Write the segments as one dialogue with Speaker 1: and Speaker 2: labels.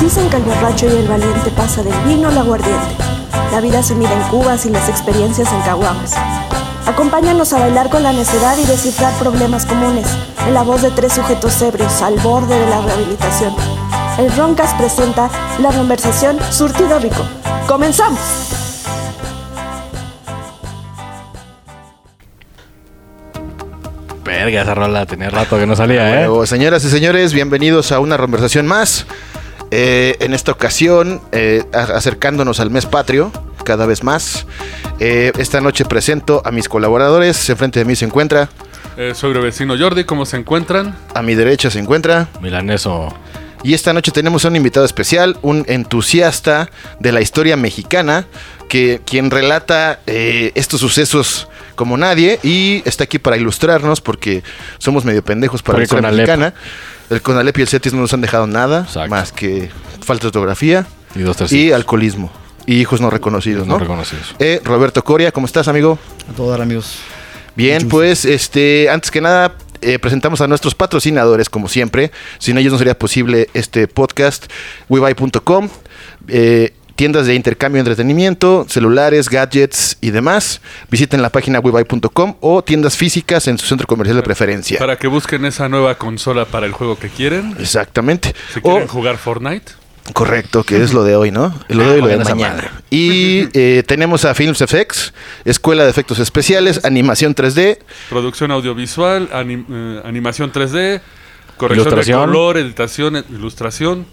Speaker 1: Dicen que el borracho y el valiente pasa del vino al aguardiente. La vida se mide en cubas y las experiencias en caguamas. Acompáñanos a bailar con la necedad y descifrar problemas comunes en la voz de tres sujetos ebrios al borde de la rehabilitación. El Roncas presenta la conversación Surtido Rico. ¡Comenzamos!
Speaker 2: Verga, esa rola tenía rato que no salía, ¿eh?
Speaker 3: Bueno, señoras y señores, bienvenidos a una conversación más. Eh, en esta ocasión, eh, a- acercándonos al mes patrio, cada vez más. Eh, esta noche presento a mis colaboradores. Enfrente de mí se encuentra,
Speaker 4: Eh, soy vecino Jordi, ¿cómo se encuentran?
Speaker 3: a mi derecha se encuentra.
Speaker 2: Milaneso.
Speaker 3: Y esta noche tenemos a un invitado especial, un entusiasta de la historia mexicana, que, quien relata eh, estos sucesos como nadie y está aquí para ilustrarnos porque somos medio pendejos para
Speaker 2: Porque
Speaker 3: la historia
Speaker 2: Conalep.
Speaker 3: mexicana. El Conalep y el CETIS no nos han dejado nada
Speaker 2: Exacto.
Speaker 3: más que falta de ortografía
Speaker 2: Y dos, tres.
Speaker 3: y alcoholismo y hijos no reconocidos,
Speaker 2: no
Speaker 3: ¿no?
Speaker 2: reconocidos.
Speaker 3: Eh, Roberto Coria, ¿cómo estás, amigo?
Speaker 5: A todo dar, amigos.
Speaker 3: Bien, pues, este, antes que nada, eh, presentamos a nuestros patrocinadores, como siempre. Sin ellos no sería posible este podcast. WeBuy.com, eh, tiendas de intercambio de entretenimiento, celulares, gadgets y demás. Visiten la página WeBuy.com o tiendas físicas en su centro comercial de preferencia.
Speaker 4: Para que busquen esa nueva consola para el juego que quieren.
Speaker 3: Exactamente.
Speaker 4: Si
Speaker 2: Oh.
Speaker 4: quieren
Speaker 3: O,
Speaker 4: jugar Fortnite.
Speaker 3: correcto, que es lo de hoy, ¿no? Lo de hoy y lo de
Speaker 2: Jueguen esa
Speaker 3: mañana.
Speaker 2: madre.
Speaker 3: Y eh, tenemos a Films FX, Escuela de Efectos Especiales, Animación 3D,
Speaker 4: Producción audiovisual, anim- eh, animación 3D, corrección
Speaker 2: Ilustración.
Speaker 4: de color, editación, eh, ilustración,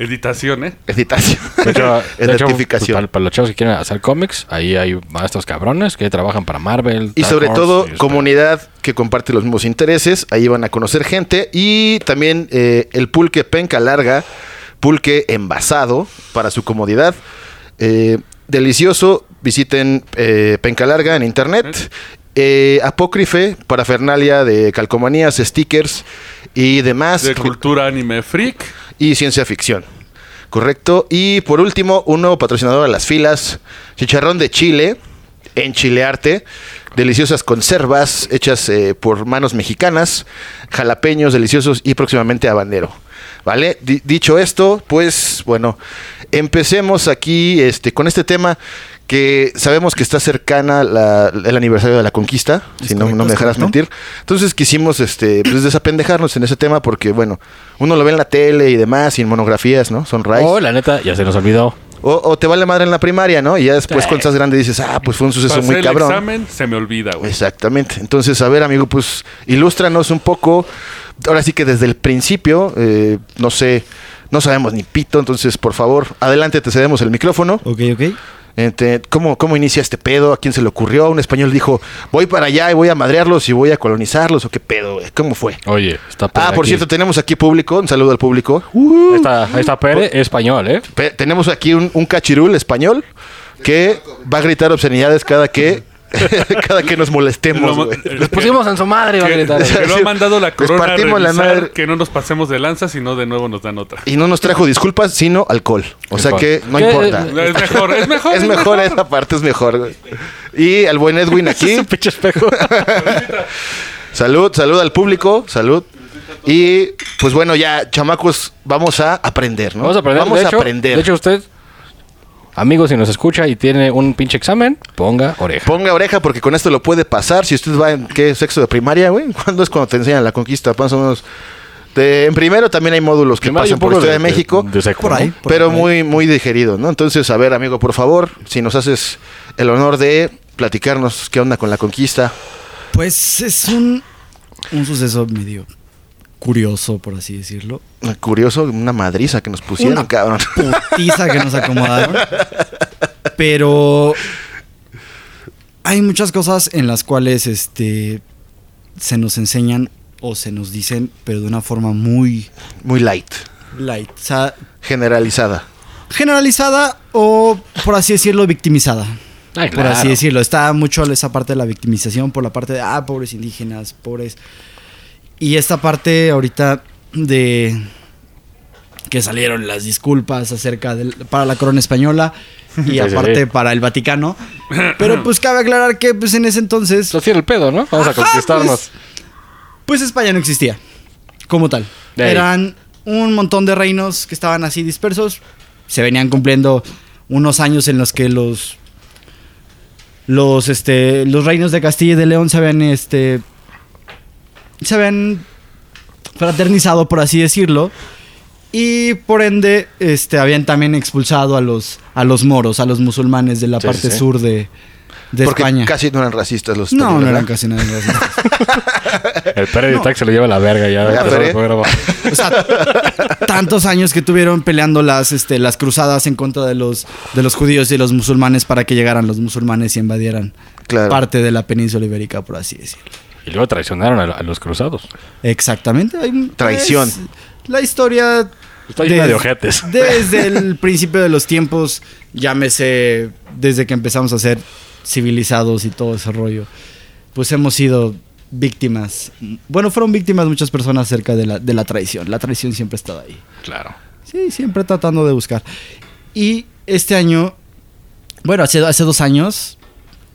Speaker 4: editación, ¿eh?
Speaker 3: Editación.
Speaker 2: De hecho, de hecho,
Speaker 3: Identificación.
Speaker 2: para, para los chavos que quieren hacer cómics, ahí hay estos cabrones que trabajan para Marvel.
Speaker 3: Y
Speaker 2: Dark
Speaker 3: sobre
Speaker 2: Horse,
Speaker 3: todo,
Speaker 2: y este-
Speaker 3: comunidad que comparte los mismos intereses. Ahí van a conocer gente. Y también eh, el pulque penca larga, pulque envasado para su comodidad. Eh, delicioso. Visiten eh, penca larga en internet. Eh, apócrife, parafernalia de calcomanías, stickers y demás.
Speaker 4: De cultura anime freak.
Speaker 3: y ciencia ficción. Correcto. Y por último, un nuevo patrocinador a las filas, Chicharrón de Chile, en Chilearte. Deliciosas conservas hechas eh, por manos mexicanas, jalapeños deliciosos y próximamente habanero. ¿Vale? Di- dicho esto, pues bueno, empecemos aquí este, con este tema que sabemos que está cercana la- el aniversario de la conquista,
Speaker 5: Es
Speaker 3: si no,
Speaker 5: correcto,
Speaker 3: no me
Speaker 5: es
Speaker 3: dejarás
Speaker 5: correcto.
Speaker 3: mentir. Entonces quisimos este, pues, desapendejarnos en ese tema porque, bueno, uno lo ve en la tele y demás, sin monografías, ¿no? Son raíz.
Speaker 2: Oh, la neta, ya se nos olvidó.
Speaker 3: O, o te vale madre en la primaria, ¿no? Y ya después
Speaker 2: Sí.
Speaker 3: cuando estás grande dices, ah, pues fue un suceso
Speaker 4: Pasé
Speaker 3: muy
Speaker 4: el
Speaker 3: cabrón.
Speaker 4: examen, se me olvida, güey.
Speaker 3: Exactamente. Entonces, a ver, amigo, pues ilústranos un poco. Ahora sí que desde el principio, eh, no sé, no sabemos ni pito, entonces, por favor, adelante, te cedemos el micrófono.
Speaker 5: Ok, ok.
Speaker 3: Este, ¿cómo, ¿Cómo inicia este pedo? ¿A quién se le ocurrió? Un español dijo, voy para allá y voy a madrearlos y voy a colonizarlos. ¿O qué pedo? güey? ¿Cómo fue?
Speaker 2: Oye, está Pere
Speaker 3: Ah, por
Speaker 2: aquí.
Speaker 3: cierto, tenemos aquí público. Un saludo al público.
Speaker 2: Ahí está, ahí está Pere, español, ¿eh?
Speaker 3: Pe- tenemos aquí un, un cachirul español que va a gritar obscenidades cada que, cada que nos molestemos.
Speaker 4: Lo-
Speaker 3: güey.
Speaker 4: eh,
Speaker 2: Les pusimos en su madre,
Speaker 4: que-
Speaker 2: va a gritar.
Speaker 4: que lo ha mandado la
Speaker 3: Les
Speaker 4: corona a
Speaker 3: partimos la
Speaker 4: revisar
Speaker 3: madre.
Speaker 4: que no nos pasemos de lanza, sino de nuevo nos dan otra.
Speaker 3: Y no nos trajo disculpas, sino alcohol. O sea que no
Speaker 2: ¿Qué?
Speaker 3: importa.
Speaker 4: No, Es mejor, es mejor.
Speaker 3: Es mejor esa parte, es mejor. güey. Y al buen Edwin aquí.
Speaker 2: Es un pinche espejo.
Speaker 3: Salud, salud al público, salud. Y pues bueno, ya, chamacos, vamos a aprender, ¿no?
Speaker 2: Vamos a aprender.
Speaker 3: Vamos
Speaker 2: de
Speaker 3: a
Speaker 2: hecho,
Speaker 3: aprender.
Speaker 2: De hecho, usted, amigo, si nos escucha y tiene un pinche examen, ponga oreja.
Speaker 3: Ponga oreja porque con esto lo puede pasar. Si usted va en qué sexo de primaria, güey. ¿Cuándo es cuando te enseñan la conquista? Más o menos. De- en primero también hay módulos que
Speaker 2: Primero hay
Speaker 3: pasan
Speaker 2: un
Speaker 3: por
Speaker 2: poco
Speaker 3: Ciudad de, México.
Speaker 2: de seco,
Speaker 5: Por ahí.
Speaker 2: ¿no?
Speaker 3: pero muy, muy digerido, ¿no? Entonces, a ver, amigo, por favor, si nos haces el honor de platicarnos qué onda con la conquista.
Speaker 5: Pues es un, un suceso medio curioso, por así decirlo.
Speaker 3: Curioso, una madriza que nos pusieron,
Speaker 5: Una
Speaker 3: cabrón.
Speaker 5: Putiza que nos acomodaron. Pero hay muchas cosas en las cuales este, se nos enseñan o se nos dicen, pero de una forma muy
Speaker 3: Muy light,
Speaker 5: light. O sea,
Speaker 3: generalizada.
Speaker 5: generalizada o, por así decirlo, victimizada.
Speaker 2: Ay,
Speaker 5: por
Speaker 2: claro.
Speaker 5: así decirlo. Está mucho esa parte de la victimización, por la parte de, ah, pobres indígenas, pobres. Y esta parte ahorita de que salieron las disculpas acerca del, para la corona española y
Speaker 2: sí,
Speaker 5: aparte
Speaker 2: sí.
Speaker 5: para el Vaticano. Pero pues cabe aclarar que pues en ese entonces,
Speaker 2: Eso tiene el pedo, ¿no? Vamos a
Speaker 5: Ajá,
Speaker 2: conquistarnos.
Speaker 5: pues España no existía como tal.
Speaker 2: Ey.
Speaker 5: Eran un montón de reinos que estaban así dispersos. Se venían cumpliendo unos años en los que los los este los reinos de Castilla y de León se habían este se habían fraternizado por así decirlo y por ende este habían también expulsado a los a los moros, a los musulmanes de la
Speaker 2: Sí, sí,
Speaker 5: parte
Speaker 2: sí.
Speaker 5: sur de de
Speaker 3: Porque
Speaker 5: España.
Speaker 3: casi no eran racistas los
Speaker 5: no,
Speaker 3: españoles,
Speaker 5: no eran
Speaker 3: ¿verdad?
Speaker 5: casi nada racistas. pues.
Speaker 2: El Pérez de Tac se lo lleva a la verga ya.
Speaker 3: Ya,
Speaker 2: empezó el
Speaker 3: Pérez.
Speaker 2: programa.
Speaker 5: O sea, tantos años que tuvieron peleando las, este, las cruzadas en contra de los, de los judíos y los musulmanes para que llegaran los musulmanes y invadieran
Speaker 3: Claro.
Speaker 5: parte de la península ibérica, por así decirlo.
Speaker 2: Y luego traicionaron a, a los cruzados.
Speaker 5: Exactamente. hay un-
Speaker 3: Traición.
Speaker 5: es la historia...
Speaker 2: Está llena
Speaker 5: des-
Speaker 2: de ojetes.
Speaker 5: Desde el principio de los tiempos, llámese, desde que empezamos a ser civilizados y todo ese rollo, pues hemos sido víctimas. Bueno, fueron víctimas muchas personas acerca de la, de la traición. La traición siempre ha estado ahí.
Speaker 2: Claro.
Speaker 5: Sí, siempre tratando de buscar. Y este año, bueno, hace, hace dos años,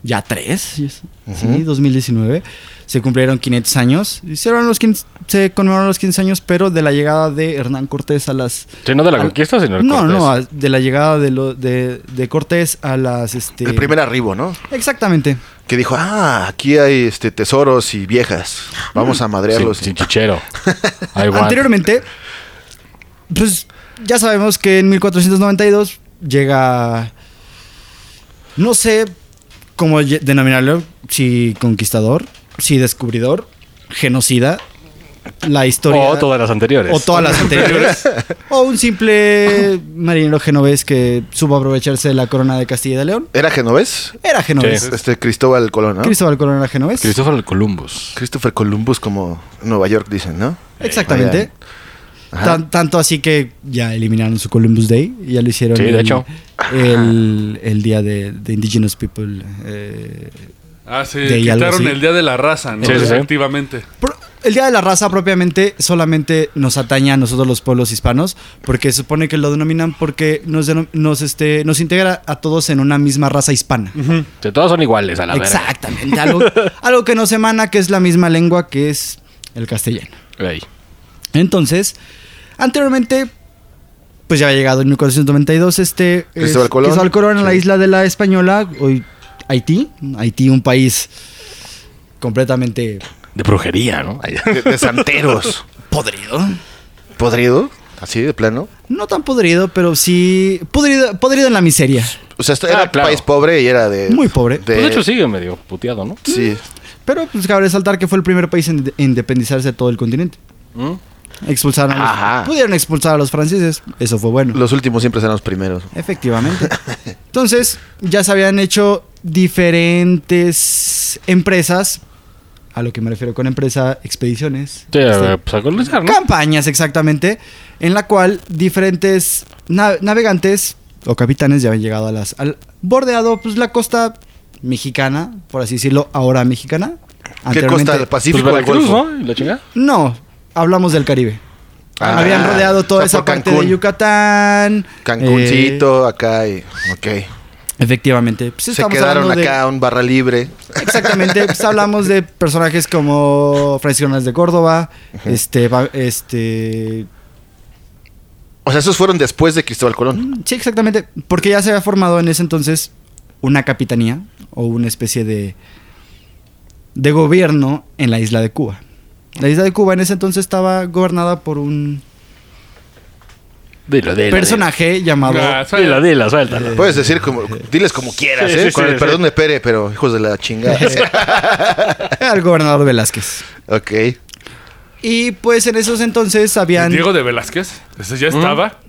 Speaker 5: ya tres, sí, sí, 2019, se cumplieron 500 años. Hicieron los 15 se conmemoraron los 15 años, pero de la llegada de Hernán Cortés a las...
Speaker 2: Sí, no de la
Speaker 5: a-
Speaker 2: conquista, sino el
Speaker 5: No,
Speaker 2: Cortés.
Speaker 5: no, a- de la llegada de, lo- de, de Cortés a las... Este,
Speaker 3: El primer arribo, ¿no?
Speaker 5: Exactamente.
Speaker 3: Que dijo, ah, aquí hay este tesoros y viejas. Vamos a
Speaker 2: Sin,
Speaker 3: madrearlos.
Speaker 2: sin chichero. I want.
Speaker 5: Anteriormente, pues ya sabemos que en 1492 llega, no sé cómo ye- denominarlo, si conquistador, si descubridor, genocida, la historia...
Speaker 2: O todas las anteriores.
Speaker 5: o todas las anteriores. o un simple marinero genovés que supo aprovecharse de la corona de Castilla y de León.
Speaker 3: ¿Era genovés?
Speaker 5: Era genovés.
Speaker 2: Sí.
Speaker 3: Este Cristóbal Colón, ¿no?
Speaker 5: Cristóbal Colón era genovés.
Speaker 2: Christopher Columbus.
Speaker 3: Christopher Columbus, como en Nueva York dicen, ¿no?
Speaker 5: Eh, Exactamente.
Speaker 3: Ajá.
Speaker 5: Tan- tanto así que ya eliminaron su Columbus Day, ya lo hicieron
Speaker 2: Sí, de
Speaker 5: el,
Speaker 2: hecho.
Speaker 5: el, el día de, de Indigenous People. eh,
Speaker 4: Ah, sí,
Speaker 5: De ahí algo
Speaker 4: quitaron
Speaker 5: así.
Speaker 4: el día de la raza, ¿no?
Speaker 2: Sí, sí, sí.
Speaker 4: Efectivamente.
Speaker 5: pro- el día de la raza propiamente solamente nos atañe a nosotros los pueblos hispanos, porque se supone que lo denominan porque nos, denom- nos, este, nos integra a todos en una misma raza hispana.
Speaker 2: Sí, todos son iguales a la verga.
Speaker 5: Exactamente, algo, algo que nos emana que es la misma lengua que es el castellano.
Speaker 2: Ey.
Speaker 5: Entonces, anteriormente, pues ya había llegado en 1492 este eh,
Speaker 3: Cristóbal Colón.
Speaker 5: Cristóbal Colón a la
Speaker 3: Sí.
Speaker 5: isla de la Española, hoy Haití, Haití un país completamente
Speaker 2: De brujería, ¿no? Pues, Ay,
Speaker 3: De, de santeros.
Speaker 5: podrido.
Speaker 3: ¿Podrido? ¿Así de plano?
Speaker 5: No tan podrido, pero sí podrido, podrido en la miseria.
Speaker 3: O sea, esto
Speaker 2: Ah,
Speaker 3: era
Speaker 2: claro.
Speaker 3: país pobre y era de...
Speaker 5: Muy pobre.
Speaker 3: de-
Speaker 2: Pues de hecho sigue medio puteado, ¿no?
Speaker 3: Sí.
Speaker 5: Pero pues cabe resaltar que fue el primer país en en independizarse de todo el continente.
Speaker 2: ¿Mm?
Speaker 5: Expulsaron a
Speaker 3: Ajá.
Speaker 5: los, pudieron expulsar a los franceses, eso fue bueno.
Speaker 3: Los últimos siempre serán los primeros.
Speaker 5: Efectivamente. Entonces, ya se habían hecho diferentes empresas. A lo que me refiero con empresa, expediciones.
Speaker 2: Sí,
Speaker 5: este,
Speaker 2: eh, pues a colonizar, ¿no?
Speaker 5: Campañas, exactamente. En la cual diferentes na- navegantes o capitanes ya habían llegado a las. Al, bordeado, pues la costa mexicana, por así decirlo, ahora mexicana.
Speaker 3: ¿Qué
Speaker 5: Anteriormente-
Speaker 3: costa? ¿El
Speaker 2: Pues
Speaker 3: Pacífico o el
Speaker 2: Veracruz,
Speaker 3: Golfo?
Speaker 2: ¿no? Y la chingada.
Speaker 5: No, hablamos del Caribe.
Speaker 3: Ah,
Speaker 5: habían rodeado toda
Speaker 3: o sea,
Speaker 5: esa
Speaker 3: por
Speaker 5: parte
Speaker 3: Cancún.
Speaker 5: de Yucatán. eh,
Speaker 3: Cancuncito, acá y... Ok.
Speaker 5: Efectivamente. Pues
Speaker 3: Se
Speaker 5: estamos
Speaker 3: quedaron
Speaker 5: hablando de-
Speaker 3: acá, un barra libre.
Speaker 5: Exactamente. pues hablamos de personajes como Francisco Hernández de Córdoba, este, va- este...
Speaker 3: O sea, esos fueron después de Cristóbal Colón.
Speaker 5: Sí, exactamente. Porque ya se había formado en ese entonces una capitanía o una especie de, de gobierno en la isla de Cuba. La isla de Cuba en ese entonces estaba gobernada por un
Speaker 2: Dilo, dilo.
Speaker 5: personaje Eh. llamado...
Speaker 4: Ah,
Speaker 2: dilo. Dilo,
Speaker 4: sale.
Speaker 2: dilo, suéltalo.
Speaker 3: Puedes decir como... Diles como quieras,
Speaker 2: Sí,
Speaker 3: ¿eh?
Speaker 2: sí,
Speaker 3: Con
Speaker 2: sí,
Speaker 3: el
Speaker 2: sí.
Speaker 3: perdón de Pere, pero hijos de la chingada.
Speaker 5: al gobernador Velázquez.
Speaker 3: ok.
Speaker 5: Y pues en esos entonces habían...
Speaker 4: Diego de Velázquez. Ese
Speaker 2: Mm.
Speaker 4: ya estaba.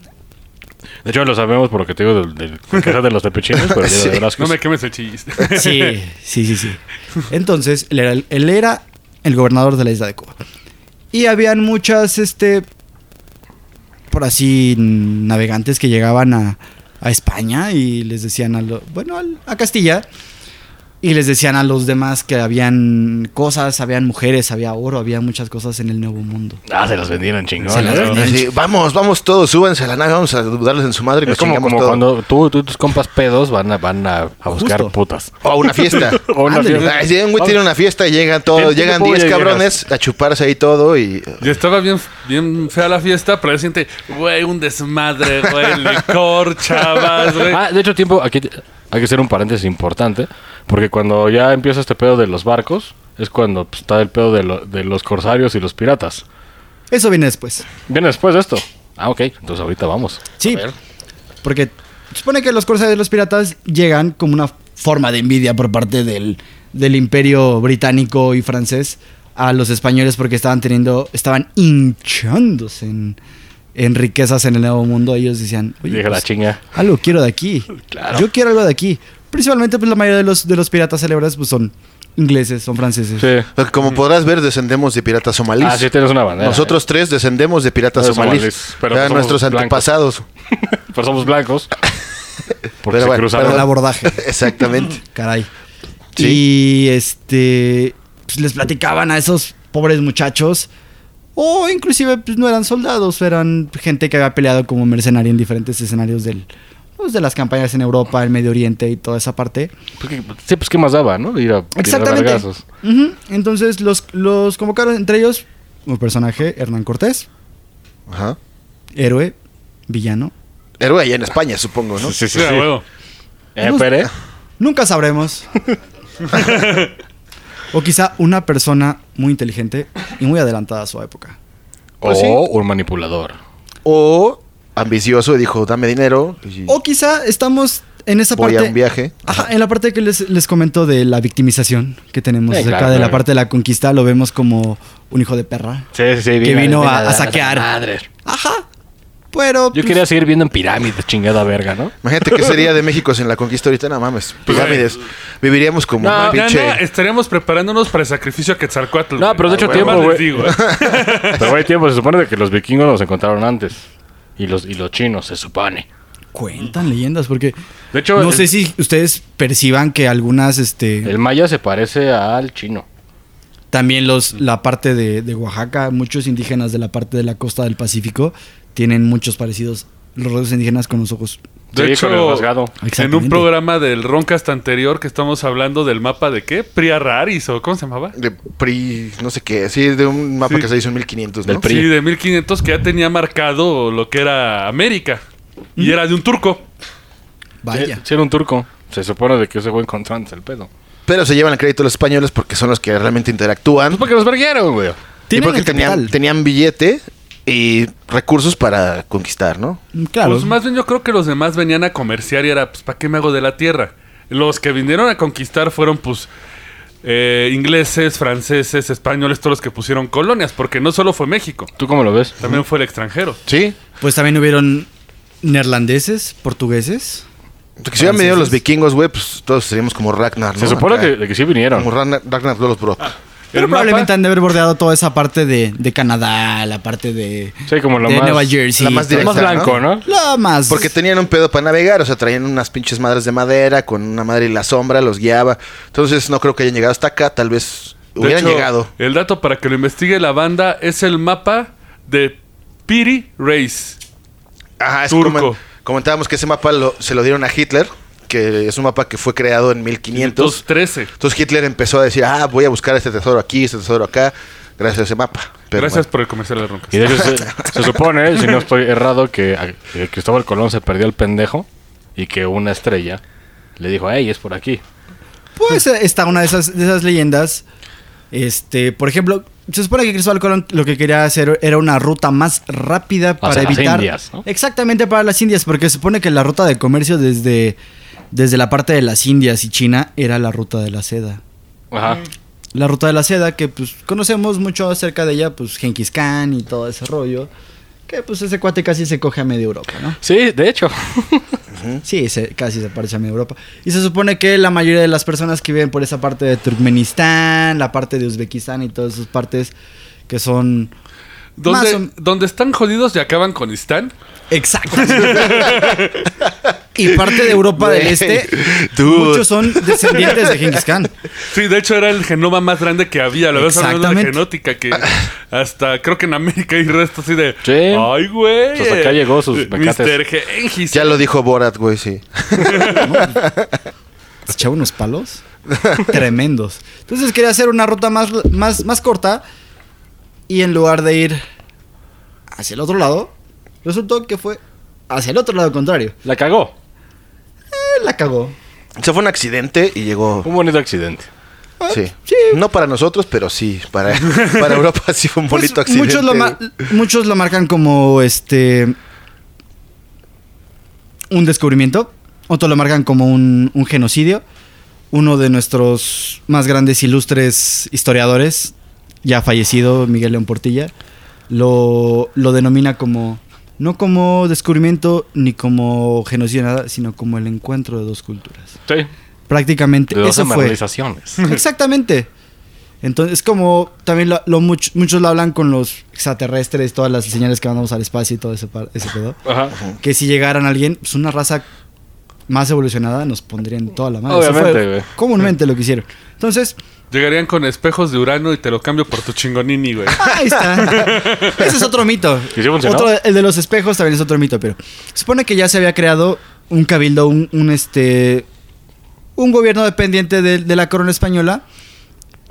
Speaker 2: De hecho, lo sabemos porque te digo del, del, quizás de los tepechinos, pero
Speaker 3: Sí.
Speaker 2: de Velázquez.
Speaker 4: No me quemes el chiste.
Speaker 5: Sí, sí, sí, sí. Entonces, él era, el- él era el gobernador de la isla de Cuba. Y habían muchas, este, por así, navegantes que llegaban a, a España y les decían a, lo- bueno, al- a Castilla. Y les decían a los demás que habían cosas, habían mujeres, había oro, había muchas cosas en el Nuevo Mundo.
Speaker 2: Ah, se los vendieron chingón.
Speaker 5: Se las
Speaker 2: ¿eh?
Speaker 5: vendieron.
Speaker 3: Así, vamos, vamos todos, súbanse a la nave, vamos a darles en su madre y nos
Speaker 2: Es como,
Speaker 3: chingamos
Speaker 2: como
Speaker 3: todo.
Speaker 2: cuando tú, tú y tus compas pedos van a, van a, a buscar
Speaker 5: Justo.
Speaker 2: putas.
Speaker 3: O a una fiesta.
Speaker 2: O una
Speaker 5: Ándale.
Speaker 2: fiesta.
Speaker 3: Ay, si un güey tiene una fiesta y llegan todos,
Speaker 2: Tiene
Speaker 3: llegan
Speaker 2: pollo
Speaker 3: 10
Speaker 2: y
Speaker 3: cabrones a chuparse ahí todo y
Speaker 4: Y estaba bien, bien fea la fiesta, pero siente, güey, un desmadre, güey, licor, chavas, güey.
Speaker 2: Ah, de hecho, tiempo, aquí t- hay que hacer un paréntesis importante, porque cuando ya empieza este pedo de los barcos, es cuando pues, está el pedo de, lo- de los corsarios y los piratas.
Speaker 5: Eso viene después.
Speaker 2: Viene después de esto. Ah, ok, entonces ahorita vamos.
Speaker 5: Sí. Porque se supone que los corsarios y los piratas llegan como una forma de envidia por parte del, del imperio británico y francés a los españoles porque estaban teniendo, estaban hinchándose en, en riquezas en el nuevo mundo. Ellos decían, oye,
Speaker 2: Dije la
Speaker 5: pues,
Speaker 2: chinga.
Speaker 5: algo quiero de aquí.
Speaker 2: Claro.
Speaker 5: Yo quiero algo de aquí. Principalmente, pues la mayoría de los, de los piratas célebres pues, son ingleses, son franceses.
Speaker 2: Sí.
Speaker 3: eh, como podrás ver descendemos de piratas somalíes.
Speaker 2: Ah, sí, tienes una bandera.
Speaker 3: Nosotros tres descendemos de piratas
Speaker 2: No de
Speaker 3: somalíes.
Speaker 2: somalíes, pero pues
Speaker 3: Ya
Speaker 2: somos
Speaker 3: nuestros
Speaker 2: blancos.
Speaker 3: antepasados.
Speaker 2: eh, Pero somos blancos. Porque
Speaker 3: Pero
Speaker 2: se
Speaker 3: bueno,
Speaker 2: cruzaron.
Speaker 5: Para el abordaje.
Speaker 3: Exactamente.
Speaker 5: Caray.
Speaker 3: Sí.
Speaker 5: Y este. pues, les platicaban a esos pobres muchachos. O inclusive pues, no eran soldados, eran gente que había peleado como mercenaria en diferentes escenarios del, pues, de las campañas en Europa, el Medio Oriente y toda esa parte.
Speaker 2: Pues, ¿qué- sí, pues qué más daba, ¿no? Ir a tirar
Speaker 5: Exactamente.
Speaker 2: vergazos.
Speaker 5: Ujú. Entonces los, los convocaron entre ellos como personaje Hernán Cortés,
Speaker 3: Ajá.
Speaker 5: héroe, villano.
Speaker 3: Héroe allá en España, supongo, ¿no?
Speaker 2: Sí, sí,
Speaker 4: Sí, a
Speaker 2: sí.
Speaker 4: huevo.
Speaker 2: Eh, Pere.
Speaker 5: Nunca sabremos. o quizá una persona muy inteligente y muy adelantada a su época.
Speaker 2: O
Speaker 3: Pues sí.
Speaker 2: un manipulador.
Speaker 3: O ambicioso y dijo, dame dinero. y
Speaker 2: Oh.
Speaker 5: O quizá estamos en esa
Speaker 3: voy
Speaker 5: parte.
Speaker 3: a un viaje.
Speaker 5: Ajá, en la parte que les, les comento de la victimización que tenemos
Speaker 2: Sí,
Speaker 5: acerca
Speaker 2: claro,
Speaker 5: de la
Speaker 2: claro.
Speaker 5: parte de la conquista, lo vemos como un hijo de perra.
Speaker 2: Sí, sí, sí.
Speaker 5: Que vino a- a saquear. Ajá. Pero.
Speaker 2: Yo
Speaker 5: pues,
Speaker 2: quería seguir viendo en pirámides, chingada verga, ¿no?
Speaker 3: Imagínate qué sería de México sin la conquista ahorita, no mames. Pirámides. Viviríamos como
Speaker 2: Pues, eh, No,
Speaker 3: un
Speaker 4: Ya
Speaker 3: pinche.
Speaker 4: no, estaríamos preparándonos para el sacrificio a Quetzalcóatl.
Speaker 2: Ah, No,
Speaker 4: güey.
Speaker 2: pero de
Speaker 4: Ah,
Speaker 2: hecho
Speaker 4: güey,
Speaker 2: tiempo,
Speaker 4: más les
Speaker 2: güey.
Speaker 4: digo, eh.
Speaker 2: Pero hay tiempo, se supone de que los vikingos nos encontraron antes. Y los, y los chinos, se supone.
Speaker 5: Cuentan leyendas, porque.
Speaker 2: De hecho,
Speaker 5: no
Speaker 2: el-
Speaker 5: sé si ustedes perciban que algunas, este.
Speaker 2: El maya se parece al chino.
Speaker 5: También los, la parte de, de Oaxaca, muchos indígenas de la parte de la costa del Pacífico tienen muchos parecidos. Los rasgos indígenas con los ojos.
Speaker 4: De
Speaker 2: Sí,
Speaker 4: hecho,
Speaker 2: con el rasgado.
Speaker 4: en un
Speaker 5: Exactamente.
Speaker 4: programa del Roncast anterior que estamos hablando del mapa de qué? Priya Raris o ¿cómo se llamaba?
Speaker 3: De PRI, no sé qué. Sí, de un mapa
Speaker 4: Sí.
Speaker 3: que se hizo en 1500, ¿no?
Speaker 2: Del PRI.
Speaker 4: Sí, de 1500 que ya tenía marcado lo que era América. Y era de un turco.
Speaker 5: Vaya.
Speaker 2: Si era un turco. Se supone de que ese güey encontró antes el pedo.
Speaker 3: Pero se llevan el crédito los españoles porque son los que realmente interactúan.
Speaker 2: Pues porque los verguieron, güey.
Speaker 3: Y
Speaker 5: Tienen
Speaker 3: porque
Speaker 5: el
Speaker 3: tenían,
Speaker 5: capital.
Speaker 3: tenían billete y recursos para conquistar, ¿no?
Speaker 5: Claro.
Speaker 4: Pues más bien yo creo que los demás venían a comerciar y era, pues, ¿para qué me hago de la tierra? Los que vinieron a conquistar fueron, pues, eh, ingleses, franceses, españoles, todos los que pusieron colonias, porque no solo fue México,
Speaker 2: ¿Tú cómo lo ves?
Speaker 4: también fue el extranjero.
Speaker 3: Sí.
Speaker 5: Pues también hubieron neerlandeses, portugueses.
Speaker 3: Porque si hubieran venido los vikingos, güey, pues todos seríamos como Ragnar, ¿no?
Speaker 2: Se supone
Speaker 3: Acá.
Speaker 2: que, de que sí vinieron.
Speaker 3: Como Ragnar, Ragnar Lodbrok.
Speaker 5: Pero
Speaker 4: El mapa-
Speaker 5: probablemente han de haber bordeado toda esa parte de, de Canadá, la parte de,
Speaker 2: Sí, como la
Speaker 5: de
Speaker 2: más-
Speaker 5: Nueva Jersey.
Speaker 3: la más
Speaker 5: todo.
Speaker 2: El más
Speaker 3: Directa,
Speaker 2: blanco, ¿no?
Speaker 5: La más.
Speaker 3: Porque tenían un pedo para navegar, o sea, traían unas pinches madres de madera, con una madre y la sombra, los guiaba. Entonces no creo que hayan llegado hasta acá, tal vez
Speaker 4: de
Speaker 3: hubieran
Speaker 4: hecho,
Speaker 3: llegado.
Speaker 4: El dato para que lo investigue la banda es el mapa de Piri Reis.
Speaker 3: Ajá, es
Speaker 4: turco.
Speaker 3: como- comentábamos que ese mapa lo- se lo dieron a Hitler, que es un mapa que fue creado en 1500.
Speaker 4: 513.
Speaker 3: Entonces Hitler empezó a decir, ah, voy a buscar este tesoro aquí, este tesoro acá, gracias a ese mapa. Pero
Speaker 4: Gracias
Speaker 3: bueno.
Speaker 4: por el comercial de Roncas.
Speaker 2: Y de hecho se, se supone, si no estoy errado, que a- que Cristóbal Colón se perdió el pendejo y que una estrella le dijo, hey, es por aquí.
Speaker 5: Pues eh, está una de esas, de esas leyendas. Este, por ejemplo, se supone que Cristóbal Colón lo que quería hacer era una ruta más rápida para
Speaker 2: Hacia las
Speaker 5: evitar.
Speaker 2: Indias, ¿no?
Speaker 5: Exactamente para las Indias, porque se supone que la ruta de comercio desde, desde la parte de las Indias y China era la ruta de la seda.
Speaker 2: Ajá.
Speaker 5: La ruta de la seda, que pues conocemos mucho acerca de ella, pues Genghis Khan y todo ese rollo. Que pues ese cuate casi se coge a media Europa, ¿no?
Speaker 2: Sí, de hecho.
Speaker 5: Sí, se- casi se parece a media Europa. Y se supone que la mayoría de las personas que viven por esa parte de Turkmenistán, la parte de Uzbekistán y todas esas partes que son... más
Speaker 4: Donde,
Speaker 5: o-
Speaker 4: donde están jodidos y acaban con Istán.
Speaker 5: Exacto. Y parte de Europa del
Speaker 3: Güey,
Speaker 5: Este,
Speaker 3: dude.
Speaker 5: muchos son descendientes de Genghis Khan.
Speaker 4: Sí, de hecho era el genoma más grande que había. Lo ves hablando de
Speaker 5: Exactamente.
Speaker 4: genótica que
Speaker 3: Ah.
Speaker 4: hasta creo que en América hay restos así de.
Speaker 2: Sí.
Speaker 4: Ay, güey.
Speaker 2: Pues acá llegó sus
Speaker 4: Mr.
Speaker 2: mecates.
Speaker 4: Gengis.
Speaker 3: Ya lo dijo Borat, güey, sí.
Speaker 5: Se echaba unos palos tremendos. Entonces quería hacer una ruta más, más, más corta. Y en lugar de ir hacia el otro lado, resultó que fue hacia el otro lado contrario.
Speaker 2: La cagó.
Speaker 5: Eh, la cagó.
Speaker 3: Se fue un accidente y llegó.
Speaker 2: Un bonito accidente.
Speaker 3: Sí.
Speaker 5: sí.
Speaker 3: No para nosotros, pero sí. Para, para Europa sí fue un
Speaker 5: Pues,
Speaker 3: bonito accidente.
Speaker 5: Muchos lo, ma-
Speaker 3: güey.
Speaker 5: muchos lo marcan como este. un descubrimiento. Otros lo marcan como un, un genocidio. Uno de nuestros más grandes ilustres historiadores, ya fallecido, Miguel León Portilla, lo, lo denomina como. No como descubrimiento ni como genocidio, nada, sino como el encuentro de dos culturas.
Speaker 2: Sí. De
Speaker 5: Prácticamente
Speaker 2: dos
Speaker 5: eso fue.
Speaker 2: amarnizaciones.
Speaker 5: Exactamente. Entonces, como también lo, lo much- muchos lo hablan con los extraterrestres, todas las señales que mandamos al espacio y todo ese, par- ese pedo.
Speaker 2: Ajá.
Speaker 5: Que si llegaran alguien, pues una raza más evolucionada nos pondrían toda la madre. Eso
Speaker 2: Obviamente,
Speaker 5: fue
Speaker 2: güey.
Speaker 5: Comúnmente lo que hicieron. Entonces,
Speaker 4: Llegarían con espejos de urano y te lo cambio por tu chingonini, güey. Ah,
Speaker 5: ahí está. ese es otro mito.
Speaker 2: ¿Y sí funcionó?
Speaker 5: Otro, el de los espejos también es otro mito, pero se supone que ya se había creado un cabildo, un, un, este, un gobierno dependiente de, de la corona española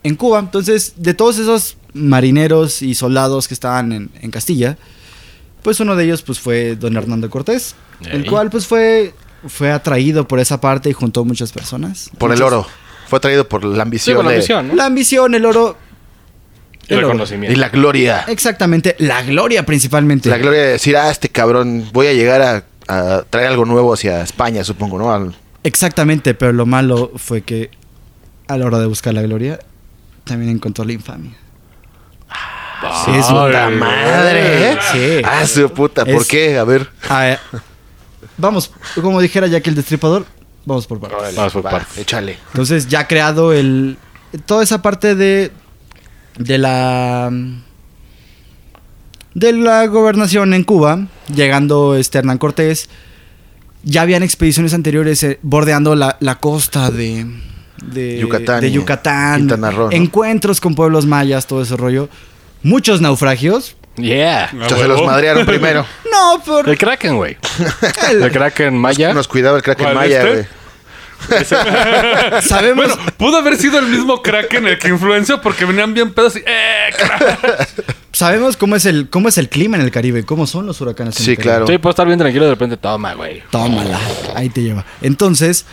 Speaker 5: en Cuba. Entonces, de todos esos marineros y soldados que estaban en, en Castilla, pues uno de ellos pues fue don Hernando Cortés, el
Speaker 2: Ey.
Speaker 5: cual pues fue, fue atraído por esa parte y juntó muchas personas.
Speaker 3: Por el
Speaker 5: Muchas-
Speaker 3: oro. Fue traído por la
Speaker 2: Sí,
Speaker 3: ambición.
Speaker 2: con la
Speaker 3: de-
Speaker 2: visión, ¿no?
Speaker 5: La ambición, el oro,
Speaker 2: Y
Speaker 5: el oro.
Speaker 3: Y
Speaker 2: reconocimiento.
Speaker 3: la gloria.
Speaker 5: exactamente, la gloria principalmente.
Speaker 3: La gloria de decir, ah, este cabrón, voy a llegar a, a traer algo nuevo hacia España, supongo, ¿no? Al-
Speaker 5: Exactamente, pero lo malo fue que a la hora de buscar la gloria también encontró la infamia. Sí, es un
Speaker 3: ¡La
Speaker 5: Ay,
Speaker 3: madre! ¿eh?
Speaker 5: Sí.
Speaker 3: Ah, su puta, ¿por
Speaker 5: Es-
Speaker 3: qué? A ver.
Speaker 5: Ah, vamos, como dijera Jack el Destripador, vamos por partes.
Speaker 2: Vamos por
Speaker 3: Va,
Speaker 2: partes.
Speaker 3: Échale.
Speaker 5: Entonces ya ha creado el toda esa parte de de la de la gobernación en Cuba, llegando este Hernán Cortés. Ya habían expediciones anteriores eh, bordeando la, la costa de, de
Speaker 3: Yucatán
Speaker 5: de
Speaker 3: y
Speaker 5: Yucatán,
Speaker 3: Quintana Roo, ¿no?
Speaker 5: encuentros con pueblos mayas, todo ese rollo. Muchos naufragios.
Speaker 2: Yeah.
Speaker 4: Ah,
Speaker 3: Entonces se los
Speaker 4: huevo.
Speaker 3: madrearon primero.
Speaker 5: No, pero
Speaker 2: El Kraken, güey. El Kraken
Speaker 5: ¿Ah,
Speaker 2: Maya.
Speaker 3: Nos cuidaba el Kraken
Speaker 4: ¿Cuál,
Speaker 3: Maya,
Speaker 4: este?
Speaker 3: güey.
Speaker 5: sabemos
Speaker 4: Bueno, pudo haber sido el mismo Kraken el que influenció porque venían bien pedos y. ¡Eh, crack!
Speaker 5: sabemos cómo es el cómo es el clima en el Caribe, cómo son los huracanes. en el
Speaker 3: Sí,
Speaker 5: Caribe.
Speaker 3: claro.
Speaker 2: Sí, puedo estar bien tranquilo y de repente, toma, güey.
Speaker 5: Tómala, ahí te lleva. Entonces,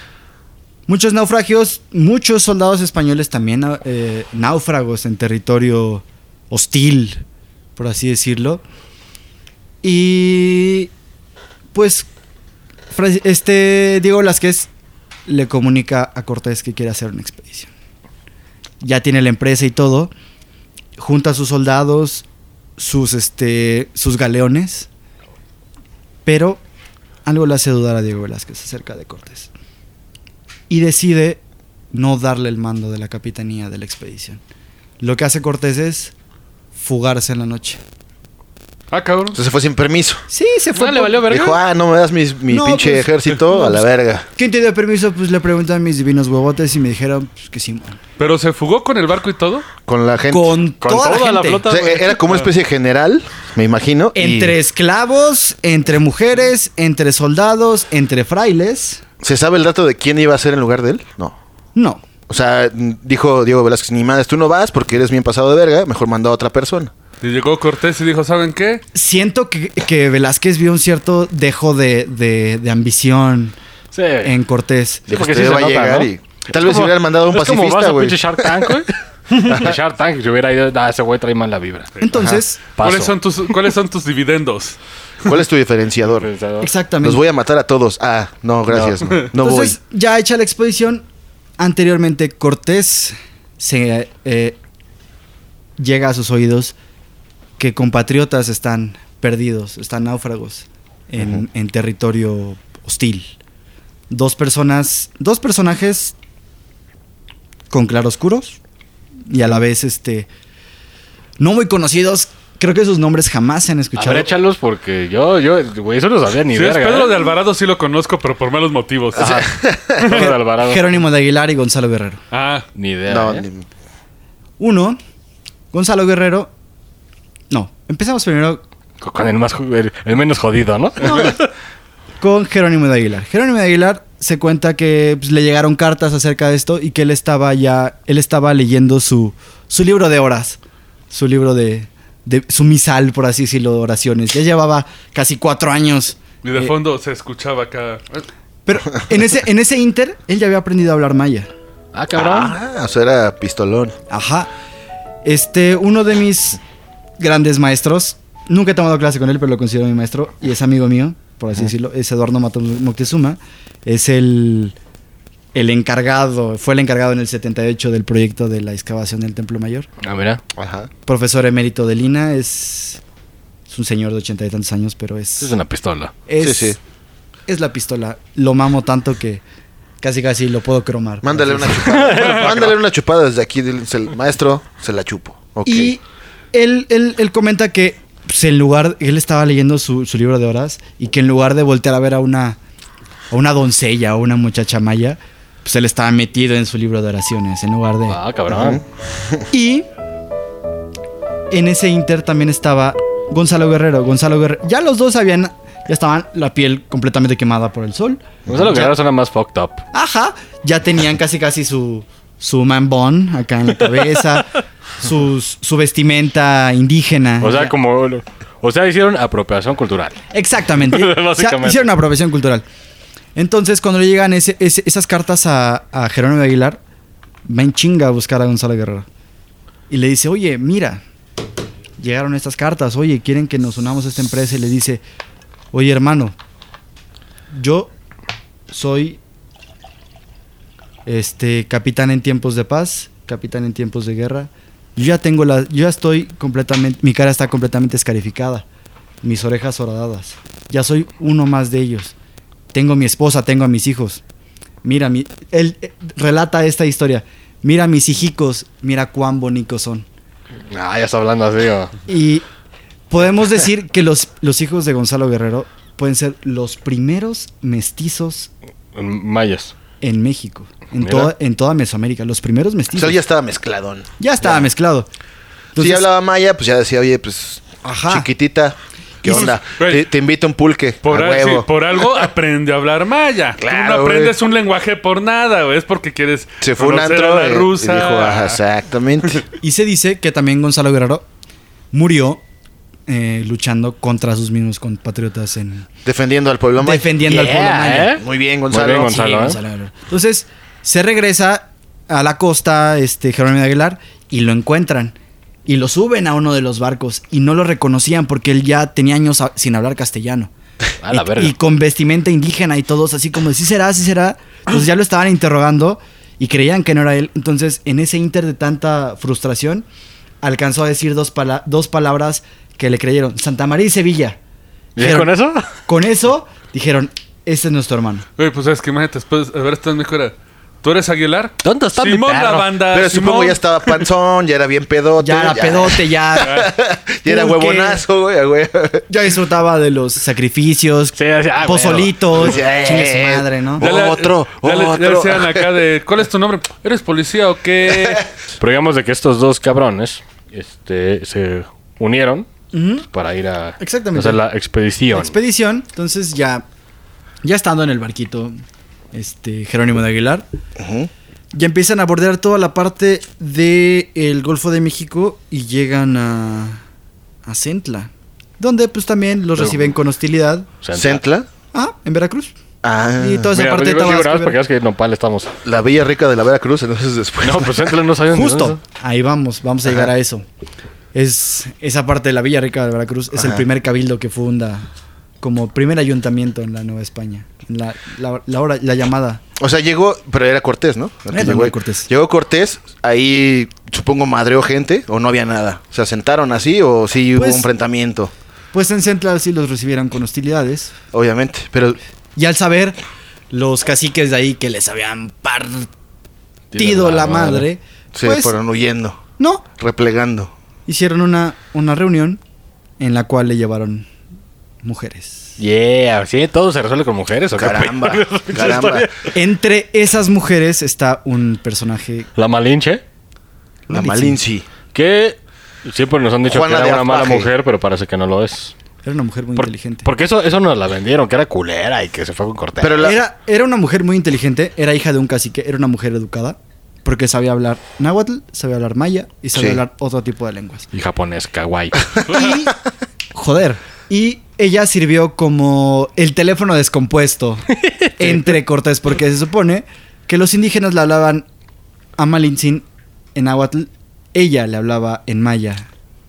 Speaker 5: muchos naufragios, muchos soldados españoles también eh, náufragos en territorio hostil, por así decirlo. Y pues, Fran- este Diego Velázquez le comunica a Cortés que quiere hacer una expedición. Ya tiene la empresa y todo. Junta a sus soldados, sus, este, sus galeones. Pero algo le hace dudar a Diego Velázquez acerca de Cortés. Y decide no darle el mando de la capitanía de la expedición. Lo que hace Cortés es fugarse en la noche.
Speaker 4: Ah, cabrón.
Speaker 3: Entonces se fue sin permiso.
Speaker 5: Sí, se fue.
Speaker 2: No, le
Speaker 5: por-
Speaker 2: valió verga.
Speaker 3: Dijo, ah, no me das mis- mi
Speaker 5: No,
Speaker 3: pinche
Speaker 5: pues-
Speaker 3: ejército
Speaker 5: no,
Speaker 3: a la
Speaker 5: pues-
Speaker 3: verga.
Speaker 5: ¿Quién te dio permiso? Pues le preguntan mis divinos huevotes y me dijeron pues, que sí. man.
Speaker 4: Pero se fugó con el barco y todo.
Speaker 3: Con la gente.
Speaker 5: Con,
Speaker 2: Con
Speaker 5: toda, la, gente.
Speaker 2: flota.
Speaker 3: O sea, era como una especie de general, me imagino. y
Speaker 5: Entre esclavos, entre mujeres, entre soldados, entre frailes.
Speaker 3: ¿Se sabe el dato de quién iba a ser en lugar de él? No.
Speaker 5: No.
Speaker 3: O sea, mm, dijo Diego Velázquez, ni madres, tú no vas porque eres bien pasado de verga, mejor manda a otra persona.
Speaker 4: Y llegó Cortés y dijo: ¿Saben qué?
Speaker 5: Siento que, que Velázquez vio un cierto dejo de, de- de ambición
Speaker 2: Sí.
Speaker 5: en Cortés.
Speaker 3: Dijo,
Speaker 2: porque
Speaker 3: "Usted
Speaker 2: se
Speaker 3: va a
Speaker 2: nota,
Speaker 3: llegar
Speaker 2: ¿no?
Speaker 3: y-
Speaker 2: Es
Speaker 3: tal vez
Speaker 2: como-
Speaker 3: hubieran mandado a un
Speaker 2: es como vas
Speaker 3: pacifista,
Speaker 2: a
Speaker 3: güey.
Speaker 2: pinche Shark Tank, güey. El Shark Tank, yo hubiera ido, ah, ese güey trae mal la vibra.
Speaker 5: Entonces,
Speaker 2: Paso.
Speaker 4: ¿Cuáles son, tus, ¿Cuáles son tus dividendos?
Speaker 3: ¿Cuál es tu
Speaker 4: Pues,
Speaker 3: diferenciador?
Speaker 2: Pensador.
Speaker 5: exactamente.
Speaker 3: Los voy a matar a todos. Ah, no, gracias. No, no
Speaker 5: Entonces, ya hecha la expedición, anteriormente Cortés se eh, llega a sus oídos que compatriotas están perdidos, están náufragos en, en territorio hostil. Dos personas, dos personajes con claroscuros y a la vez este no muy conocidos creo que esos nombres jamás se han escuchado.
Speaker 2: A ver, échalos porque yo, yo, güey, eso no sabía ni
Speaker 4: Sí, es
Speaker 2: verga.
Speaker 4: Pedro
Speaker 2: ¿eh?
Speaker 4: de Alvarado sí lo conozco, pero por malos motivos.
Speaker 3: Ah,
Speaker 2: Ajá. Pedro de Alvarado.
Speaker 5: Jerónimo de Aguilar y Gonzalo Guerrero.
Speaker 4: Ah,
Speaker 2: Ni idea.
Speaker 3: No,
Speaker 2: ¿eh?
Speaker 3: ni-
Speaker 5: Uno, Gonzalo Guerrero. No, empezamos primero
Speaker 2: Con el más ju- el, el menos jodido, ¿no?
Speaker 5: con Jerónimo de Aguilar. Jerónimo de Aguilar se cuenta que pues, le llegaron cartas acerca de esto y que él estaba ya, él estaba leyendo su, su libro de horas, su libro de, de- su misal, por así decirlo, de oraciones. Ya llevaba casi cuatro años.
Speaker 4: y de
Speaker 5: Eh,
Speaker 4: fondo se escuchaba acá.
Speaker 5: Pero en ese, en ese inter, él ya había aprendido a hablar maya.
Speaker 2: Ah, cabrón.
Speaker 3: Ah, o sea, era pistolón.
Speaker 5: Ajá. Este, uno de mis grandes maestros, nunca he tomado clase con él, pero lo considero mi maestro y es amigo mío, por así decirlo, es Eduardo Mato- Moctezuma. Es el, el encargado, fue el encargado en el 78 del proyecto de la excavación del Templo Mayor.
Speaker 2: Ah, mira.
Speaker 3: Ajá.
Speaker 5: Profesor emérito de Lina, es, es un señor de ochenta y tantos años, pero es...
Speaker 2: Es una pistola.
Speaker 5: es,
Speaker 3: Sí, sí.
Speaker 5: es la pistola. Lo mamo tanto que casi casi lo puedo cromar.
Speaker 3: Mándale una chupada. Mándale una chupada desde aquí. dile, "Se- maestro, se la chupo. Ok.
Speaker 5: Y él, él- él comenta que pues, en lugar, él estaba leyendo su, su libro de horas y que en lugar de voltear a ver a una, a una doncella o una muchacha maya, pues él estaba metido en su libro de oraciones, en lugar de...
Speaker 2: Ah, cabrón.
Speaker 5: Y en ese inter también estaba Gonzalo Guerrero. Gonzalo Guerrero. Ya los dos habían... Ya estaban la piel completamente quemada por el sol.
Speaker 2: Gonzalo Guerrero suena más fucked up.
Speaker 5: Ajá. Ya tenían casi casi su, su man bun acá en la cabeza. sus- su vestimenta indígena.
Speaker 2: O sea,
Speaker 5: Ya-
Speaker 2: como. O sea, hicieron apropiación cultural.
Speaker 5: Exactamente.
Speaker 2: Básicamente.
Speaker 5: O sea, hicieron una apropiación cultural. Entonces, cuando le llegan ese- ese- esas cartas a, a Jerónimo de Aguilar, va en chinga a buscar a Gonzalo Guerrero. Y le dice, oye, mira, llegaron estas cartas, oye, quieren que nos unamos a esta empresa. Y le dice, oye, hermano, yo soy este capitán en tiempos de paz, capitán en tiempos de guerra. Yo ya tengo la, yo ya estoy completamente, mi cara está completamente escarificada, mis orejas horadadas. Ya soy uno más de ellos. Tengo mi esposa, tengo a mis hijos. Mira, mi, él eh, relata esta historia. Mira mis hijicos, mira cuán bonitos son.
Speaker 2: Ah, ya está hablando así. o-
Speaker 5: Y podemos decir que los, los hijos de Gonzalo Guerrero pueden ser los primeros mestizos
Speaker 2: Mm, Mayas.
Speaker 5: en México, en,
Speaker 2: Mira.
Speaker 5: toda, en toda Mesoamérica, los primeros
Speaker 3: O
Speaker 5: mestizos.
Speaker 3: sea, él ya estaba mezcladón.
Speaker 5: Ya estaba mezclado.
Speaker 3: si
Speaker 5: Entonces,
Speaker 3: ya hablaba maya, pues ya decía, oye, pues
Speaker 5: Ajá.
Speaker 3: chiquitita, ¿qué
Speaker 5: Y si-
Speaker 3: onda?
Speaker 4: Güey.
Speaker 3: Te, te invito un pulque.
Speaker 4: Por,
Speaker 3: a
Speaker 4: al- sí,
Speaker 3: huevo.
Speaker 4: por algo aprende a hablar maya. Tú
Speaker 3: Claro,
Speaker 4: no
Speaker 3: güey.
Speaker 4: aprendes un lenguaje por nada, güey. Es porque quieres
Speaker 3: Se fue un
Speaker 4: conocer
Speaker 3: antro
Speaker 4: a
Speaker 3: eh,
Speaker 4: la
Speaker 3: y
Speaker 4: rusa.
Speaker 3: dijo, "Ajá, exactamente.
Speaker 5: Y se dice que también Gonzalo Guerrero murió eh, luchando contra sus mismos compatriotas en
Speaker 3: Defendiendo al pueblo maya.
Speaker 5: defendiendo al pueblo maya.
Speaker 2: ¿eh?
Speaker 3: Muy bien, Gonzalo.
Speaker 2: Muy bien,
Speaker 5: Sí,
Speaker 2: Gonzalo, ¿eh?
Speaker 5: Gonzalo Guerrero. Entonces, se regresa a la costa este Jerónimo de Aguilar y lo encuentran y lo suben a uno de los barcos y no lo reconocían porque él ya tenía años a- sin hablar castellano.
Speaker 2: A la
Speaker 5: y,
Speaker 2: verga.
Speaker 5: y con vestimenta indígena y todos así como, sí será, sí será. Entonces ya lo estaban interrogando y creían que no era él. Entonces, en ese inter de tanta frustración, alcanzó a decir dos, pala- dos palabras que le creyeron. Santa María y Sevilla.
Speaker 2: ¿Ya con eso?
Speaker 5: Con eso, dijeron, este es nuestro hermano.
Speaker 4: Güey, pues sabes que imagínate, después, a ver, estás mejor. ¿Tú eres Aguilar?
Speaker 2: ¿Dónde está mi
Speaker 4: Simón, la
Speaker 2: perro?
Speaker 4: banda.
Speaker 3: Pero
Speaker 4: Simón.
Speaker 3: supongo ya estaba panzón, ya era bien pedote.
Speaker 5: Ya era pedote, ya...
Speaker 3: Ya era
Speaker 5: Pulque.
Speaker 3: huevonazo, güey. a huevo.
Speaker 5: Ya disfrutaba de los sacrificios,
Speaker 2: Sí, así, ah,
Speaker 5: pozolitos,
Speaker 3: huevo.
Speaker 5: chingue su madre, ¿no?
Speaker 4: Ya le-
Speaker 3: Otro,
Speaker 4: ya le- ya
Speaker 3: otro.
Speaker 4: decían acá de, ¿cuál es tu nombre? ¿Eres policía o qué?
Speaker 2: Pero digamos de que estos dos cabrones este, se unieron pues, para ir a
Speaker 5: Exactamente.
Speaker 2: hacer la expedición.
Speaker 5: expedición. Entonces ya, ya estando en el barquito, este Jerónimo de Aguilar, ya empiezan a bordear toda la parte del Golfo de México y llegan a, a Centla, donde pues también los
Speaker 2: Pero-
Speaker 5: reciben con hostilidad.
Speaker 2: O sea,
Speaker 3: ¿Centla?
Speaker 5: Ah, en Veracruz.
Speaker 3: Ah,
Speaker 5: Y toda esa
Speaker 2: Mira,
Speaker 5: parte de
Speaker 2: digo, digo,
Speaker 5: Tabasco.
Speaker 2: nada más porque es que en Nopal estamos.
Speaker 3: la Villa Rica de la Veracruz, entonces después.
Speaker 2: No, pues Centla no sabían de
Speaker 5: Justo.
Speaker 2: dónde
Speaker 5: Ahí vamos, vamos a llegar a eso. Es esa parte de la Villa Rica de Veracruz es el
Speaker 3: Ajá.
Speaker 5: primer cabildo que funda como primer ayuntamiento en la Nueva España, en la, la, la hora, la llamada.
Speaker 3: O sea, llegó, pero era Cortés, ¿no? El que
Speaker 5: Era
Speaker 3: llegó, ahí.
Speaker 5: Cortés.
Speaker 3: Llegó Cortés, ahí supongo madreó gente o no había nada. ¿Se asentaron así o sí
Speaker 5: Pues-
Speaker 3: hubo enfrentamiento?
Speaker 5: Pues en Central sí los recibieron con hostilidades.
Speaker 3: Obviamente, pero
Speaker 5: Y al saber los caciques de ahí que les habían partido la, madre,
Speaker 3: se
Speaker 5: pues
Speaker 3: fueron huyendo,
Speaker 5: no,
Speaker 3: replegando.
Speaker 5: hicieron una, una reunión en la cual le llevaron mujeres.
Speaker 2: Yeah, sí, todo se resuelve con mujeres. ¿o qué?
Speaker 3: Caramba, caramba.
Speaker 5: Entre esas mujeres está un personaje
Speaker 2: La Malinche,
Speaker 3: La Malinci.
Speaker 2: que siempre nos han dicho
Speaker 3: Juana
Speaker 2: que
Speaker 3: de
Speaker 2: era una mala
Speaker 3: Apaje.
Speaker 2: mujer, pero parece que no lo es.
Speaker 5: Era una mujer muy
Speaker 2: Por-
Speaker 5: inteligente.
Speaker 2: Porque eso, eso nos la vendieron, que era culera y que se fue con Cortés.
Speaker 3: Pero la-
Speaker 5: Era, era una mujer muy inteligente, era hija de un cacique, era una mujer educada, porque sabía hablar náhuatl, sabía hablar maya y sabía
Speaker 3: Sí.
Speaker 5: hablar otro tipo de lenguas.
Speaker 2: Y japonés, kawaii.
Speaker 5: Y, joder, y ella sirvió como el teléfono descompuesto entre Cortés, porque se supone que los indígenas le hablaban a Malintzin en náhuatl, ella le hablaba en maya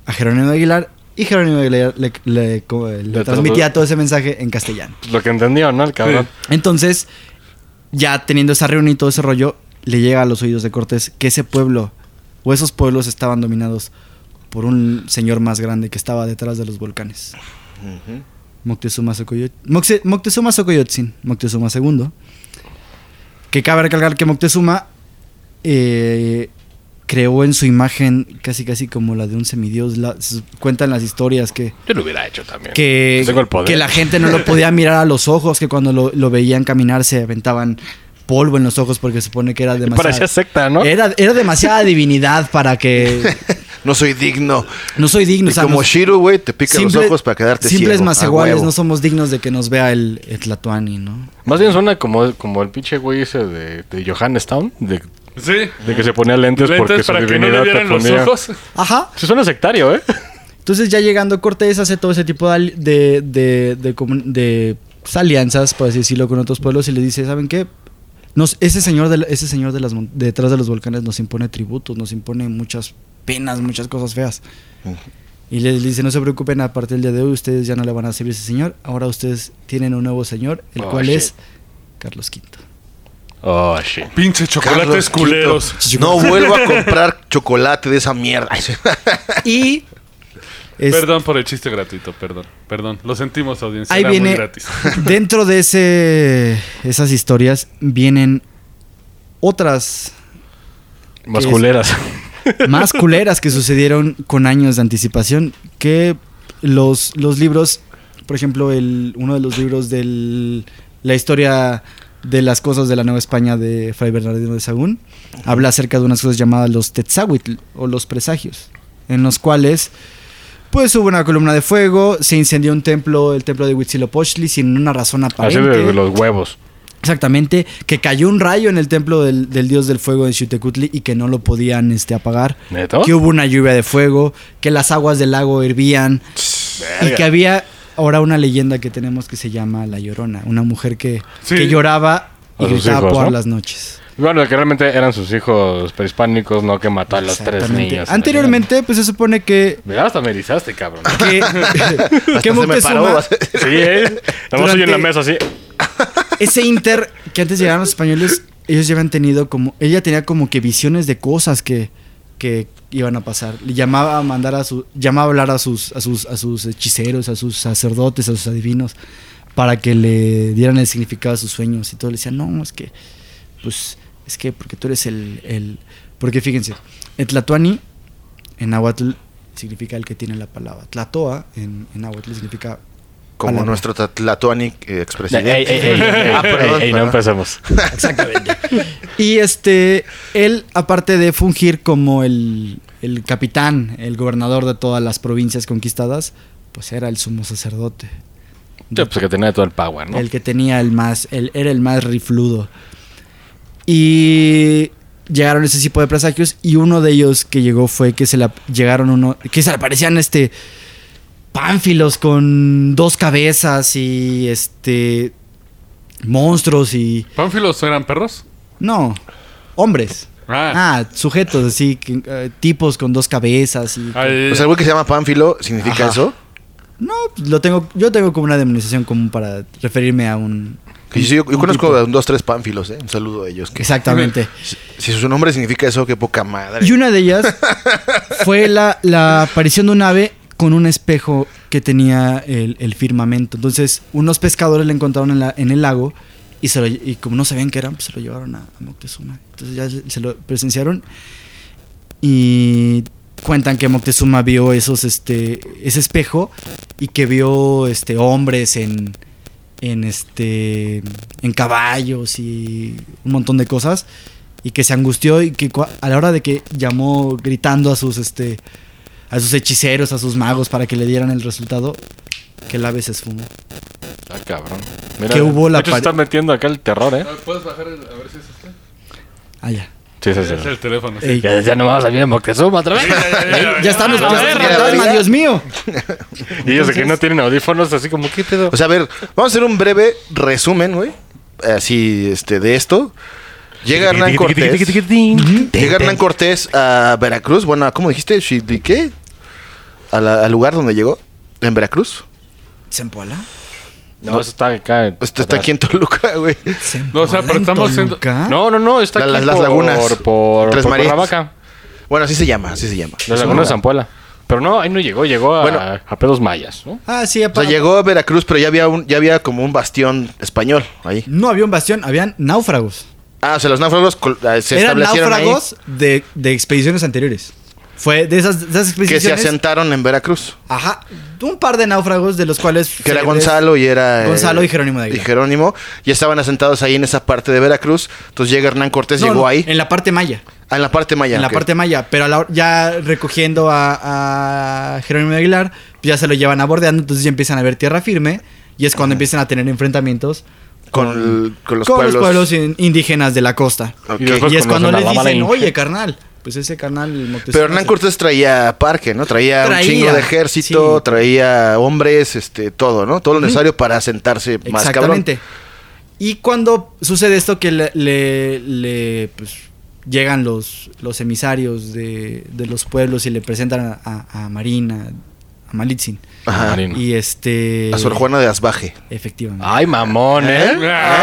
Speaker 5: a Jerónimo de Aguilar. Y Jerónimo de Aguilar le, le- co- le
Speaker 2: Le
Speaker 5: transmitía
Speaker 2: tradu-
Speaker 5: todo ese mensaje en castellano.
Speaker 2: lo que entendió, ¿no? El cabrón.
Speaker 5: Entonces, ya teniendo esa reunión y todo ese rollo, le llega a los oídos de Cortés que ese pueblo o esos pueblos estaban dominados por un señor más grande que estaba detrás de los volcanes. Moctezuma Xocoyot- Moxe- Moctezuma Xocoyotzin, Moctezuma II. Que cabe recalcar que Moctezuma eh, creó en su imagen casi casi como la de un semidios. La- se- cuentan las historias que
Speaker 2: Yo lo hubiera hecho también. Pues
Speaker 5: que,
Speaker 2: Tengo el poder.
Speaker 5: que la gente no lo podía mirar a los ojos, que cuando lo, lo veían caminar se aventaban polvo en los ojos porque se supone que era demasiado...
Speaker 2: Parecía secta, ¿no?
Speaker 5: Era, era demasiada divinidad para que...
Speaker 3: No soy digno.
Speaker 5: No soy digno.
Speaker 3: Y
Speaker 5: o sea,
Speaker 3: como
Speaker 5: nos-
Speaker 3: Shiro, güey, te pica los
Speaker 5: simple-
Speaker 3: ojos para quedarte
Speaker 5: Simples
Speaker 3: ciego.
Speaker 5: más
Speaker 3: A
Speaker 5: iguales,
Speaker 3: huevo.
Speaker 5: no somos dignos de que nos vea el, el Tlatuani, ¿no?
Speaker 2: Más bien suena como, como el pinche güey ese de, de Johannestown, de,
Speaker 4: Sí.
Speaker 2: de que se ponía lentes, porque
Speaker 4: Lentes
Speaker 2: su
Speaker 4: para que no le
Speaker 2: divinidad te
Speaker 4: vieran los
Speaker 2: ponía...
Speaker 4: ojos.
Speaker 5: Ajá.
Speaker 2: Se suena sectario, ¿eh?
Speaker 5: Entonces ya llegando Cortés hace todo ese tipo de, al- de, de- de comun- de, pues, alianzas, por así decirlo, con otros pueblos y le dice, ¿saben qué? Nos, ese señor, de, la- ese señor de las, mon- detrás de los volcanes nos impone tributos, nos impone muchas penas, muchas cosas feas. Y le, le dice, no se preocupen, a partir del día de hoy ustedes ya no le van a servir a ese señor, ahora ustedes tienen un nuevo señor, el
Speaker 2: Oh,
Speaker 5: cual
Speaker 2: shit.
Speaker 5: es Carlos V.
Speaker 2: Oh, shit.
Speaker 4: Pinche chocolates
Speaker 3: Carlos Quito.
Speaker 4: culeros.
Speaker 3: No vuelvo a comprar chocolate de esa mierda.
Speaker 5: Y... es-
Speaker 4: Perdón por el chiste gratuito, perdón. Perdón. Lo sentimos, audiencia.
Speaker 5: Ahí
Speaker 4: Era muy
Speaker 5: viene.
Speaker 4: gratis.
Speaker 5: Dentro de ese, esas historias vienen otras
Speaker 2: Más
Speaker 5: ¿Qué es?
Speaker 2: culeras.
Speaker 5: más culeras que sucedieron con años de anticipación. Que los, los libros, por ejemplo, el, uno de los libros de la historia de las cosas de la Nueva España de Fray Bernardino de Sagún, habla acerca de unas cosas llamadas los Tetzahuitl o los presagios, en los cuales. Pues hubo una columna de fuego, se incendió un templo, el templo de Huitzilopochtli, sin una razón
Speaker 2: Así
Speaker 5: aparente.
Speaker 2: de los huevos.
Speaker 5: Exactamente, que cayó un rayo en el templo del, del dios del fuego de Xutecutli y que no lo podían este, apagar.
Speaker 2: ¿Neto?
Speaker 5: Que hubo una lluvia de fuego, que las aguas del lago hervían y que había ahora una leyenda que tenemos que se llama La Llorona, una mujer que,
Speaker 4: Sí.
Speaker 5: que lloraba
Speaker 2: A
Speaker 5: y
Speaker 2: sus
Speaker 5: gritaba
Speaker 2: hijos,
Speaker 5: por
Speaker 2: ¿no?
Speaker 5: las noches.
Speaker 2: Bueno, que realmente eran sus hijos prehispánicos, no que mató a los tres
Speaker 5: Exactamente.
Speaker 2: niños.
Speaker 5: Anteriormente, pues se supone que...
Speaker 2: Mira, hasta me erizaste, cabrón.
Speaker 5: que, que
Speaker 3: se me
Speaker 5: Moctezuma-
Speaker 3: paró.
Speaker 2: Sí, ¿eh? Nada más
Speaker 5: Durante-
Speaker 2: estoy en la mesa así.
Speaker 5: ese Inter que antes llegaron los españoles, ellos ya habían tenido como, ella tenía como que visiones de cosas que, que iban a pasar. Le llamaba a mandar a su, llamaba a hablar a sus, a sus, a sus hechiceros, a sus sacerdotes, a sus adivinos, para que le dieran el significado a sus sueños y todo. Le decía, no, es que, pues, es que porque tú eres el, el, porque fíjense, el Tlatuani en náhuatl significa el que tiene la palabra. Tlatoa en, en náhuatl significa
Speaker 3: Como
Speaker 5: Palabra.
Speaker 3: nuestro Tlatuani eh,
Speaker 2: Ey, ey,
Speaker 3: expresidente.
Speaker 2: ey, ey, ey,
Speaker 3: Ah, perdón,
Speaker 2: ey, ey, no
Speaker 3: perdón.
Speaker 2: empezamos.
Speaker 5: Exactamente. Y este, él, aparte de fungir como el, el capitán, el gobernador de todas las provincias conquistadas, pues era el sumo sacerdote.
Speaker 2: Sí, pues que tenía todo el power, ¿no?
Speaker 5: El que tenía el más, el, era el más rifludo. Y llegaron ese tipo de presagios y uno de ellos que llegó fue que se le ap- llegaron uno, que se le aparecían este pánfilos con dos cabezas y este monstruos y
Speaker 4: ¿Pánfilos eran perros?
Speaker 5: no, hombres.
Speaker 4: Ah.
Speaker 5: Ah, sujetos así, que, eh, tipos con dos cabezas y...
Speaker 4: Ay,
Speaker 3: O sea, el güey Pues que se llama Pánfilo significa
Speaker 5: Ajá.
Speaker 3: eso.
Speaker 5: No, pues, lo tengo, yo tengo como una demonización como para referirme a un...
Speaker 3: Que yo, yo
Speaker 5: un
Speaker 3: conozco
Speaker 5: tipo.
Speaker 3: a un, dos, tres Pánfilos, ¿eh? Un saludo a ellos. Que,
Speaker 5: Exactamente.
Speaker 3: si, si su nombre significa eso, qué poca madre.
Speaker 5: Y una de ellas fue la, la aparición de un ave con un espejo que tenía el, el firmamento. Entonces, unos pescadores le encontraron en, la- en el lago y, se lo- y como no sabían qué eran, pues se lo llevaron a, a Moctezuma. Entonces ya se lo presenciaron y cuentan que Moctezuma vio esos, este, ese espejo y que vio este, hombres en, en, este, en caballos y un montón de cosas y que se angustió y que cua- a la hora de que llamó gritando a sus, este, a sus hechiceros, a sus magos para que le dieran el resultado, que el ave se esfumó.
Speaker 2: Ah, cabrón. Mira,
Speaker 5: ¿Qué hubo
Speaker 2: de
Speaker 5: la
Speaker 2: hecho, se
Speaker 5: pare-
Speaker 2: está metiendo acá el terror, ¿eh?
Speaker 4: ¿Puedes bajar el- a ver si es este?
Speaker 5: Ah, ya.
Speaker 2: Sí, sí,
Speaker 4: Es
Speaker 2: sí.
Speaker 4: el teléfono. sí.
Speaker 5: Ey.
Speaker 2: Ya, ya no vamos a venir a Moctezuma otra vez.
Speaker 5: Eh, Ya están los
Speaker 2: A ver,
Speaker 5: fantasmas,
Speaker 3: a ver.
Speaker 5: Dios mío.
Speaker 2: Y ellos de que no tienen audífonos, así como, ¿qué pedo?
Speaker 3: O sea, a ver, vamos a hacer un breve resumen, güey. Así, este, de esto. Llega Hernán Cortés. Llega Hernán Cortés a Veracruz. Bueno, ¿cómo dijiste? ¿Xili- ¿Qué? A la- al lugar donde llegó. En Veracruz.
Speaker 5: ¿Sempoala?
Speaker 2: No, eso está acá. en-
Speaker 3: Esto pues, está aquí en Toluca, güey.
Speaker 4: No, o sea, pero estamos en-
Speaker 5: Toluca?
Speaker 2: No, no, no, está
Speaker 3: La-
Speaker 2: aquí
Speaker 3: las- las
Speaker 2: por-
Speaker 3: lagunas.
Speaker 2: Por,
Speaker 3: Tres
Speaker 2: por
Speaker 3: Marías.
Speaker 2: Cuernavaca.
Speaker 3: Bueno, así se llama, así se llama.
Speaker 2: Las
Speaker 3: Es un
Speaker 2: lagunas de
Speaker 3: lugar.
Speaker 2: Zampuela. Pero no, ahí no llegó, llegó a,
Speaker 3: Bueno.
Speaker 2: a pedos mayas, ¿no?
Speaker 5: Ah, sí,
Speaker 3: O sea,
Speaker 5: aparte.
Speaker 3: llegó a Veracruz, pero ya había, un, ya había como un bastión español ahí.
Speaker 5: No había un bastión, habían náufragos.
Speaker 3: Ah, o sea, los náufragos col- eh, se
Speaker 5: Eran
Speaker 3: establecieron ahí.
Speaker 5: náufragos de, de expediciones anteriores. Fue de esas, de esas
Speaker 3: Que
Speaker 5: expediciones.
Speaker 3: se asentaron en Veracruz.
Speaker 5: Ajá, un par de náufragos de los cuales.
Speaker 3: Que era
Speaker 5: se-
Speaker 3: Gonzalo y era... eh,
Speaker 5: Gonzalo y Jerónimo de Aguilar.
Speaker 3: Y Jerónimo. Y estaban asentados ahí en esa parte de Veracruz. Entonces llega Hernán Cortés,
Speaker 5: No,
Speaker 3: llegó
Speaker 5: no,
Speaker 3: ahí.
Speaker 5: En la parte maya.
Speaker 3: Ah, en la parte maya.
Speaker 5: en la
Speaker 3: ok.
Speaker 5: parte maya. Pero a la hor- ya recogiendo a, a Jerónimo de Aguilar, pues ya se lo llevan abordeando. Entonces ya empiezan a ver tierra firme. Y es cuando empiezan a tener enfrentamientos
Speaker 3: Con, el- con los pueblos. Ah,
Speaker 5: con
Speaker 3: pues
Speaker 5: los pueblos in- indígenas de la costa.
Speaker 3: Ok.
Speaker 2: Y después-
Speaker 5: Y es
Speaker 2: con los
Speaker 5: cuando
Speaker 2: de
Speaker 5: les
Speaker 2: Navamala
Speaker 5: dicen,
Speaker 2: y-
Speaker 5: oye, carnal, pues ese carnal el Moctezuma
Speaker 3: Pero Hernán
Speaker 5: se-
Speaker 3: Cortés traía parque, ¿no? Traía, un
Speaker 5: Traía,
Speaker 3: chingo de ejército,
Speaker 5: sí.
Speaker 3: traía hombres, este, todo, ¿no? Todo lo necesario para asentarse más cabrón.
Speaker 5: Exactamente. Y cuando sucede esto que le, le- le, pues, llegan los, los emisarios de, de los pueblos y le presentan a, a Marina, a Malitzin.
Speaker 3: Ajá.
Speaker 2: Marino.
Speaker 5: Y este...
Speaker 3: A Sor Juana Ah, de Asbaje.
Speaker 5: Efectivamente.
Speaker 2: Ay, mamón, ¿eh?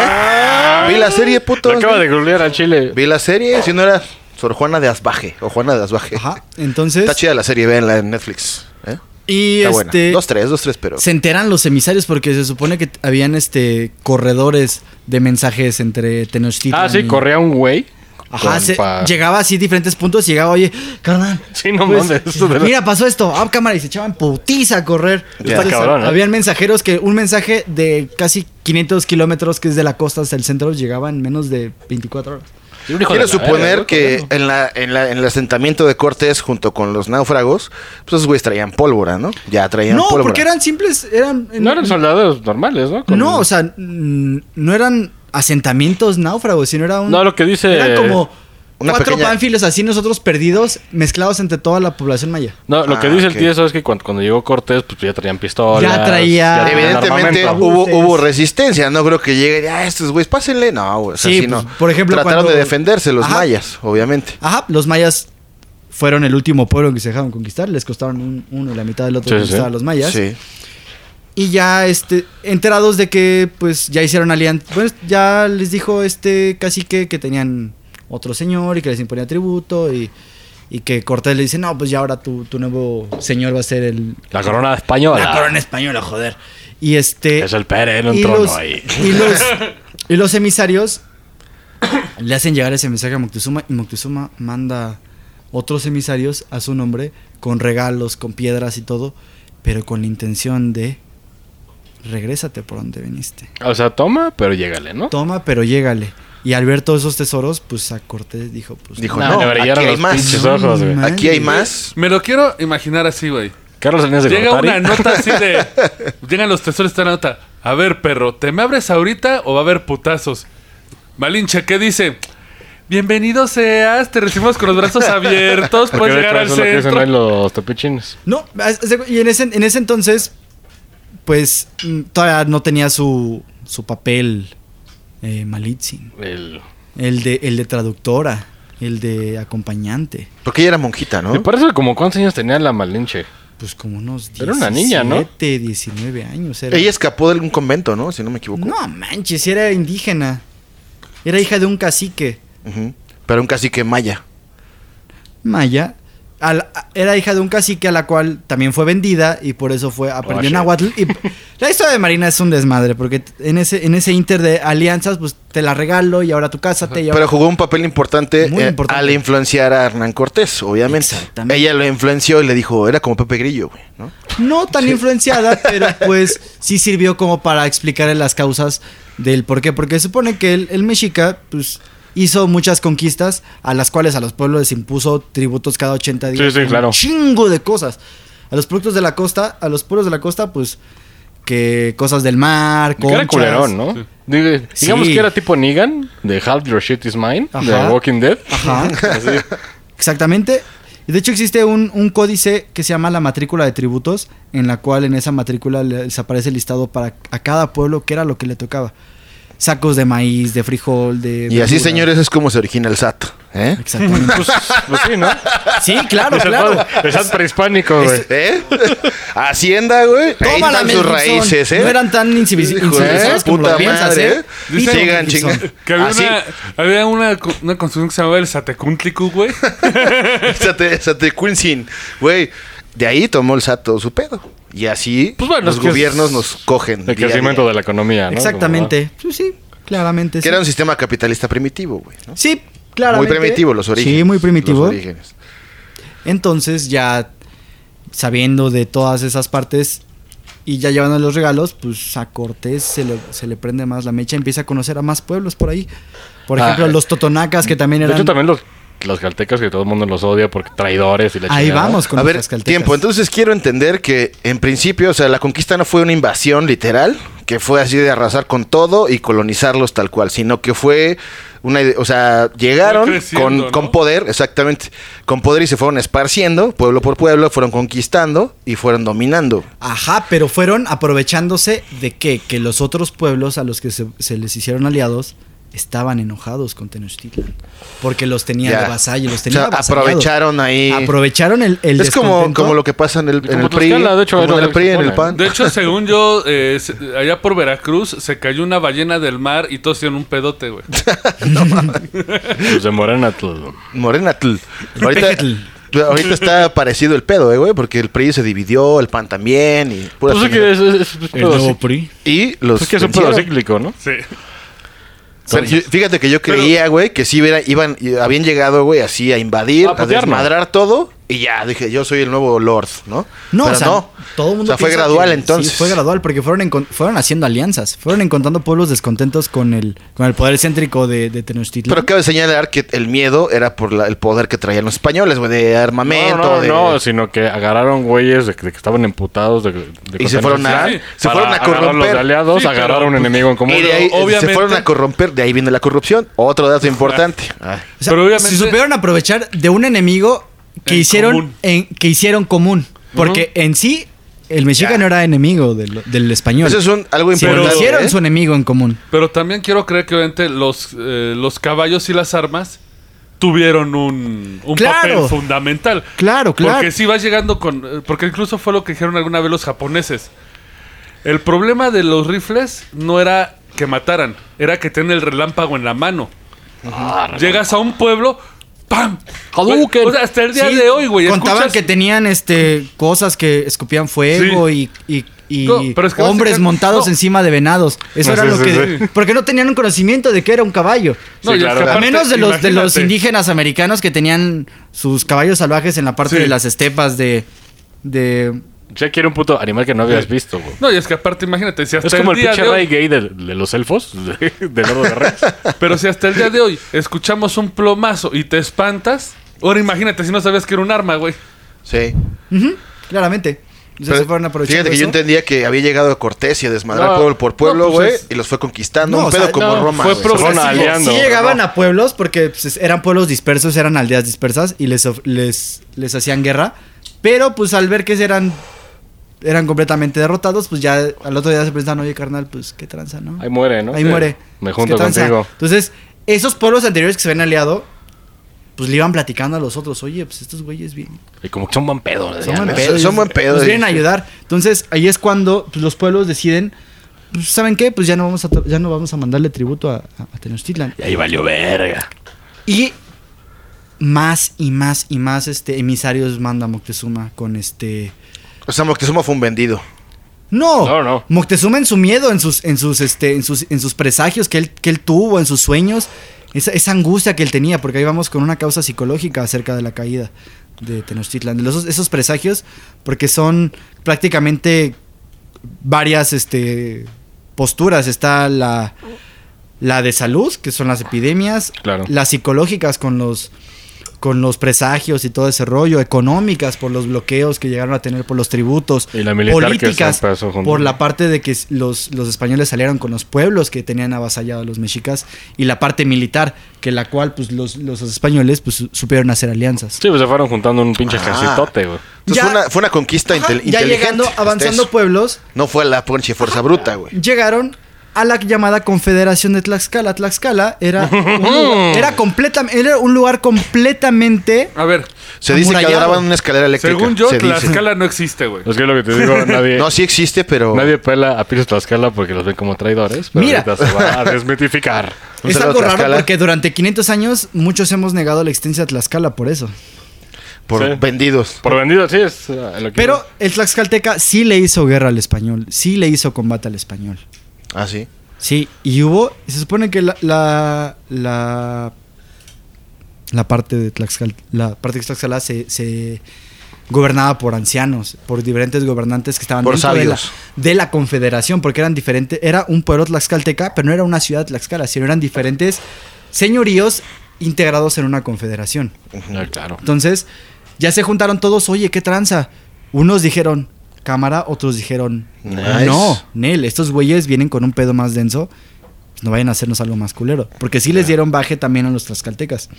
Speaker 4: Ah.
Speaker 3: Vi la serie, puto.
Speaker 2: Le acaba de googlear a Chile.
Speaker 3: Vi la serie, si no era Sor Juana de Asbaje o Juana de Asbaje.
Speaker 5: Ajá. Entonces...
Speaker 3: Está chida la serie, véanla en Netflix. ¿eh?
Speaker 5: Y
Speaker 3: Está buena.
Speaker 5: este...
Speaker 3: Dos, tres, dos, tres, pero.
Speaker 5: Se enteran los emisarios porque se supone que t- habían este corredores de mensajes entre Tenochtitlan.
Speaker 2: Ah, sí,
Speaker 5: y-
Speaker 2: corría un güey.
Speaker 5: Ajá,
Speaker 2: con
Speaker 5: se-
Speaker 2: pa-
Speaker 5: llegaba así diferentes puntos, llegaba, oye, carnal.
Speaker 2: Sí, no mames, eso de la-
Speaker 5: Pues, Mira, pasó esto, a cámara y se echaban putiza a correr.
Speaker 3: Está
Speaker 2: cabrón, ¿eh?
Speaker 5: Habían mensajeros que un mensaje de casi 500 kilómetros que es de la costa hasta el centro llegaba en menos de 24 horas.
Speaker 2: Y un hijo
Speaker 3: Quiero
Speaker 2: de la verga,
Speaker 3: suponer
Speaker 2: güey,
Speaker 3: que
Speaker 2: corriendo.
Speaker 3: en, la, en, la- en el asentamiento de Cortés, junto con los náufragos, pues esos güeyes traían pólvora, ¿no? Ya traían
Speaker 5: No,
Speaker 3: pólvora.
Speaker 5: porque eran simples, eran
Speaker 2: No eran soldados normales, ¿no? Con-
Speaker 5: No, o sea, mm, no eran asentamientos náufragos, sino era un
Speaker 2: No, lo que dice-
Speaker 5: eran como
Speaker 3: Una
Speaker 5: cuatro
Speaker 3: pequeña-
Speaker 5: pánfilos así nosotros perdidos mezclados entre toda la población maya.
Speaker 2: No, lo que
Speaker 3: Ah,
Speaker 2: dice
Speaker 3: ok.
Speaker 2: el tieso es que cuando, cuando llegó Cortés, pues ya traían pistolas.
Speaker 5: Ya traía-
Speaker 2: traían
Speaker 3: Evidentemente uh.
Speaker 2: armamento.
Speaker 3: hubo,
Speaker 5: Buses.
Speaker 3: hubo resistencia, no creo que lleguen, ah, estos güeyes, pásenle. No, güey, o sea,
Speaker 5: Sí,
Speaker 3: sí, no.
Speaker 5: pues, por ejemplo,
Speaker 3: Trataron
Speaker 5: cuando-
Speaker 3: de defenderse los
Speaker 5: Ajá.
Speaker 3: mayas, obviamente.
Speaker 5: Ajá, los mayas fueron el último pueblo que se dejaron conquistar, les costaron un- uno y la mitad del otro
Speaker 2: Sí,
Speaker 5: que
Speaker 2: sí,
Speaker 5: conquistar
Speaker 2: sí.
Speaker 5: a los mayas.
Speaker 3: Sí.
Speaker 5: Y ya este enterados de que pues ya hicieron alianza, pues ya les dijo este cacique que tenían otro señor y que les imponía tributo y y que Cortés le dice, no, pues ya ahora tu, tu nuevo señor va a ser el...
Speaker 2: La corona española.
Speaker 5: La corona española, joder. Y este...
Speaker 2: Es el Pérez en un
Speaker 5: y
Speaker 2: trono
Speaker 5: los-
Speaker 2: ahí.
Speaker 5: Y los, y los emisarios le hacen llegar ese mensaje a Moctezuma y Moctezuma manda otros emisarios a su nombre con regalos, con piedras y todo, pero con la intención de regrésate por donde viniste.
Speaker 2: O sea, toma, pero llégale, ¿no?
Speaker 5: Toma, pero llégale. Y al ver todos esos tesoros, pues a Cortés dijo, pues
Speaker 3: Dijo,
Speaker 2: Nah,
Speaker 3: no,
Speaker 2: le brillaron
Speaker 3: aquí hay
Speaker 2: los
Speaker 3: más.
Speaker 2: pinches ojos, güey.
Speaker 5: Mm,
Speaker 3: Aquí hay
Speaker 5: Madre.
Speaker 3: más.
Speaker 4: Me lo quiero imaginar así, güey.
Speaker 2: Carlos Salinas de
Speaker 4: Llega
Speaker 2: Gortari.
Speaker 4: una nota así de. Llegan los tesoros esta nota. A ver, perro, ¿te me abres ahorita o va a haber putazos? Malinche, ¿qué dice? Bienvenido seas, te recibimos con los brazos abiertos,
Speaker 2: Porque
Speaker 4: puedes
Speaker 2: de
Speaker 4: llegar
Speaker 2: hecho eso es
Speaker 4: al
Speaker 2: lo que dicen
Speaker 4: centro.
Speaker 2: ahí los tepichines.
Speaker 5: No, as- as- y en ese, en ese entonces, pues mm, todavía no tenía su, su papel eh, Malitzin.
Speaker 2: El...
Speaker 5: El de, el de traductora, el de acompañante.
Speaker 3: Porque ella era monjita, ¿no?
Speaker 2: Me parece como cuántos años tenía la Malinche.
Speaker 5: Pues como unos 17,
Speaker 2: Era una niña, ¿no?
Speaker 5: 19 años. Era.
Speaker 3: Ella escapó de algún convento, ¿no? Si no me equivoco.
Speaker 5: No manches, era indígena. Era hija de un cacique
Speaker 3: Ujú. Pero un cacique maya.
Speaker 5: maya al- a- era hija de un cacique a la cual también fue vendida y por eso fue aprendió
Speaker 2: shit.
Speaker 5: náhuatl. Y la historia de Marina es un desmadre porque t- en ese en ese inter de alianzas pues te la regalo y ahora tú cásate y ahora
Speaker 3: Pero jugó un papel importante,
Speaker 5: Muy
Speaker 3: eh,
Speaker 5: importante.
Speaker 3: al influenciar a Hernán Cortés, obviamente.
Speaker 5: Exactamente.
Speaker 3: Ella lo influenció y le dijo, era como Pepe Grillo, güey, ¿no?
Speaker 5: no tan influenciada, pero pues sí sirvió como para explicarle las causas del por qué. Porque se supone que el, el mexica, pues, hizo muchas conquistas a las cuales a los pueblos les impuso tributos cada 80 días.
Speaker 2: Sí, sí, claro.
Speaker 5: Un chingo de cosas. A los productos de la costa, a los pueblos de la costa, pues, que cosas del mar,
Speaker 2: Que era
Speaker 5: conchas.
Speaker 2: culerón, ¿no? Digo, Digamos
Speaker 5: Sí.
Speaker 2: que era tipo Negan, de Half Your Shit Is Mine,
Speaker 5: Ajá.
Speaker 2: de Walking Dead.
Speaker 5: Ajá.
Speaker 2: Así.
Speaker 5: Exactamente. Y de hecho existe un, un códice que se llama la matrícula de tributos, en la cual en esa matrícula les aparece listado para a cada pueblo qué era lo que le tocaba. Sacos de maíz, de frijol, de...
Speaker 3: Y así,
Speaker 5: verdura.
Speaker 3: señores, es como se origina el SAT. ¿Eh?
Speaker 5: Exactamente.
Speaker 2: Pues, pues sí, ¿no?
Speaker 5: Sí, claro,
Speaker 2: Es el
Speaker 5: claro.
Speaker 2: padre- El SAT prehispánico, güey.
Speaker 3: ¿Eh? Hacienda, güey. Ahí
Speaker 5: Tómala,
Speaker 3: están sus
Speaker 5: Mendelssohn.
Speaker 3: raíces, ¿eh?
Speaker 5: No eran tan incivis-
Speaker 3: Hijo de
Speaker 5: incivilizados como
Speaker 3: puta
Speaker 5: lo piensas,
Speaker 3: madre,
Speaker 5: ¿eh?
Speaker 3: ¿eh? Sigan,
Speaker 5: Mendelssohn.
Speaker 3: chinga.
Speaker 4: Que había,
Speaker 3: Así.
Speaker 4: una, había una, co- una construcción que se llamaba el Satecuntlicu, güey.
Speaker 3: Sate- Satecuinsin. Güey, de ahí tomó el SAT todo su pedo. Y así
Speaker 2: Pues bueno,
Speaker 3: los
Speaker 2: es que es-
Speaker 3: gobiernos nos cogen. día a
Speaker 2: El crecimiento
Speaker 3: día.
Speaker 2: de la economía, ¿no?
Speaker 5: Exactamente. Sí, sí, claramente.
Speaker 3: Que
Speaker 5: sí.
Speaker 3: era un sistema capitalista primitivo, güey. ¿no?
Speaker 5: Sí, claramente.
Speaker 3: Muy primitivo los orígenes.
Speaker 5: Sí, muy primitivo.
Speaker 3: Los orígenes.
Speaker 5: Entonces, ya sabiendo de todas esas partes y ya llevando los regalos, pues a Cortés se le, se le prende más la mecha, empieza a conocer a más pueblos por ahí. Por
Speaker 2: Ah,
Speaker 5: ejemplo,
Speaker 2: eh.
Speaker 5: los totonacas que también
Speaker 2: De
Speaker 5: eran...
Speaker 2: hecho, también los, los caltecas que todo el mundo los odia porque traidores y la
Speaker 5: ahí
Speaker 2: chingada.
Speaker 5: vamos con
Speaker 3: A ver,
Speaker 5: los tlaxcaltecas.
Speaker 3: tiempo. Entonces quiero entender que en principio, o sea, la conquista no fue una invasión literal, que fue así de arrasar con todo y colonizarlos tal cual, sino que fue una, ide- o sea, llegaron
Speaker 4: Fue creciendo,
Speaker 3: con,
Speaker 4: ¿no?
Speaker 3: con poder, exactamente, con poder y se fueron esparciendo, pueblo por pueblo, fueron conquistando y fueron dominando.
Speaker 5: Ajá, pero fueron aprovechándose de que, que los otros pueblos a los que se, se les hicieron aliados estaban enojados con Tenochtitlan. Porque los tenía
Speaker 3: Ya.
Speaker 5: de vasallo, los
Speaker 3: O sea,
Speaker 5: tenía avasallados.
Speaker 3: aprovecharon ahí.
Speaker 5: Aprovecharon el, el
Speaker 3: es como,
Speaker 5: descontento.
Speaker 3: como lo que pasa en el, en
Speaker 2: Como
Speaker 3: el PRI,
Speaker 2: Tlaxcala, de hecho,
Speaker 3: como
Speaker 2: era
Speaker 3: en
Speaker 2: lo
Speaker 3: el
Speaker 2: que
Speaker 3: PRI, en
Speaker 2: supone.
Speaker 3: el PAN.
Speaker 4: De hecho, según yo, eh, se- allá por Veracruz se cayó una ballena del mar y todos en un pedote, güey.
Speaker 2: Los Pues de Morena. todo.
Speaker 3: Morenatl. Ahorita, ahorita está parecido el pedo, eh, güey, porque el PRI se dividió, el PAN también y pura
Speaker 2: Pues es que es, es, es- es
Speaker 5: El
Speaker 2: pedo
Speaker 5: nuevo
Speaker 2: cíclico.
Speaker 5: PRI.
Speaker 3: Y los.
Speaker 2: Es que es un pedo
Speaker 3: vencieron.
Speaker 2: cíclico, ¿no?
Speaker 4: Sí.
Speaker 3: Pero yo- fíjate que yo creía, güey, que sí hubiera- iban, y- habían llegado, güey, así a invadir,
Speaker 2: A
Speaker 3: a,
Speaker 2: putear, ¿no?
Speaker 3: desmadrar todo. Y ya, dije, yo soy el nuevo Lord, ¿no?
Speaker 5: No,
Speaker 3: Pero
Speaker 5: o sea, todo el mundo.
Speaker 3: O sea, fue
Speaker 5: piensa
Speaker 3: gradual
Speaker 5: que-
Speaker 3: entonces.
Speaker 5: Sí, fue gradual porque fueron, encon- fueron haciendo alianzas, fueron encontrando pueblos descontentos con el, con el poder céntrico de, de Tenochtitlan.
Speaker 3: Pero cabe señalar que el miedo era por la- el poder que traían los españoles, güey, de
Speaker 2: No,
Speaker 3: armamento,
Speaker 2: no,
Speaker 3: de-
Speaker 2: no, sino que agarraron güeyes de, que- de que estaban emputados. De, de
Speaker 3: Y
Speaker 2: cosas
Speaker 3: se fueron a,
Speaker 2: así.
Speaker 4: Sí,
Speaker 3: se
Speaker 2: Para
Speaker 3: fueron a
Speaker 2: agarrar los
Speaker 3: corromper.
Speaker 2: aliados,
Speaker 4: Sí, pero,
Speaker 2: agarrar un
Speaker 4: pues,
Speaker 2: enemigo en común.
Speaker 3: Y de ahí eh, se
Speaker 4: Obviamente-
Speaker 3: fueron a corromper, de ahí viene la corrupción. Otro dato importante. Ah.
Speaker 5: O sea,
Speaker 4: Pero obviamente-
Speaker 5: se supieron aprovechar de un enemigo que
Speaker 4: En
Speaker 5: hicieron
Speaker 4: común.
Speaker 5: en, que hicieron común, porque en sí el mexicano
Speaker 3: Ya.
Speaker 5: era enemigo del, del español.
Speaker 3: Eso es un- algo
Speaker 5: Sí, pero
Speaker 3: importante.
Speaker 5: hicieron
Speaker 3: ¿eh?
Speaker 5: su enemigo en común.
Speaker 4: Pero también quiero creer que obviamente los, eh, los caballos y las armas tuvieron un, un
Speaker 5: Claro.
Speaker 4: papel fundamental.
Speaker 5: Claro, claro.
Speaker 4: Porque si vas llegando con... eh, Porque incluso fue lo que dijeron alguna vez los japoneses. El problema de los rifles no era que mataran, era que tenían el relámpago en la mano. Llegas a un pueblo, ¡pam!
Speaker 2: Hadouken.
Speaker 4: O sea, hasta el día
Speaker 5: Sí,
Speaker 4: de hoy, güey.
Speaker 5: Contaban
Speaker 4: escuchas-
Speaker 5: que tenían este cosas que escupían fuego y, y- y
Speaker 4: No, pero es que
Speaker 5: hombres
Speaker 4: básicamente-
Speaker 5: montados
Speaker 4: no.
Speaker 5: encima de venados.
Speaker 2: Sí,
Speaker 5: Eso era
Speaker 2: sí,
Speaker 5: lo
Speaker 2: sí,
Speaker 5: que
Speaker 2: sí.
Speaker 5: porque no tenían un conocimiento de que era un caballo.
Speaker 4: No,
Speaker 2: Sí,
Speaker 4: y es
Speaker 2: claro.
Speaker 4: que
Speaker 2: A
Speaker 5: A
Speaker 4: aparte,
Speaker 5: menos de los de los
Speaker 4: imagínate.
Speaker 5: indígenas americanos que tenían sus caballos salvajes en la parte
Speaker 4: Sí.
Speaker 5: de las estepas de de
Speaker 2: Ya quiere un puto animal que no habías
Speaker 4: Sí.
Speaker 2: visto, güey.
Speaker 4: No, y es que aparte, imagínate, si hasta
Speaker 2: Es como el
Speaker 4: el día
Speaker 2: pinche
Speaker 4: de hoy-
Speaker 2: rey gay de, de los elfos, de, de Lord of the Rings.
Speaker 4: Pero si hasta el día de hoy escuchamos un plomazo y te espantas, ahora imagínate si no sabías que era un arma, güey.
Speaker 3: Sí.
Speaker 5: claramente. O sea,
Speaker 3: Pero
Speaker 5: se fueron aprovechando
Speaker 3: Fíjate que yo
Speaker 5: eso.
Speaker 3: entendía que había llegado a Cortés y a desmadrar
Speaker 2: No,
Speaker 3: pueblo por
Speaker 2: no,
Speaker 3: pueblo,
Speaker 2: pues
Speaker 3: güey,
Speaker 2: es-
Speaker 3: y los fue conquistando.
Speaker 5: No,
Speaker 3: un
Speaker 5: o
Speaker 3: pedo
Speaker 5: sea,
Speaker 3: como
Speaker 5: no,
Speaker 3: Roma.
Speaker 4: fue
Speaker 3: güey.
Speaker 4: pro-
Speaker 3: Se
Speaker 2: fueron
Speaker 5: Sí,
Speaker 3: fueron
Speaker 2: al- aliando,
Speaker 5: sí
Speaker 2: ¿no?
Speaker 5: llegaban a pueblos porque pues, eran pueblos dispersos, eran aldeas dispersas y les, of- les, les hacían guerra. Pero pues al ver que eran, eran completamente derrotados, pues ya al otro día se preguntan, oye carnal, pues qué tranza, ¿no?
Speaker 2: Ahí muere, ¿no?
Speaker 5: Ahí
Speaker 2: Sí.
Speaker 5: muere.
Speaker 2: Me
Speaker 5: Pues,
Speaker 2: junto
Speaker 5: ¿qué tranza?
Speaker 2: contigo.
Speaker 5: Entonces, esos pueblos anteriores que se habían aliado, pues le iban platicando a los otros, oye, pues estos güeyes bien,
Speaker 2: Y como que son buen pedo.
Speaker 5: son
Speaker 2: decían,
Speaker 5: buen
Speaker 2: ¿no?
Speaker 5: pedo.
Speaker 3: son
Speaker 5: ellos
Speaker 3: buen pedo,
Speaker 5: Nos
Speaker 3: ellos.
Speaker 5: vienen a ayudar. Entonces, ahí es cuando pues, los pueblos deciden, pues, ¿saben qué? Pues ya no vamos a, to- ya no vamos a mandarle tributo a, a- a Tenochtitlan.
Speaker 2: Y ahí valió verga.
Speaker 5: Y más y más y más este emisarios manda Moctezuma con este
Speaker 3: O sea, Moctezuma fue un vendido.
Speaker 5: no,
Speaker 2: No, no.
Speaker 5: Moctezuma en su miedo, en sus, en sus, este, en sus, en sus presagios que él, que él tuvo, en sus sueños, esa, esa angustia que él tenía, porque ahí vamos con una causa psicológica acerca de la caída de Tenochtitlan, de los- esos presagios, porque son prácticamente varias, este, posturas. Está la, la de salud, que son las epidemias,
Speaker 2: Claro.
Speaker 5: las psicológicas con los con los presagios y todo ese rollo, económicas por los bloqueos que llegaron a tener por los tributos,
Speaker 2: Y la militar que
Speaker 5: políticas
Speaker 2: se empezó junto.
Speaker 5: por la parte de que s- los, los españoles salieron con los pueblos que tenían avasallados a los mexicas y la parte militar, que la cual pues los, los españoles pues su- supieron hacer alianzas.
Speaker 2: Sí, pues se fueron juntando un pinche
Speaker 3: Ah.
Speaker 2: ejercitote, güey.
Speaker 3: Entonces
Speaker 5: Ya-
Speaker 3: fue una, fue una conquista
Speaker 5: Ajá,
Speaker 3: intel-
Speaker 5: ya
Speaker 3: inteligente.
Speaker 5: llegando,
Speaker 3: hasta
Speaker 5: avanzando
Speaker 3: eso.
Speaker 5: pueblos,
Speaker 3: No fue la ponche fuerza bruta, güey.
Speaker 5: llegaron a la llamada Confederación de Tlaxcala. Tlaxcala era un lugar, era completam- era un lugar completamente...
Speaker 4: A ver,
Speaker 3: Se dice que
Speaker 5: Amurallado.
Speaker 3: adoraban una escalera eléctrica.
Speaker 4: según yo,
Speaker 3: se dice.
Speaker 4: Tlaxcala no existe, güey.
Speaker 2: Es que es lo que te digo, nadie.
Speaker 3: No, sí existe, pero.
Speaker 2: Nadie pela a Pires Tlaxcala porque los ven como traidores. Pero
Speaker 5: Mira.
Speaker 2: ahorita se va a desmitificar.
Speaker 3: Un
Speaker 5: Es
Speaker 3: saludo a
Speaker 5: algo raro
Speaker 3: Tlaxcala.
Speaker 5: porque durante 500 años muchos hemos negado la existencia de Tlaxcala por eso.
Speaker 3: Por
Speaker 2: Sí.
Speaker 3: vendidos.
Speaker 2: Por vendido, sí es. eh, lo que-
Speaker 5: Pero el Tlaxcalteca sí le hizo guerra al español, sí le hizo combate al español.
Speaker 3: Ah, sí.
Speaker 5: Sí, y hubo, se supone que la la la, la parte de Tlaxcala, la parte de Tlaxcala se, se gobernaba por ancianos, por diferentes gobernantes que estaban
Speaker 3: Por
Speaker 5: dentro de la,
Speaker 3: sabios.
Speaker 5: de la confederación, porque eran diferentes, era un pueblo tlaxcalteca, pero no era una ciudad tlaxcala, sino eran diferentes señoríos integrados en una confederación.
Speaker 2: Ah, claro.
Speaker 5: Entonces, ya se juntaron todos, oye, qué tranza. Unos dijeron cámara, otros dijeron
Speaker 3: Nice.
Speaker 5: no, Nel, estos güeyes vienen con un pedo más denso, pues no vayan a hacernos algo más culero. Porque sí les dieron baje también a los tlaxcaltecas.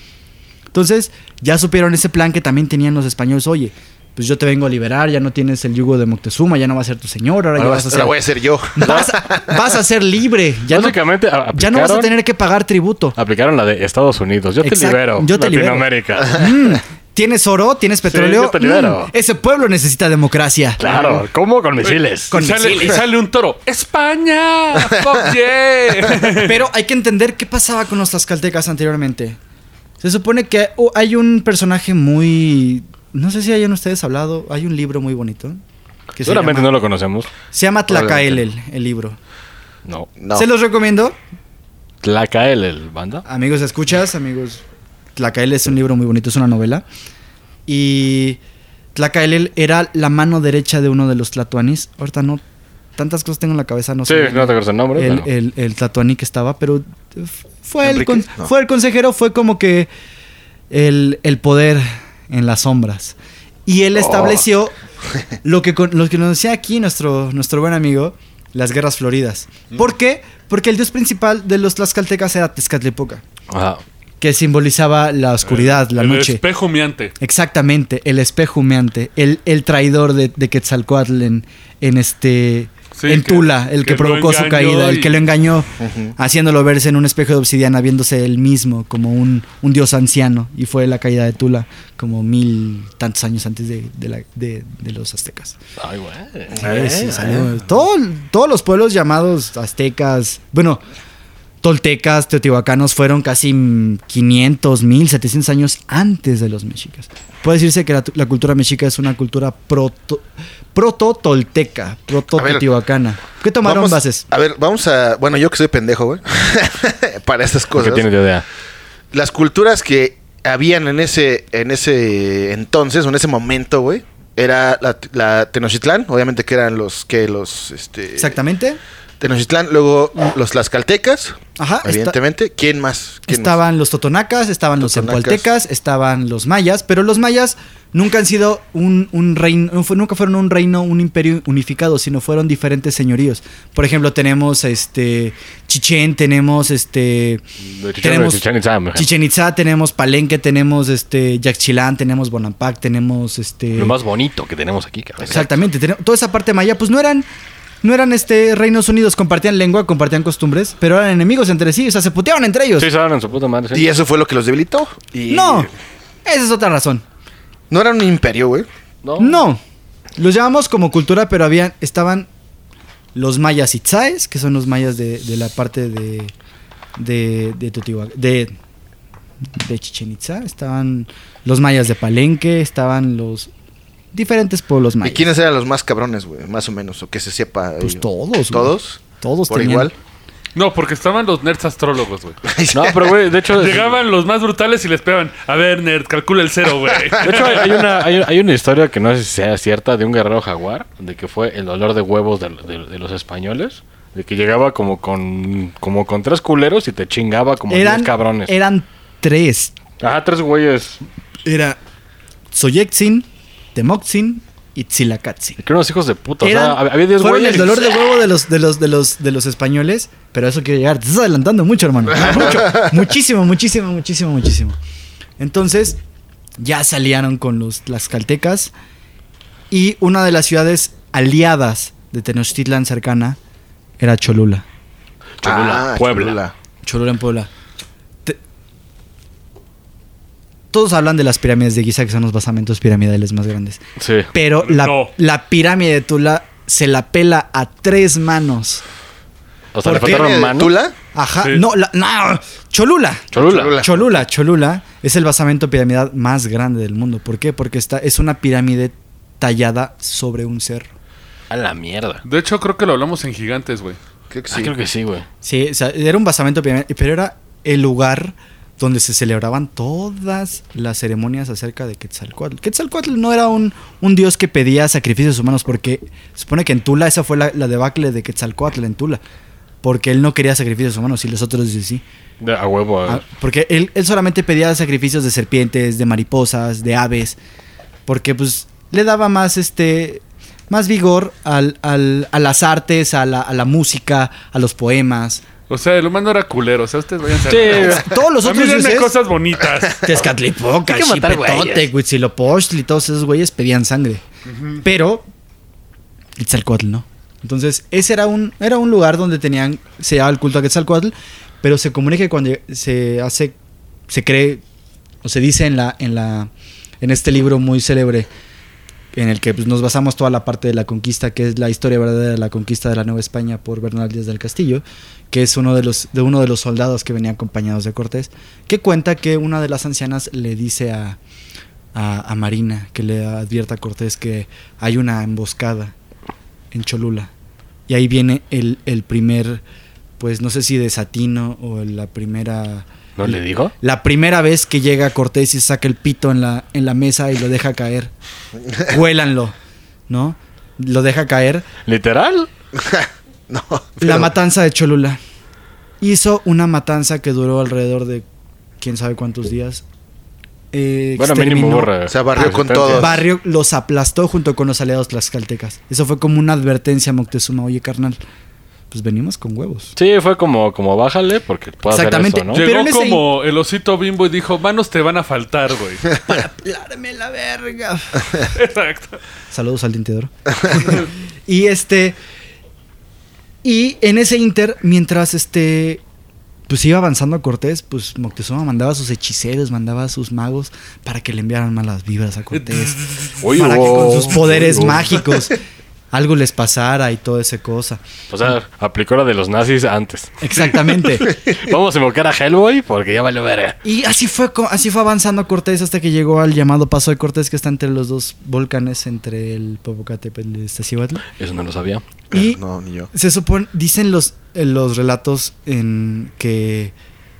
Speaker 5: Entonces, ya supieron ese plan que también tenían los españoles, oye. Pues yo te vengo a liberar, ya no tienes el yugo de Moctezuma, ya no va a ser tu señor, ahora, ya
Speaker 3: Ahora
Speaker 5: vas a ser.
Speaker 3: la voy a hacer yo.
Speaker 5: Vas, a- vas a ser libre. Ya no,
Speaker 2: Básicamente, a-
Speaker 5: ya no vas a
Speaker 2: aplicaron-
Speaker 5: tener que pagar tributo.
Speaker 2: Aplicaron la de Estados Unidos. Yo te
Speaker 5: Exacto,
Speaker 2: libero.
Speaker 5: yo te libero.
Speaker 2: Latinoamérica.
Speaker 5: Mm, tienes oro, tienes petróleo.
Speaker 2: yo te libero.
Speaker 5: Mm, ese pueblo necesita democracia.
Speaker 2: Claro, ¿cómo con misiles?
Speaker 5: Con
Speaker 4: y, sale,
Speaker 5: misiles.
Speaker 4: y sale un toro. ¡España! ¡Fuck yeah!
Speaker 5: Pero hay que entender qué pasaba con los tlaxcaltecas anteriormente. Se supone que oh, hay un personaje muy. No sé si hayan ustedes hablado. Hay un libro muy bonito. Que se
Speaker 2: Seguramente
Speaker 5: llama,
Speaker 2: no lo conocemos.
Speaker 5: Se llama Tlacael, el,
Speaker 3: Probablemente.
Speaker 5: el libro.
Speaker 2: No.
Speaker 3: No.
Speaker 5: Se los recomiendo.
Speaker 2: Tlacael, el banda.
Speaker 5: Amigos, escuchas, amigos. Tlacael es un libro muy bonito, es una novela. Y Tlacael era la mano derecha de uno de los tlatoanis. Ahorita no. Tantas cosas tengo en la cabeza, no
Speaker 2: sí,
Speaker 5: sé.
Speaker 2: no te acuerdas el nombre.
Speaker 5: el,
Speaker 2: pero-
Speaker 5: el, el Tlatoani que estaba, pero f- fue el,
Speaker 3: ¿Enríquez?
Speaker 5: con-
Speaker 3: No.
Speaker 5: fue el consejero, fue como que el, el poder en las sombras. Y
Speaker 2: Oh.
Speaker 5: él estableció lo que, con- lo que nos decía aquí nuestro, nuestro buen amigo, las guerras floridas.
Speaker 2: Mm.
Speaker 5: ¿Por qué? Porque el dios principal de los tlaxcaltecas era Tezcatlipoca,
Speaker 2: Ajá.
Speaker 5: que simbolizaba la oscuridad, la
Speaker 4: El
Speaker 5: noche.
Speaker 4: espejo humeante.
Speaker 5: Exactamente, el espejo humeante, el, el traidor de, de Quetzalcoatl en, en este.
Speaker 4: Sí,
Speaker 5: en
Speaker 4: que-
Speaker 5: Tula, el
Speaker 4: que
Speaker 5: que,
Speaker 4: lo
Speaker 5: provocó su
Speaker 4: engañó
Speaker 5: caída, el
Speaker 4: y-
Speaker 5: que lo engañó, haciéndolo verse en un espejo de obsidiana, viéndose él mismo como un, un dios anciano. Y fue la caída de Tula como mil tantos años antes de, de la- de- de los aztecas.
Speaker 2: Ay, güey.
Speaker 5: Pues Sí, salió- Eh, todo- todos los pueblos llamados aztecas, bueno, toltecas, teotihuacanos, fueron casi mm, 500, 1000, 700 años antes de los mexicas. Puede decirse que la, la cultura mexica es una cultura proto- proto-tolteca, proto-teotihuacana. ¿Qué tomaron
Speaker 3: Vamos-
Speaker 5: bases?
Speaker 3: A ver, vamos a. Bueno, yo que soy pendejo, güey. Para estas
Speaker 2: ¿Qué
Speaker 3: cosas.
Speaker 2: tienes de idea?
Speaker 3: Las culturas que habían en ese, en ese entonces, o en ese momento, güey. Era la, la Tenochtitlán, obviamente que eran los que los este
Speaker 5: Exactamente.
Speaker 3: Tenochtitlán, luego los tlaxcaltecas,
Speaker 5: Ajá, esta-
Speaker 3: evidentemente, ¿quién más? ¿Quién más?
Speaker 5: Estaban los totonacas, estaban los
Speaker 3: Totonacas.
Speaker 5: empualtecas, estaban los mayas, pero los mayas nunca han sido un, un reino, no fue- nunca fueron un reino, un imperio unificado, sino fueron diferentes señoríos. Por ejemplo, tenemos este Chichén, tenemos este
Speaker 2: De Chichén-
Speaker 5: tenemos
Speaker 2: de Chichén Itzá, mejor.
Speaker 5: Chichén Itzá, tenemos Palenque, tenemos este Yaxchilán, tenemos Bonampak, tenemos este
Speaker 2: Lo más bonito que tenemos aquí, cabrón.
Speaker 5: Exactamente, tenía- toda esa parte maya, pues no eran, no eran este reinos unidos, compartían lengua, compartían costumbres, pero eran enemigos entre sí, o sea, se puteaban entre ellos.
Speaker 2: Sí, saben en su puta madre. sí.
Speaker 3: Y eso fue lo que los debilitó. Y
Speaker 5: No, esa es otra razón.
Speaker 3: No era un imperio, güey.
Speaker 5: No, los llamamos como cultura, pero habían, estaban los mayas itzaes, que son los mayas de, de la parte de, de, de Teotihuac- de, de Chichen Itza, estaban los mayas de Palenque, estaban los diferentes pueblos
Speaker 3: ¿Y
Speaker 5: mayas.
Speaker 3: quiénes eran los más cabrones, güey? Más o menos, o que se sepa.
Speaker 5: Pues
Speaker 3: eh,
Speaker 5: todos, güey.
Speaker 3: ¿Todos?
Speaker 5: Todos
Speaker 3: ¿Por
Speaker 5: tenían-
Speaker 3: igual?
Speaker 4: No, porque estaban los nerds astrólogos, güey.
Speaker 2: No, pero güey, de hecho...
Speaker 4: Llegaban los más brutales y les pegaban. A ver, nerd, calcula el cero, güey.
Speaker 2: De hecho, hay, hay una, hay, hay una historia que no sé si sea cierta de un guerrero jaguar, de que fue el olor de huevos de, de- de los españoles, de que llegaba como con, como con tres culeros y te chingaba como
Speaker 5: eran,
Speaker 2: diez cabrones.
Speaker 5: eran tres.
Speaker 2: Ajá, tres güeyes.
Speaker 5: Era Soyexin, Temoxin y Tzilacatzin.
Speaker 2: Que eran unos hijos de puta. o sea,
Speaker 5: Eran-
Speaker 2: hab- había diez
Speaker 5: fueron
Speaker 2: güeyes.
Speaker 5: el dolor de huevo de los, de los, de los, de los españoles, pero a eso quiero llegar. Te estás adelantando mucho, hermano. Mucho, muchísimo, muchísimo, muchísimo, muchísimo. Entonces, ya se aliaron con los tlaxcaltecas y una de las ciudades aliadas de Tenochtitlan cercana era Cholula.
Speaker 2: Cholula,
Speaker 3: Ah,
Speaker 2: Puebla.
Speaker 3: Cholula.
Speaker 5: Cholula en Puebla. Te- Todos hablan de las pirámides de Giza, que son los basamentos piramidales más grandes.
Speaker 2: Sí.
Speaker 5: Pero la,
Speaker 4: No.
Speaker 5: la pirámide de Tula se la pela a tres manos.
Speaker 2: O sea,
Speaker 5: ¿Por
Speaker 2: le
Speaker 5: qué?
Speaker 2: faltaron manos.
Speaker 3: ¿Tula?
Speaker 5: Ajá.
Speaker 4: Sí.
Speaker 5: No, la- no, Cholula.
Speaker 2: Cholula.
Speaker 3: Cholula.
Speaker 5: Cholula, Cholula es el basamento piramidal más grande del mundo. ¿Por qué? Porque está, es una pirámide tallada sobre un cerro.
Speaker 2: A la mierda.
Speaker 4: De hecho, creo que lo hablamos en gigantes, güey.
Speaker 3: Creo que
Speaker 2: Ah,
Speaker 3: sí.
Speaker 2: creo que sí, güey.
Speaker 5: Sí, o sea, era un basamento piramidal, pero era el lugar donde se celebraban todas las ceremonias acerca de Quetzalcoatl. Quetzalcoatl no era un, un dios que pedía sacrificios humanos, porque se supone que en Tula esa fue la, la debacle de Quetzalcoatl en Tula, porque él no quería sacrificios humanos y los otros dioses sí.
Speaker 2: De- a huevo. a-
Speaker 5: Ah, porque él, él solamente pedía sacrificios de serpientes, de mariposas, de aves. Porque pues le daba más este. más vigor al- al- a las artes, a la, a la música, a los poemas.
Speaker 4: O sea, el humano era culero. O sea, ustedes vayan a...
Speaker 2: Sí.
Speaker 5: Todos los
Speaker 4: a mí
Speaker 5: otros
Speaker 4: denme
Speaker 5: dioses.
Speaker 4: cosas bonitas.
Speaker 5: Tezcatlipoca,
Speaker 2: Hay que matar
Speaker 5: Chipetote,
Speaker 2: güeyes.
Speaker 5: Huitzilopochtli, todos esos güeyes pedían sangre. Pero Quetzalcoatl no. Entonces, ese era un, era un lugar donde tenían, se daba el culto a Quetzalcoatl, pero se comunica que cuando se hace, se cree, o se dice en la, en la, en este libro muy célebre, en el que pues, nos basamos toda la parte de la conquista, que es la historia verdadera de la conquista de la Nueva España por Bernal Díaz del Castillo, que es uno de los, de uno de los soldados que venía acompañados de Cortés, que cuenta que una de las ancianas le dice a, a, a Marina, que le advierta a Cortés que hay una emboscada en Cholula. Y ahí viene el, el primer, pues no sé si desatino o la primera...
Speaker 2: ¿No le dijo?
Speaker 5: La primera vez que llega Cortés y saca el pito en la, en la mesa y lo deja caer. Huélanlo, ¿no? Lo deja caer.
Speaker 2: ¿Literal?
Speaker 3: No.
Speaker 5: La
Speaker 3: pero-
Speaker 5: matanza de Cholula. Hizo una matanza que duró alrededor de quién sabe cuántos días. Eh,
Speaker 2: Bueno, mínimo
Speaker 5: exterminó-
Speaker 2: borra.
Speaker 3: O sea, barrió con
Speaker 2: resistencia.
Speaker 3: todos.
Speaker 5: Barrio los aplastó junto con los aliados tlaxcaltecas. Eso fue como una advertencia a Moctezuma. Oye, carnal, pues venimos con huevos.
Speaker 2: Sí, fue como, como bájale porque puede
Speaker 5: Exactamente.
Speaker 2: hacer eso, ¿no?
Speaker 5: Pero
Speaker 4: Llegó
Speaker 5: en ese-
Speaker 4: como el osito bimbo y dijo, manos te van a faltar, güey.
Speaker 5: ¡Larme la verga!
Speaker 4: Exacto.
Speaker 5: Saludos al tinte de oro. y este. Y en ese inter, mientras este. Pues iba avanzando Cortés, pues Moctezuma mandaba a sus hechiceros, mandaba a sus magos para que le enviaran malas vibras a Cortés.
Speaker 2: Uy,
Speaker 5: para que con
Speaker 2: oh,
Speaker 5: sus poderes
Speaker 2: uy, oh.
Speaker 5: mágicos algo les pasara y toda esa cosa.
Speaker 2: O sea, aplicó la de los nazis antes.
Speaker 5: Exactamente.
Speaker 2: Vamos a invocar a Hellboy porque ya vale verga.
Speaker 5: Y así fue, co- así fue avanzando Cortés hasta que llegó al llamado Paso de Cortés que está entre los dos volcanes, entre el Popocatépetl y el Iztaccíhuatl.
Speaker 2: Eso Eh, no lo sabía.
Speaker 5: Y
Speaker 3: No, ni yo.
Speaker 5: Se supone, dicen los, eh, los relatos en que,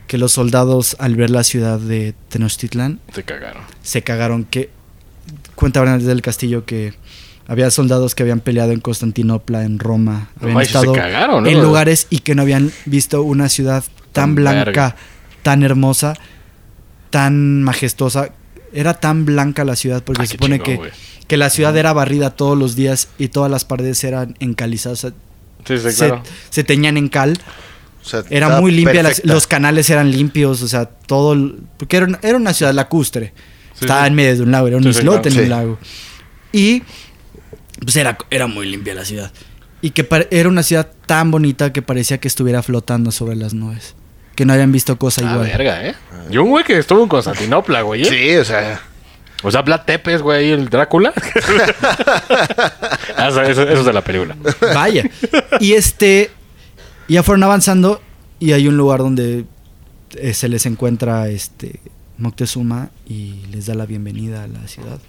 Speaker 5: que los soldados al ver la ciudad de Tenochtitlan
Speaker 2: Se cagaron.
Speaker 5: se cagaron que cuenta Bernal del Castillo que había soldados que habían peleado en Constantinopla, en Roma,
Speaker 2: No
Speaker 5: habían
Speaker 2: manches, se
Speaker 5: estado
Speaker 2: cagaron, ¿no?
Speaker 5: en lugares y que no habían visto una ciudad tan
Speaker 2: Tan
Speaker 5: blanca,
Speaker 2: verga.
Speaker 5: tan hermosa, tan majestuosa. Era tan blanca la ciudad porque
Speaker 2: Ah,
Speaker 5: se
Speaker 2: qué
Speaker 5: supone
Speaker 2: chingón,
Speaker 5: que,
Speaker 2: güey.
Speaker 5: que la ciudad era barrida todos los días y todas las paredes eran encalizadas. o sea,
Speaker 2: Sí, sí,
Speaker 5: se,
Speaker 2: claro.
Speaker 5: se teñían en cal.
Speaker 3: O sea,
Speaker 5: Era
Speaker 3: estaba
Speaker 5: muy limpia, las-
Speaker 3: perfecta.
Speaker 5: los canales eran limpios, o sea, todo. el- Porque era una, era una ciudad lacustre.
Speaker 4: Sí,
Speaker 5: Estaba
Speaker 4: sí.
Speaker 5: en medio de un lago, era un
Speaker 2: Sí, sí,
Speaker 5: islote
Speaker 3: claro.
Speaker 5: en
Speaker 3: Sí.
Speaker 5: un lago. Y pues era, era muy limpia la ciudad. Y que pare- era una ciudad tan bonita que parecía que estuviera flotando sobre las nubes. Que no habían visto cosa
Speaker 2: Ah,
Speaker 5: igual.
Speaker 2: verga, ¿eh? Yo un güey que estuvo en Constantinopla, güey. ¿eh?
Speaker 3: Sí, o sea.
Speaker 2: O sea, Vlad Tepes, güey, el Drácula. Ah, eso, eso- eso es de la película.
Speaker 5: Vaya. Y este. Ya fueron avanzando y hay un lugar donde eh, se les encuentra este Moctezuma y les da la bienvenida a la ciudad.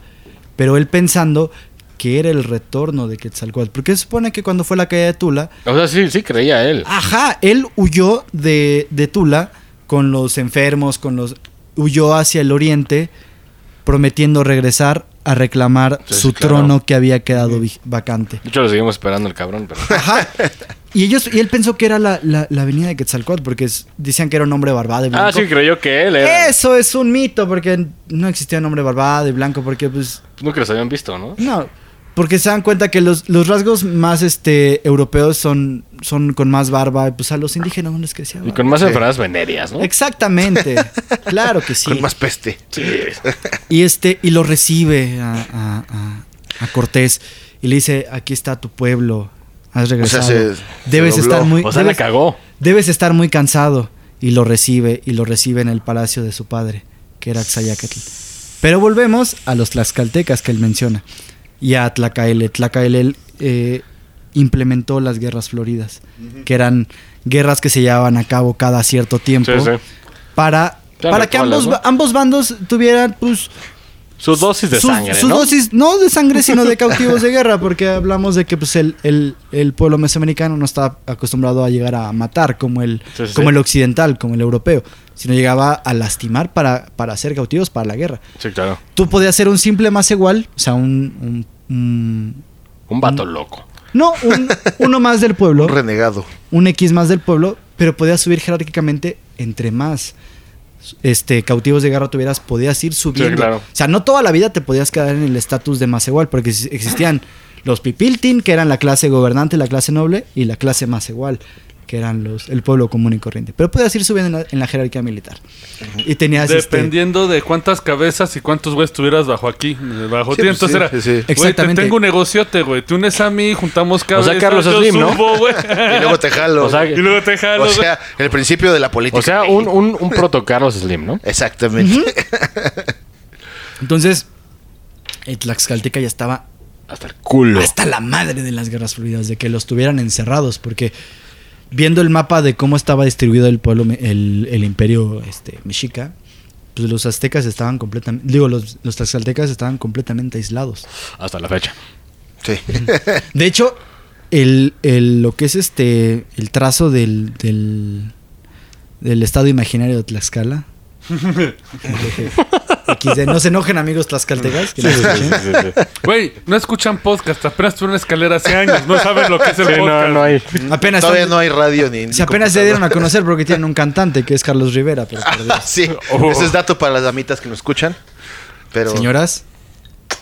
Speaker 5: Pero él pensando que era el retorno de Quetzalcoatl, porque se supone que cuando fue la caída de Tula,
Speaker 2: O sea, sí, sí creía él.
Speaker 5: ajá, él huyó de, de Tula con los enfermos, con los huyó hacia el oriente prometiendo regresar a reclamar
Speaker 2: Sí,
Speaker 5: su
Speaker 2: claro.
Speaker 5: trono que había quedado vi- vacante.
Speaker 2: De hecho, lo seguimos esperando el cabrón, pero...
Speaker 5: Ajá. Y ellos y él pensó que era la, la, la avenida de Quetzalcóatl porque es- decían que era un hombre barbado y blanco.
Speaker 2: Ah, sí, creyó que él era.
Speaker 5: Eso es un mito porque no existía un hombre barbado y blanco porque pues
Speaker 2: Nunca los habían visto, ¿no?
Speaker 5: no, porque se dan cuenta que los, los rasgos más este europeos son son con más barba, y, pues a los indígenas no les crecía.
Speaker 2: Y
Speaker 5: barba.
Speaker 2: con más enfermedades venéreas, ¿no?
Speaker 5: Exactamente. claro que sí.
Speaker 3: Con más peste.
Speaker 5: Y este, y lo recibe a, a- a- a Cortés y le dice, aquí está tu pueblo, has regresado.
Speaker 3: se- se
Speaker 5: debes
Speaker 3: dobló.
Speaker 5: estar muy,
Speaker 2: O sea, la
Speaker 5: debes,
Speaker 2: cagó.
Speaker 5: debes estar muy cansado. Y lo recibe, y lo recibe en el palacio de su padre, que era Xayacatl. Pero volvemos a los tlaxcaltecas que él menciona. Y a Tlacaele. Tlacaele eh, implementó las guerras floridas, que eran guerras que se llevaban a cabo cada cierto tiempo.
Speaker 2: Sí, sí.
Speaker 5: Para,
Speaker 2: Claro,
Speaker 5: para que
Speaker 2: colas,
Speaker 5: ambos,
Speaker 2: ¿no?
Speaker 5: ba- ambos bandos tuvieran, pues,
Speaker 2: Su dosis de
Speaker 5: sus,
Speaker 2: sangre,
Speaker 5: sus
Speaker 2: ¿no?
Speaker 5: dosis, no de sangre, sino de cautivos de guerra, porque hablamos de que pues, el, el- el pueblo mesoamericano no está acostumbrado a llegar a matar como el,
Speaker 2: Sí, sí,
Speaker 5: como
Speaker 2: sí.
Speaker 5: el occidental, como el europeo, sino llegaba a lastimar para, para ser cautivos para la guerra.
Speaker 2: Sí, claro.
Speaker 5: Tú podías ser un simple más igual, o sea, un... un- un-
Speaker 2: Un vato loco.
Speaker 5: no, un- uno más del pueblo,
Speaker 3: Un renegado.
Speaker 5: un X más del pueblo, pero podías subir jerárquicamente entre más este cautivos de guerra tuvieras, podías ir subiendo.
Speaker 2: claro.
Speaker 5: O sea, no toda la vida te podías quedar en el estatus de Macehual, porque ex- existían los Pipiltin, que eran la clase gobernante, la clase noble, y la clase Macehual, que eran los el pueblo común y corriente. Pero podías ir subiendo en la, en la jerarquía militar. Y tenías este,
Speaker 4: Dependiendo de cuántas cabezas y cuántos güeyes tuvieras bajo aquí, eh, bajo
Speaker 3: Sí,
Speaker 4: ti.
Speaker 3: pues
Speaker 4: Entonces
Speaker 3: sí,
Speaker 4: era,
Speaker 3: sí, sí.
Speaker 4: güey,
Speaker 5: Exactamente.
Speaker 4: te tengo un negociote, güey. Te unes a mí, juntamos cabezas.
Speaker 2: Carlos
Speaker 4: yo
Speaker 2: Slim, ¿no?
Speaker 4: subo, güey.
Speaker 3: Y luego te jalo.
Speaker 2: O sea,
Speaker 4: y luego te jalo,
Speaker 3: O
Speaker 4: güey.
Speaker 3: sea, el principio de la política.
Speaker 2: O sea, un, un, un proto Carlos Slim, ¿no?
Speaker 3: Exactamente.
Speaker 5: Entonces, el Tlaxcalteca ya estaba
Speaker 2: Hasta el culo.
Speaker 5: hasta la madre de las guerras fluidas, de que los tuvieran encerrados, porque viendo el mapa de cómo estaba distribuido el pueblo, me- el, el imperio este, mexica, pues los aztecas estaban completamente, digo, los, los tlaxcaltecas estaban completamente aislados.
Speaker 2: Hasta la fecha.
Speaker 3: Sí.
Speaker 5: De hecho, el, el- lo que es este, el trazo del, del, del estado imaginario de Tlaxcala. XD. No se enojen amigos tlaxcaltecas. que no se escuchen.
Speaker 4: Güey, no escuchan podcast. Apenas tuve una escalera hace años. No saben lo que es el
Speaker 2: Sí,
Speaker 4: podcast.
Speaker 2: no, no hay.
Speaker 5: Apenas
Speaker 3: Todavía
Speaker 5: son-
Speaker 3: no hay radio ni. ni
Speaker 5: Si apenas se dieron a conocer porque tienen un cantante que es Carlos Rivera, pero por Dios.
Speaker 3: computadora. Sí.
Speaker 2: Oh.
Speaker 3: Ese es dato para las damitas que nos escuchan. Pero.
Speaker 5: Señoras.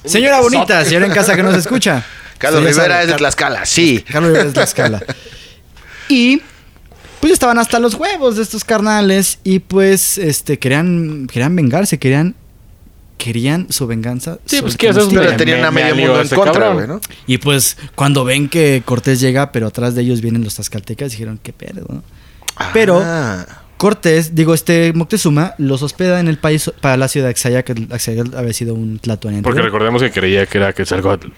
Speaker 5: Señora bonita, señora en casa que nos escucha.
Speaker 3: Carlos
Speaker 5: Usted ya
Speaker 3: Rivera
Speaker 5: sabe,
Speaker 3: es de
Speaker 5: Car-
Speaker 3: Tlaxcala, sí.
Speaker 5: Carlos Rivera es de Tlaxcala. Y pues estaban hasta los huevos de estos carnales y pues este querían querían vengarse, querían querían su venganza.
Speaker 2: Sí, pues,
Speaker 5: sobre
Speaker 2: ¿qué haces?
Speaker 5: Tenochtitlan.
Speaker 3: Pero
Speaker 2: Me-
Speaker 3: tenían a
Speaker 2: me
Speaker 3: medio
Speaker 2: alió
Speaker 3: mundo en
Speaker 2: ese
Speaker 3: contra,
Speaker 2: cabrón.
Speaker 3: güey, ¿no?
Speaker 5: Y pues cuando ven que Cortés llega, pero atrás de ellos vienen los tlaxcaltecas, dijeron, qué pedo, ¿no? Pero
Speaker 3: Ah,
Speaker 5: Cortés, digo, este Moctezuma los hospeda en el país, palacio de Axayacatl. Axayacatl había sido un tlatoani.
Speaker 2: Porque
Speaker 5: anterior.
Speaker 2: recordemos que creía que era Quetzalcóatl.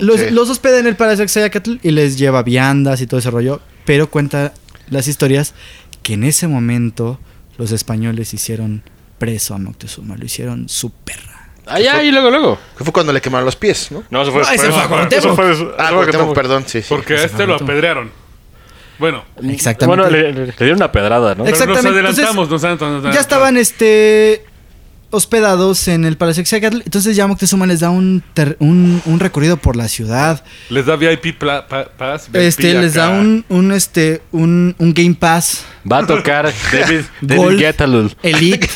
Speaker 5: los,
Speaker 3: Sí.
Speaker 5: los hospeda en el palacio de Axayacatl y les lleva viandas y todo ese rollo. Pero cuenta las historias que en ese momento los españoles hicieron preso a Moctezuma. Lo hicieron su perra.
Speaker 2: Ah, ya, y luego, luego.
Speaker 3: que fue cuando le quemaron los pies, ¿no?
Speaker 2: No, eso fue
Speaker 5: No, ese
Speaker 2: después.
Speaker 5: fue a Cuauhtémoc.
Speaker 2: Eso fue des-
Speaker 3: Ah,
Speaker 2: eso fue a
Speaker 3: Cuauhtémoc,
Speaker 2: Cuauhtémoc.
Speaker 3: perdón, sí, sí.
Speaker 4: Porque a este lo apedrearon. Bueno,
Speaker 5: Exactamente.
Speaker 2: Bueno, le, le- le dieron una pedrada, ¿no?
Speaker 4: pero
Speaker 5: Exacto.
Speaker 4: nos
Speaker 5: Exactamente,
Speaker 4: adelantamos. nos adelantamos, nos
Speaker 5: ya
Speaker 4: adelantamos.
Speaker 5: estaban este hospedados en el palacio de Axayacatl. Entonces ya Moctezuma les da un, ter- un, un recorrido por la ciudad.
Speaker 4: Les da VIP pla- pa- Pass. VIP
Speaker 5: Este, les da
Speaker 4: acá.
Speaker 5: un, un, este, un, un Game Pass
Speaker 2: Va a tocar David,
Speaker 5: Golf.
Speaker 2: David Guetta,
Speaker 5: Elite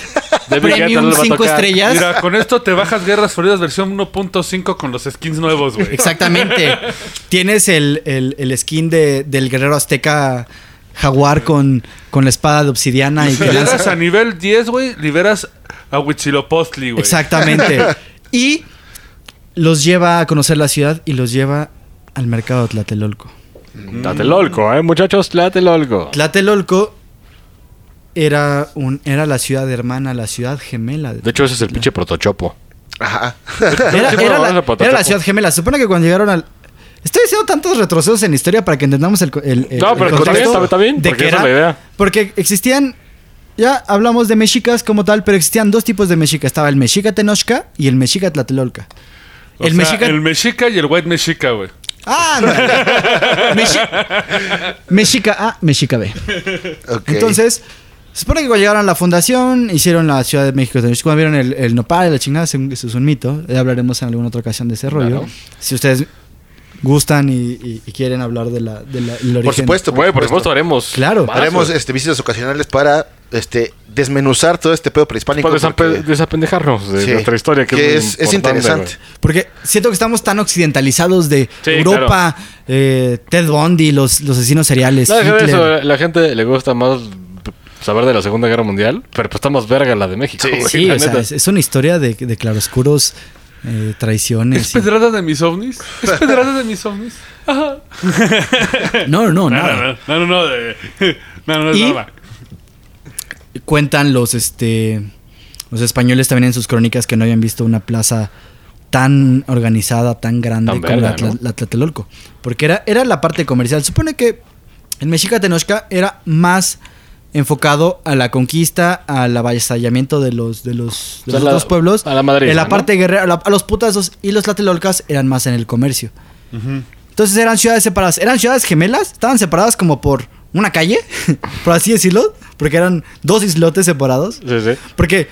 Speaker 2: David Guetta
Speaker 5: Premium
Speaker 2: los va a
Speaker 5: 5
Speaker 2: tocar.
Speaker 5: estrellas.
Speaker 4: Mira, con esto te bajas Guerras Floridas versión 1.5 con los skins nuevos, güey.
Speaker 5: Exactamente. Tienes el, el- el skin de- del guerrero azteca jaguar con, con la espada de obsidiana y
Speaker 4: Si
Speaker 5: que
Speaker 4: llegas
Speaker 5: lanza.
Speaker 4: a nivel 10, güey, liberas a Huitzilopochtli, güey.
Speaker 5: Exactamente. Y los lleva a conocer la ciudad y los lleva al mercado de Tlatelolco.
Speaker 2: Tlatelolco, ¿eh, muchachos? Tlatelolco.
Speaker 5: Tlatelolco era, un, era la ciudad hermana, la ciudad gemela.
Speaker 2: De hecho, ese es el pinche protochopo.
Speaker 3: Ajá.
Speaker 5: Era,
Speaker 2: Sí, bueno,
Speaker 5: era
Speaker 2: vamos
Speaker 5: la,
Speaker 2: a Protochopo.
Speaker 5: era la ciudad gemela. Se supone que cuando llegaron al. Estoy haciendo tantos retrocesos en la historia para que entendamos el. co- el- el-
Speaker 2: No,
Speaker 5: el
Speaker 2: pero está bien,
Speaker 5: contexto
Speaker 2: está bien, está bien,
Speaker 5: de
Speaker 2: porque
Speaker 5: que
Speaker 2: esa es
Speaker 5: era-
Speaker 2: la idea.
Speaker 5: Porque existían. Ya hablamos de mexicas como tal, pero existían dos tipos de mexica. Estaba el mexica tenochca y el mexica tlatelolca.
Speaker 4: O
Speaker 5: el
Speaker 4: sea,
Speaker 5: mexica...
Speaker 4: el mexica y el white mexica, güey.
Speaker 5: Ah, no. Mexi- mexica A, mexica B.
Speaker 3: Ok.
Speaker 5: Entonces, se supone que cuando llegaron a la fundación, hicieron la Ciudad de México. Cuando vieron el, el nopal y la chingada, se- eso es un mito. Ya hablaremos en alguna otra ocasión de ese rollo.
Speaker 2: Claro.
Speaker 5: Si ustedes gustan y, y- y quieren hablar de la, de la- el origen.
Speaker 3: por supuesto,
Speaker 2: Güey, por supuesto haremos.
Speaker 5: Claro.
Speaker 2: más,
Speaker 3: Haremos
Speaker 2: güey.
Speaker 3: este, visitas ocasionales para este, desmenuzar todo este pedo prehispánico.
Speaker 2: Para desape-
Speaker 3: porque-
Speaker 2: desapendejarnos de
Speaker 3: Sí.
Speaker 2: nuestra historia. Que,
Speaker 3: Que
Speaker 2: es,
Speaker 3: es-
Speaker 2: muy
Speaker 3: es
Speaker 2: importante,
Speaker 3: interesante.
Speaker 2: güey.
Speaker 5: Porque siento que estamos tan occidentalizados de
Speaker 2: Sí,
Speaker 5: Europa, eh, Ted Bundy, los, los asesinos seriales.
Speaker 2: No, deja de
Speaker 5: Hitler.
Speaker 2: eso, eh. a la gente le gusta más saber de la Segunda Guerra Mundial, pero pues está más verga la de México.
Speaker 3: Sí.
Speaker 2: güey,
Speaker 5: Sí,
Speaker 2: la
Speaker 5: o sea,
Speaker 2: neta.
Speaker 5: es, es una historia de, de claroscuros, eh, traiciones.
Speaker 4: ¿Es
Speaker 5: y-
Speaker 4: pedrada de mis ovnis? ¿Es pedrada de mis ovnis?
Speaker 5: No,
Speaker 4: No,
Speaker 5: no, nada.
Speaker 4: no, no, no, no, de- no, no, es
Speaker 5: Y-
Speaker 4: broma.
Speaker 5: cuentan los este los españoles también en sus crónicas que no habían visto una plaza tan organizada, tan grande
Speaker 2: Tan
Speaker 5: como la,
Speaker 2: verga,
Speaker 5: Tla-
Speaker 2: ¿no?
Speaker 5: la Tlatelolco. Porque era, era la parte comercial. Supone que en Mexica Tenochca era más enfocado a la conquista, al avasallamiento de los, de los, de
Speaker 2: O sea,
Speaker 5: los
Speaker 2: la-
Speaker 5: otros pueblos.
Speaker 2: a la madriza,
Speaker 5: En la
Speaker 2: ¿no?
Speaker 5: parte guerrera, a, la- a los putazos. Y los Tlatelolcas eran más en el comercio. Entonces eran ciudades separadas. Eran ciudades gemelas. Estaban separadas como por una calle, por así decirlo. Porque eran dos islotes separados.
Speaker 2: Sí, sí.
Speaker 5: Porque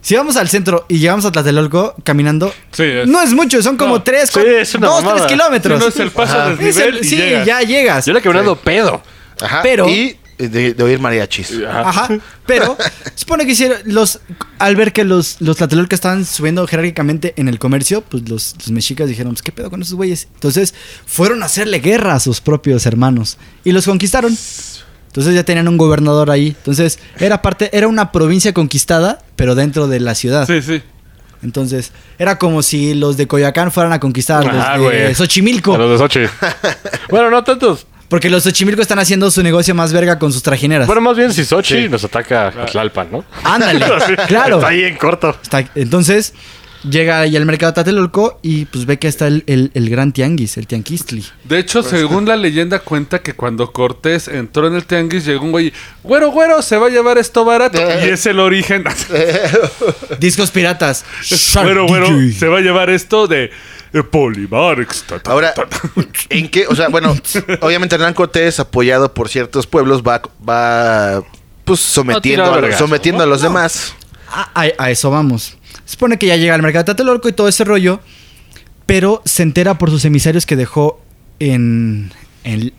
Speaker 5: si vamos al centro y llegamos a Tlatelolco caminando,
Speaker 4: Sí, es-
Speaker 5: no es mucho. Son como
Speaker 4: No.
Speaker 5: tres,
Speaker 2: Sí,
Speaker 5: cua-
Speaker 2: es una
Speaker 5: dos,
Speaker 2: mamada.
Speaker 5: tres kilómetros.
Speaker 4: Sí, no es el paso
Speaker 5: Ajá.
Speaker 4: del
Speaker 5: Es el-
Speaker 4: nivel y
Speaker 5: sí,
Speaker 4: llegas.
Speaker 5: ya llegas.
Speaker 2: Yo le quebré dado pedo.
Speaker 3: Ajá.
Speaker 5: Pero-
Speaker 3: Y de, de oír mariachis.
Speaker 2: Ah.
Speaker 5: Ajá. Pero supone que hicieron los al ver que los los tlatelolcas estaban subiendo jerárquicamente en el comercio, pues los, los mexicas dijeron, pues qué pedo con esos güeyes. Entonces, fueron a hacerle guerra a sus propios hermanos y los conquistaron. Entonces ya tenían un gobernador ahí. Entonces, era parte era una provincia conquistada, pero dentro de la ciudad.
Speaker 4: Sí, sí.
Speaker 5: Entonces, era como si los de Coyoacán fueran a conquistar a
Speaker 2: Ah,
Speaker 5: los de
Speaker 2: güey.
Speaker 5: Xochimilco.
Speaker 2: A los de Sochi. bueno, no tantos.
Speaker 5: Porque los de Xochimilco están haciendo su negocio más verga con sus trajineras.
Speaker 2: Bueno, más bien si Sochi nos ataca a Tlalpan, ¿no?
Speaker 5: Ándale, claro.
Speaker 2: Está ahí en corto.
Speaker 5: Está- entonces, llega ahí al mercado Tatelolco y pues ve que está el, el- el gran tianguis, el tianquistli.
Speaker 4: De hecho, según la leyenda cuenta que cuando Cortés entró en el tianguis llegó un güey, güero, güero, se va a llevar esto barato. Y es el origen.
Speaker 5: Discos piratas. Shark
Speaker 4: Güero, güero,
Speaker 5: DJ.
Speaker 4: se va a llevar esto de eh, Polimarx. ta, ta,
Speaker 3: Ahora,
Speaker 4: ta, ta.
Speaker 3: ¿en qué? O sea, bueno, obviamente Hernán Cortés, apoyado por ciertos pueblos, va, va pues sometiendo,
Speaker 2: tirar
Speaker 3: a, los,
Speaker 2: vergazo,
Speaker 3: sometiendo a los demás.
Speaker 5: A, Ah, a- a eso vamos. Se Supone que ya llega al mercado Tatelolco y todo ese rollo, pero se entera por sus emisarios que dejó en, en,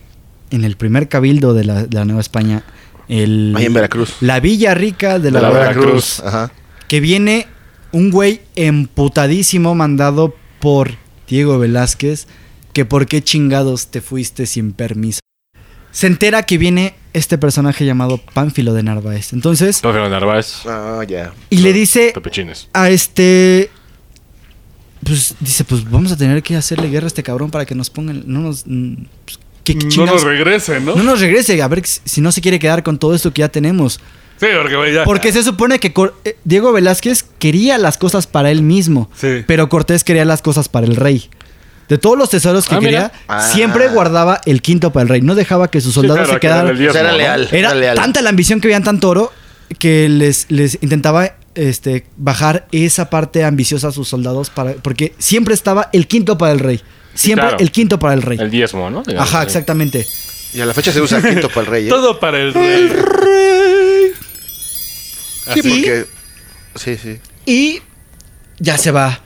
Speaker 5: en el primer cabildo de la, de la Nueva España. El,
Speaker 3: Ahí en Veracruz.
Speaker 5: La Villa Rica de la,
Speaker 2: De la
Speaker 5: Veracruz.
Speaker 2: Veracruz.
Speaker 3: Ajá.
Speaker 5: Que viene un güey emputadísimo mandado por Diego Velázquez. Que por qué chingados te fuiste sin permiso. Se entera que viene este personaje llamado Pánfilo de Narváez. Entonces,
Speaker 2: No, Fernando Narváez.
Speaker 3: Ah, ya.
Speaker 5: y le dice
Speaker 2: Pepechines.
Speaker 5: a este. Pues dice, pues vamos a tener que hacerle guerra a este cabrón para que nos pongan. No nos. mm, pues, ¿qué- qué
Speaker 4: No
Speaker 5: chingados?
Speaker 4: nos regresen, ¿no?
Speaker 5: No nos regrese, a ver si- si no se quiere quedar con todo esto que ya tenemos.
Speaker 4: Sí, porque güey, ya.
Speaker 5: Porque se supone que Cor- eh, Diego Velázquez quería las cosas para él mismo,
Speaker 4: Sí.
Speaker 5: pero Cortés quería las cosas para el rey. De todos los tesoros que
Speaker 2: Ah, mira.
Speaker 5: quería,
Speaker 3: Ah.
Speaker 5: siempre guardaba el quinto para el rey. No dejaba que sus soldados
Speaker 2: claro,
Speaker 5: se
Speaker 2: que era
Speaker 5: quedaran.
Speaker 2: el diezmo,
Speaker 3: O sea, era
Speaker 2: ¿no?
Speaker 3: leal.
Speaker 5: Era
Speaker 3: era leal.
Speaker 5: tanta la ambición que veían tan toro que les, les intentaba este, bajar esa parte ambiciosa a sus soldados para, porque siempre estaba el quinto para el rey. Siempre
Speaker 2: claro.
Speaker 5: el quinto para el rey.
Speaker 2: El diezmo, ¿no? Digamos,
Speaker 5: Ajá,
Speaker 2: sí.
Speaker 5: exactamente.
Speaker 3: Y a la fecha se usa quinto para el rey. ¿eh?
Speaker 4: Todo para el rey.
Speaker 3: Sí, porque. Sí, sí.
Speaker 5: Y ya se va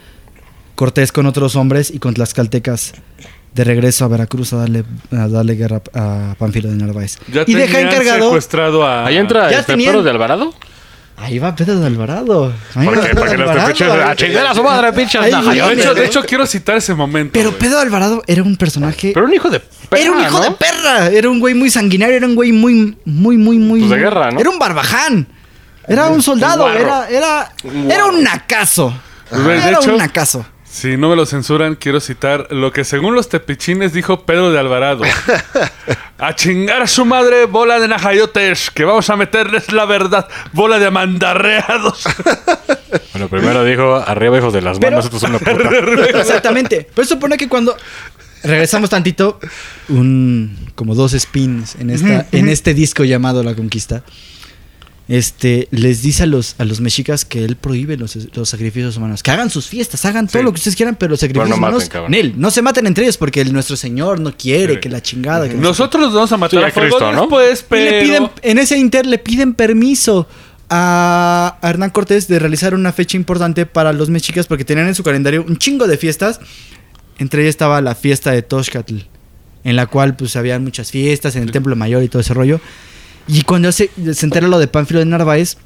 Speaker 5: Cortés con otros hombres y con Tlaxcaltecas de regreso a Veracruz a darle, a darle guerra a Panfilo de Narváez.
Speaker 4: Ya
Speaker 5: y deja
Speaker 4: tenían
Speaker 5: encargado.
Speaker 4: secuestrado a...
Speaker 2: Ahí entra
Speaker 5: Ya
Speaker 2: el Pepero
Speaker 5: tenían-
Speaker 2: de Alvarado.
Speaker 5: Ahí va Pedro de Alvarado. Ahí va
Speaker 2: Porque,
Speaker 5: Pedro
Speaker 2: porque
Speaker 5: de
Speaker 2: los
Speaker 5: Alvarado.
Speaker 2: tepeches. ¡A chingar a Ah, su madre, pinche!
Speaker 5: Ahí
Speaker 2: naja!
Speaker 4: De
Speaker 5: viene.
Speaker 4: hecho, de hecho, quiero citar ese momento.
Speaker 5: Pero
Speaker 4: güey.
Speaker 5: Pedro de Alvarado era un personaje.
Speaker 2: Pero un hijo de perra,
Speaker 5: era un hijo de
Speaker 2: ¿no?
Speaker 5: perra. Era un güey muy sanguinario. Era un güey muy, muy, muy, muy.
Speaker 2: Pues de guerra, ¿no?
Speaker 5: Era un barbaján. Era un soldado.
Speaker 2: guarro. Pues
Speaker 5: era, era, era un nacazo.
Speaker 4: Güey, de
Speaker 5: Era
Speaker 4: hecho-
Speaker 5: un nacazo.
Speaker 4: Si no me lo censuran, quiero citar lo que según los tepichines dijo Pedro de Alvarado. a chingar a su madre, bola de najayotes, que vamos a meterles la verdad, bola de amandarreados.
Speaker 2: Bueno, primero dijo, arriba hijos de las
Speaker 5: Pero-
Speaker 2: manos, esto es una puta.
Speaker 5: Exactamente. Pero supone que cuando regresamos tantito, un como dos spins en esta, en este disco llamado La Conquista. este, les dice a los, a los mexicas que él prohíbe los, los sacrificios humanos. Que hagan sus fiestas, hagan todo
Speaker 4: Sí.
Speaker 5: lo que ustedes quieran, pero los sacrificios
Speaker 2: no maten,
Speaker 5: humanos,
Speaker 2: cabrón.
Speaker 5: en él. No se maten entre ellos porque el- nuestro Señor no quiere
Speaker 4: Sí.
Speaker 5: que la chingada. que no sé
Speaker 4: Nosotros los vamos a matar
Speaker 2: Sí,
Speaker 4: a
Speaker 2: a
Speaker 4: fuego
Speaker 2: Cristo, ¿no?
Speaker 4: después,
Speaker 5: y
Speaker 4: pero...
Speaker 5: le piden, en ese inter le piden permiso a a Hernán Cortés de realizar una fecha importante para los mexicas porque tenían en su calendario un chingo de fiestas. Entre ellas estaba la fiesta de Toshcatl, en la cual pues había muchas fiestas en el Templo Mayor y todo ese rollo. Y cuando se, se entera lo de Pánfilo de Narváez,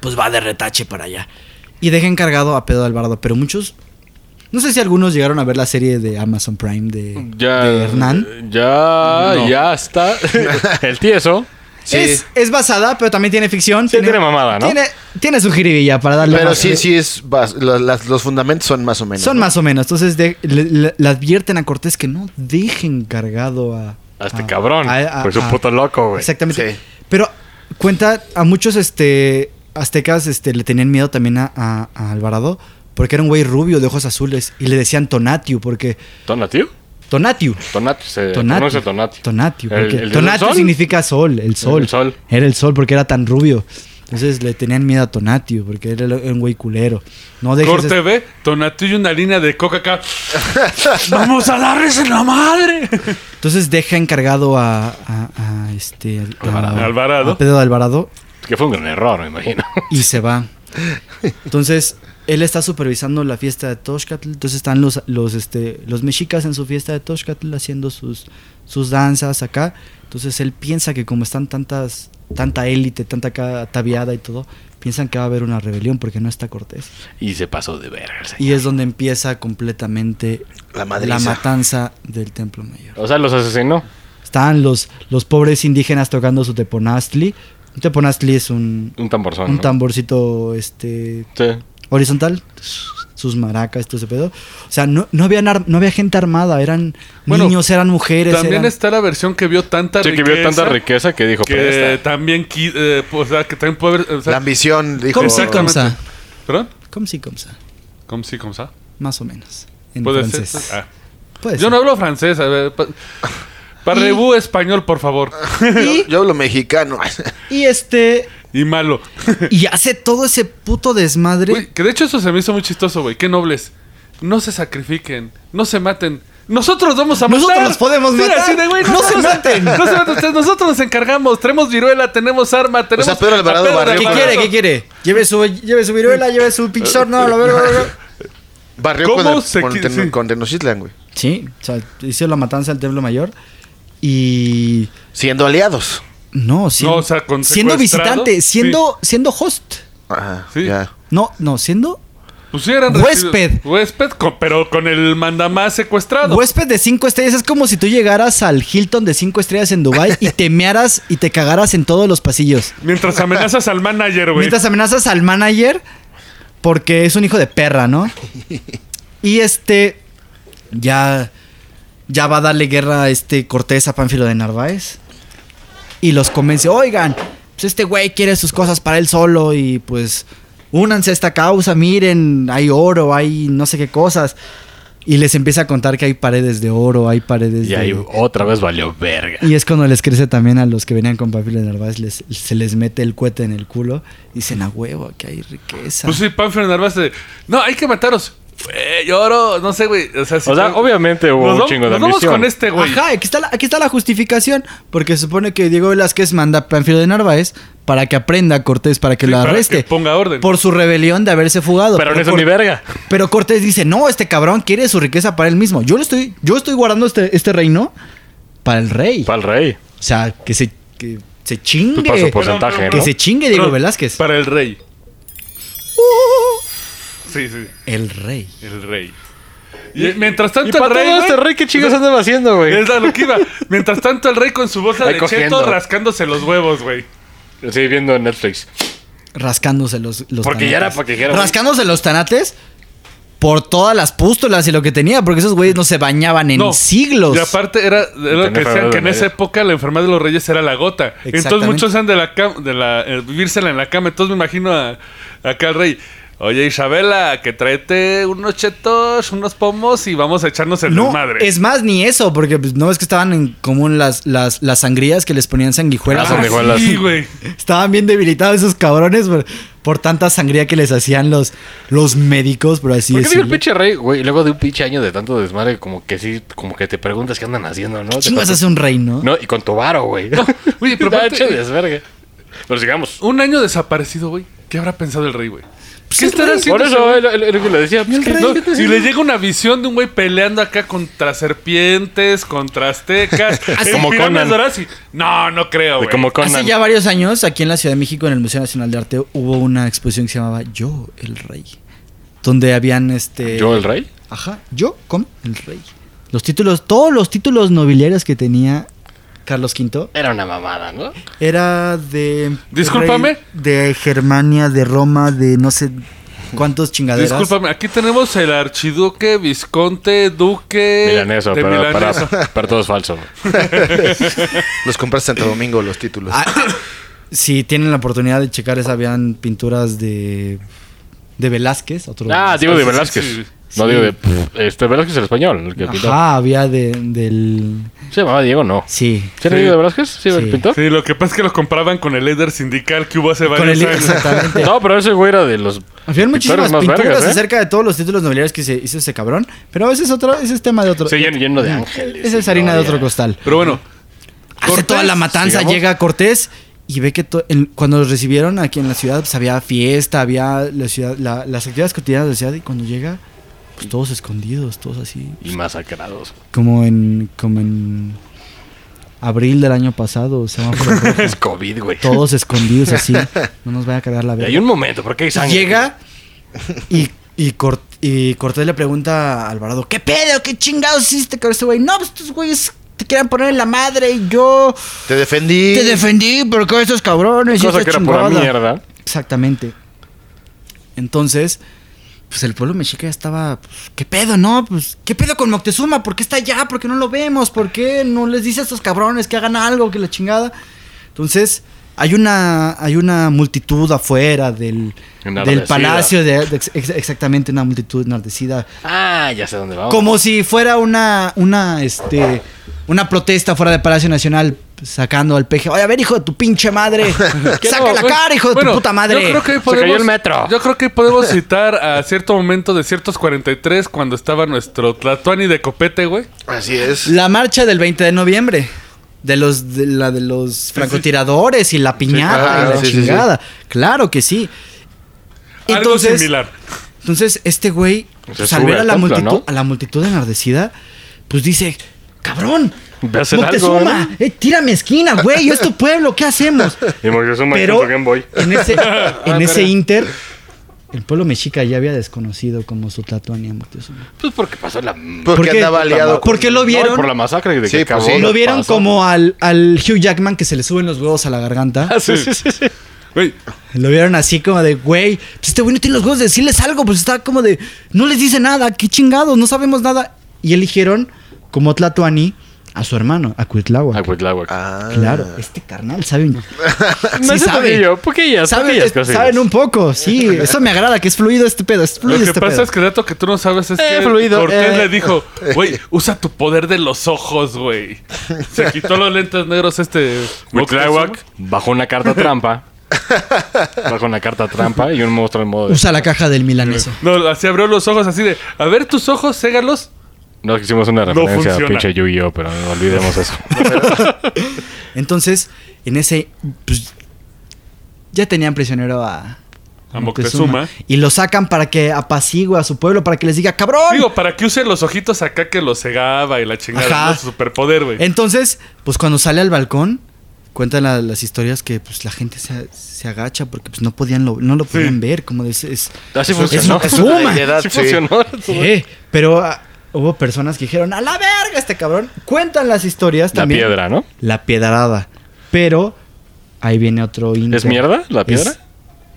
Speaker 5: pues va de retache para allá. Y deja encargado a Pedro Alvarado, pero muchos... No sé si algunos llegaron a ver la serie de Amazon Prime de,
Speaker 2: Ya,
Speaker 5: de Hernán.
Speaker 2: Ya,
Speaker 4: No.
Speaker 2: ya está. el tieso.
Speaker 3: Sí.
Speaker 5: Es, es basada, pero también tiene ficción.
Speaker 2: Sí, tiene mamada, ¿no?
Speaker 5: Tiene, tiene su jiribilla para darle.
Speaker 3: Pero
Speaker 5: más-
Speaker 3: sí,
Speaker 5: eh.
Speaker 3: sí, es bas- la- las- los fundamentos son más o menos.
Speaker 5: Son
Speaker 3: ¿no?
Speaker 5: más o menos. Entonces de- le, le- le advierten a Cortés que no dejen cargado a.
Speaker 2: A este cabrón.
Speaker 5: a- a-
Speaker 2: pues un
Speaker 5: a-
Speaker 2: puto loco, güey.
Speaker 5: Exactamente.
Speaker 3: Sí.
Speaker 5: Pero cuenta a muchos este aztecas este, le tenían miedo también a, a- a Alvarado porque era un güey rubio de ojos azules y le decían Tonatiu porque.
Speaker 2: ¿Tonatiu?
Speaker 5: Tonatiu.
Speaker 2: Tonati. Se
Speaker 5: Tonatio.
Speaker 2: conoce Tonati.
Speaker 5: Tonatio,
Speaker 2: El-
Speaker 5: porque
Speaker 2: el dios del
Speaker 5: Tonatio
Speaker 2: sol.
Speaker 5: significa sol, el sol.
Speaker 2: El sol.
Speaker 5: Era el sol porque era tan rubio. Entonces le tenían miedo a Tonatio porque era el- un güey culero. No dejes
Speaker 4: Corte B, Tonatillo una línea de coca acá. ¡Vamos a darles en la madre!
Speaker 5: Entonces deja encargado a, a- a este a-
Speaker 4: Alvarado. Alvarado.
Speaker 5: a Pedro Alvarado
Speaker 2: Que fue un gran error, me imagino.
Speaker 5: y se va. Entonces él está supervisando la fiesta de Toshcatl. Entonces están los los este los mexicas en su fiesta de Toshcatl haciendo sus sus danzas acá. Entonces él piensa que como están tantas tanta élite, tanta acá ataviada y todo, piensan que va a haber una rebelión porque no está Cortés.
Speaker 2: Y se pasó de verga el señor.
Speaker 5: Y es donde empieza completamente
Speaker 3: La madriza.
Speaker 5: matanza del Templo Mayor.
Speaker 2: O sea, los asesinó.
Speaker 5: Estaban los, los pobres indígenas tocando su teponastli. Un teponastli es un,
Speaker 2: Un tamborzón.
Speaker 5: un
Speaker 2: ¿no?
Speaker 5: tamborcito este
Speaker 2: Sí.
Speaker 5: horizontal. Sus maracas, todo ese pedo. O sea, no, no, habían ar- no había gente armada. Eran
Speaker 4: Bueno,
Speaker 5: niños, eran mujeres.
Speaker 4: También
Speaker 5: eran-
Speaker 4: está la versión que vio tanta
Speaker 2: Sí, que
Speaker 4: riqueza.
Speaker 2: vio tanta riqueza pues, que dijo, "Pero
Speaker 4: Que
Speaker 2: esta".
Speaker 4: también, qui- eh, pues, o sea, que también puede haber... o sea,
Speaker 3: La ambición, dijo.
Speaker 5: Como sí, como
Speaker 4: Exactamente.
Speaker 5: sa.
Speaker 4: ¿Perdón?
Speaker 5: Como sí, como sa.
Speaker 4: ¿Cómo sí, cómo sa?
Speaker 5: Más o menos. En
Speaker 4: ¿Puede
Speaker 5: francés.
Speaker 4: ser? Ah.
Speaker 5: Puede
Speaker 4: Yo
Speaker 5: ser.
Speaker 4: no hablo francés. A ver, pa- Parlez-vous español, por favor.
Speaker 5: Y-
Speaker 3: Yo hablo mexicano.
Speaker 5: y este.
Speaker 4: Y malo.
Speaker 5: Y hace todo ese puto desmadre.
Speaker 4: Güey, que de hecho eso se me hizo muy chistoso, güey. Qué nobles. No se sacrifiquen, no se maten. Nosotros vamos a matar.
Speaker 5: Nosotros los podemos
Speaker 4: Sí,
Speaker 5: matar.
Speaker 4: así de, güey,
Speaker 5: No
Speaker 4: nosotros-
Speaker 5: se maten.
Speaker 4: No se maten ustedes. Nosotros nos encargamos. Tenemos viruela, tenemos arma, tenemos.
Speaker 3: sea, Pedro Alvarado
Speaker 4: a
Speaker 3: barrió
Speaker 5: ¿Qué
Speaker 3: Alvarado.
Speaker 5: quiere? ¿Qué quiere? Lleve su, lleve su viruela, lleve su pinche no, la verga, la verga.
Speaker 3: Barrió
Speaker 4: ¿Cómo
Speaker 3: con, el-
Speaker 4: se
Speaker 3: con
Speaker 4: qui-
Speaker 3: Teno-
Speaker 4: sí.
Speaker 3: con Tenochtitlan, güey.
Speaker 5: Sí, o sea, hizo la matanza del templo mayor y
Speaker 3: Siendo aliados.
Speaker 5: no, siendo,
Speaker 4: No, o sea, con
Speaker 5: siendo
Speaker 4: secuestrado,
Speaker 5: visitante, siendo siendo host.
Speaker 3: Ajá,
Speaker 4: Sí.
Speaker 3: ya.
Speaker 5: No, no, siendo
Speaker 4: Pues sí, eran
Speaker 5: Huésped.
Speaker 4: recibidos. Huésped, con- pero con el mandamás secuestrado.
Speaker 5: huésped de cinco estrellas es como si tú llegaras al Hilton de cinco estrellas en Dubai y te mearas y te cagaras en todos los pasillos.
Speaker 4: Mientras amenazas al manager, güey.
Speaker 5: Mientras amenazas al manager porque es un hijo de perra, ¿no? Y este ya ya va a darle guerra a este Cortés a Pánfilo de Narváez y los convence, "Oigan, pues este güey quiere sus cosas para él solo y pues únanse a esta causa, miren, hay oro, hay no sé qué cosas." Y les empieza a contar que hay paredes de oro, hay paredes
Speaker 2: Y
Speaker 5: de
Speaker 2: ahí otra vez valió verga.
Speaker 5: y es cuando les crece también a los que venían con Pánfilo de Narváez, les, se les mete el cohete en el culo. Dicen, a huevo, que hay riqueza.
Speaker 4: Pues sí, Panfilo Narváez. de, No, hay que mataros. Güey, lloro. No sé, güey. O sea, si
Speaker 2: O sea,
Speaker 4: no-
Speaker 2: obviamente hubo
Speaker 4: Nos
Speaker 2: un
Speaker 4: vamos-
Speaker 2: chingo de
Speaker 4: Nos vamos
Speaker 2: ambición.
Speaker 4: con este, güey.
Speaker 5: Ajá, aquí está, la, aquí está la justificación. Porque se supone que Diego Velázquez manda a Pánfilo de Narváez para que aprenda a Cortés, para que
Speaker 4: Sí,
Speaker 5: lo
Speaker 4: para
Speaker 5: arreste.
Speaker 4: que ponga orden.
Speaker 5: Por su rebelión de haberse fugado.
Speaker 2: Pero no hizo
Speaker 5: Cor-
Speaker 2: ni verga.
Speaker 5: Pero Cortés dice, no, este cabrón quiere su riqueza para él mismo. Yo, le estoy, yo estoy guardando este, este reino para el rey.
Speaker 2: Para el rey.
Speaker 5: o sea, que se, que se chingue.
Speaker 2: Pues para su porcentaje,
Speaker 4: Perdón,
Speaker 5: que
Speaker 2: ¿no?
Speaker 5: se chingue Diego
Speaker 4: Pero-
Speaker 5: Velázquez.
Speaker 4: Para el rey. Sí, sí.
Speaker 5: El rey.
Speaker 4: El rey. Y, eh, mientras
Speaker 2: Y
Speaker 4: tanto el
Speaker 2: para
Speaker 4: rey,
Speaker 2: todo este
Speaker 4: güey,
Speaker 2: rey, ¿qué chingas andaba haciendo, güey?
Speaker 4: es a lo que iba. Mientras tanto el rey con su bolsa
Speaker 2: Ahí
Speaker 4: de
Speaker 2: cogiendo.
Speaker 4: cheto rascándose los huevos, güey.
Speaker 2: Sí, viendo en Netflix.
Speaker 5: rascándose los, los
Speaker 2: Porque ya era para que dijera, güey.
Speaker 5: Rascándose los tanates por todas las pústulas y lo que tenía, porque esos güeyes no se bañaban en
Speaker 4: No.
Speaker 5: siglos.
Speaker 4: Y aparte era, era lo que
Speaker 2: enfermedad
Speaker 4: decían que
Speaker 2: de
Speaker 4: en esa
Speaker 2: reyes.
Speaker 4: época la enfermedad de los reyes era la gota. Entonces
Speaker 5: Exactamente.
Speaker 4: muchos eran de la cama, de la eh, vivírsela en la cama. Entonces me imagino a, acá al rey. Oye, Isabela, que tráete unos chetos, unos pomos y vamos a echarnos el
Speaker 5: No,
Speaker 4: desmadre.
Speaker 5: es más, ni eso, porque pues, no es que estaban en común las, las, las sangrías que les ponían sanguijuelas.
Speaker 2: Ah, sanguijuelas.
Speaker 4: Sí, güey.
Speaker 5: Estaban bien debilitados esos cabrones por, por tanta sangría que les hacían los, los médicos, por así
Speaker 2: ¿Por qué digo el
Speaker 5: decirlo.
Speaker 2: pinche rey, güey? Luego de un pinche año de tanto desmadre, como que sí, como que te preguntas qué andan haciendo, ¿no? Te
Speaker 5: Chingas
Speaker 2: contes-
Speaker 5: hace un rey, ¿no?
Speaker 2: No, y con tu varo, güey.
Speaker 4: oye, pero
Speaker 2: Está
Speaker 4: aparte- eh, Uh,
Speaker 2: hecho desvergue. Pero sigamos.
Speaker 4: Un año desaparecido, güey. ¿Qué habrá pensado el rey, güey?
Speaker 5: Pues
Speaker 4: ¿Qué
Speaker 2: Por
Speaker 4: estará haciendo? ese
Speaker 2: eso, eh,
Speaker 4: güey?
Speaker 2: él- él- él que le decía. pues, que no,
Speaker 4: No, y le llega una visión de un güey peleando acá contra serpientes, contra aztecas, en
Speaker 2: Como
Speaker 4: pirámides
Speaker 2: Conan.
Speaker 4: doradas y- No, no creo, güey.
Speaker 2: Como Conan.
Speaker 5: Hace ya varios años, aquí en la Ciudad de México, en el Museo Nacional de Arte, hubo una exposición que se llamaba Yo, el Rey. Donde habían este.
Speaker 2: ¿Yo el rey?
Speaker 5: Ajá, yo como el rey. Los títulos, todos los títulos nobiliarios que tenía Carlos V
Speaker 2: Era una mamada, ¿no?
Speaker 5: era de.
Speaker 4: Discúlpame.
Speaker 5: rey de Germania, de Roma, de no sé cuántos chingaderas.
Speaker 4: Discúlpame, aquí tenemos el archiduque, visconte, duque...
Speaker 2: Milaneso,
Speaker 4: de
Speaker 2: pero
Speaker 4: Milaneso.
Speaker 2: Para, para todo es falso. güey.
Speaker 3: Los compraste Santo Domingo los títulos.
Speaker 5: Ah, si tienen la oportunidad de checar, esa habían pinturas de. de Velázquez. Otro
Speaker 2: Ah, digo de Velázquez.
Speaker 4: pues, sí,
Speaker 2: No
Speaker 5: Sí.
Speaker 2: digo de. pff, Este Velázquez el español, el que pintó.
Speaker 5: Ajá, había de, del.
Speaker 2: ¿Se llamaba Diego? No.
Speaker 5: Sí.
Speaker 2: ¿Se era
Speaker 4: Sí.
Speaker 2: Diego de Velázquez? ¿Sí, el
Speaker 5: Sí.
Speaker 2: pintor?
Speaker 4: Sí, lo que pasa es que los compraban con el líder sindical que hubo hace
Speaker 5: Con
Speaker 4: varios
Speaker 5: el,
Speaker 4: años.
Speaker 5: exactamente.
Speaker 2: No, pero ese güey era de los.
Speaker 5: Había
Speaker 2: pintores
Speaker 5: muchísimas
Speaker 2: más
Speaker 5: pinturas
Speaker 2: vergas, ¿eh?
Speaker 5: acerca de todos los títulos nobiliarios que se hizo ese cabrón, pero ese es otro, ese es tema de otro.
Speaker 2: Sí, lleno- lleno de ángeles
Speaker 5: Esa
Speaker 2: y
Speaker 5: es harina de
Speaker 2: gloria.
Speaker 5: otro costal.
Speaker 4: Pero bueno,
Speaker 5: Hace
Speaker 4: Cortés,
Speaker 5: toda la matanza,
Speaker 2: sigamos.
Speaker 5: llega Cortés y ve que to- en- cuando los recibieron aquí en la ciudad, pues había fiesta, había la ciudad, la- las actividades cotidianas de la ciudad, y cuando llega, pues todos escondidos, todos así.
Speaker 2: Y masacrados.
Speaker 5: Como en. como en abril del año pasado, semáforo rojo,
Speaker 2: Es COVID, güey.
Speaker 5: todos escondidos así. No nos vaya a cargar la
Speaker 2: Y
Speaker 5: verga.
Speaker 2: Hay un momento, porque hay sangre.
Speaker 5: Llega y, y, Cort- y Cortés le pregunta a Alvarado, ¿qué pedo? ¿Qué chingados hiciste con este güey? No, pues estos güeyes te quieran poner en la madre y yo
Speaker 3: Te defendí.
Speaker 5: te defendí porque estos cabrones y
Speaker 2: Cosa que
Speaker 5: esta
Speaker 2: era pura
Speaker 5: chingada".
Speaker 2: mierda.
Speaker 5: Exactamente. Entonces, pues el pueblo mexica ya estaba, pues, ¿qué pedo, no? Pues, ¿qué pedo con Moctezuma? ¿Por qué está allá? ¿Por qué no lo vemos? ¿Por qué no les dice a estos cabrones que hagan algo, que la chingada? Entonces, hay una, hay una multitud afuera del, del
Speaker 2: Enardecida.
Speaker 5: palacio, de, de- ex- exactamente una multitud enardecida.
Speaker 2: Ah, ya sé dónde
Speaker 4: Oh.
Speaker 2: vamos.
Speaker 5: Como si fuera una, una, este, una protesta fuera del Palacio Nacional sacando al peje. Oye, a ver, hijo de tu pinche madre. Saca la
Speaker 4: Bueno,
Speaker 5: cara, hijo de
Speaker 4: bueno,
Speaker 5: tu puta madre.
Speaker 4: Yo creo que ahí
Speaker 2: Se cayó
Speaker 4: podemos,
Speaker 2: el metro.
Speaker 4: Yo creo que ahí podemos citar a cierto momento de ciertos 43 cuando estaba nuestro Tlatuani de copete, güey.
Speaker 3: Así es.
Speaker 5: La marcha del 20 de noviembre. De los de la de los francotiradores y la piñata
Speaker 3: claro,
Speaker 5: y la
Speaker 3: sí, sí, sí.
Speaker 5: chingada. Claro que sí.
Speaker 4: Algo
Speaker 5: Entonces,
Speaker 4: similar.
Speaker 5: entonces este güey,
Speaker 2: Se
Speaker 5: pues, al
Speaker 2: sube
Speaker 5: ver a
Speaker 2: al
Speaker 5: la
Speaker 2: templo,
Speaker 5: multitud,
Speaker 2: ¿no?
Speaker 5: a la multitud enardecida, pues dice, cabrón,
Speaker 2: Ve a hacer
Speaker 5: Moctezuma,
Speaker 2: algo,
Speaker 5: eh, tírame esquina, güey, yo es tu pueblo, ¿qué hacemos?
Speaker 2: Y Moctezuma
Speaker 5: Pero
Speaker 2: con su "Pues, Game Boy. Ah,
Speaker 5: en ese, en ese inter, el pueblo mexica ya había desconocido como su tatuania Moctezuma.
Speaker 2: Pues porque pasó la. No,
Speaker 3: Porque
Speaker 5: ¿Por qué?
Speaker 3: andaba aliado con...
Speaker 5: Porque lo vieron.
Speaker 2: por la masacre de que
Speaker 3: Sí, pues
Speaker 2: acabó.
Speaker 3: sí.
Speaker 5: Lo vieron
Speaker 2: pasó.
Speaker 5: como al, al Hugh Jackman que se le suben los huevos a la garganta.
Speaker 2: Ah, sí, sí, sí, sí.
Speaker 4: Güey,
Speaker 5: Lo vieron así como de, güey, pues este güey no tiene los huevos de decirles algo. Pues está como de, no les dice nada, qué chingados, no sabemos nada. Y eligieron como Tlatoani a su hermano, a
Speaker 2: Ah,
Speaker 5: Cuitláhuac.
Speaker 2: güey, la güey.
Speaker 3: Ah.
Speaker 5: Claro, este carnal sabe un...
Speaker 2: No sé
Speaker 5: sí sabe.
Speaker 2: yo, poquillas,
Speaker 5: Sabe-
Speaker 2: poquillas cosillas.
Speaker 5: saben un poco, sí. Eso me agrada, que es fluido este pedo, es
Speaker 4: lo
Speaker 5: fluido
Speaker 4: que
Speaker 5: este
Speaker 4: pasa
Speaker 5: pedo.
Speaker 4: es que el dato que tú no sabes es
Speaker 2: Eh,
Speaker 4: que
Speaker 2: fluido,
Speaker 4: Cortés
Speaker 2: eh.
Speaker 4: le dijo, güey, usa tu poder de los ojos, güey. Se quitó los lentes negros este...
Speaker 2: Huitláhuac
Speaker 4: Moctezuma.
Speaker 2: bajó una carta trampa. Bajó una carta trampa y un monstruo en modo de.
Speaker 5: Usa la caja del milaneso.
Speaker 4: No, así abrió los ojos así de, a ver tus ojos, ségalos.
Speaker 2: No, que hicimos una referencia a
Speaker 4: funciona.
Speaker 2: pinche Yu-Gi-Oh, pero no olvidemos eso.
Speaker 5: Entonces, en ese. pues, ya tenían prisionero a.
Speaker 4: A Moctezuma.
Speaker 5: Y lo sacan para que apacigüe a su pueblo, para que les diga, ¡cabrón!
Speaker 4: Digo, para que use los ojitos acá que los cegaba y la
Speaker 5: Ajá.
Speaker 4: chingada. ¿no? Su superpoder, güey.
Speaker 5: Entonces, pues cuando sale al balcón, cuentan la- las historias que pues la gente se, se agacha porque pues no podían lo, no lo podían ver, como de, es, es-
Speaker 2: Así
Speaker 5: es- es
Speaker 2: funcionó.
Speaker 5: Moctezuma.
Speaker 3: La edad,
Speaker 2: Sí,
Speaker 3: sí.
Speaker 2: funcionó.
Speaker 5: Sí, pero ah, hubo personas que dijeron, ¡a la verga este cabrón! Cuentan las historias
Speaker 2: La
Speaker 5: también.
Speaker 2: piedra, ¿no?
Speaker 5: La piedrada. Pero ahí viene otro inter.
Speaker 2: ¿Es mierda la piedra?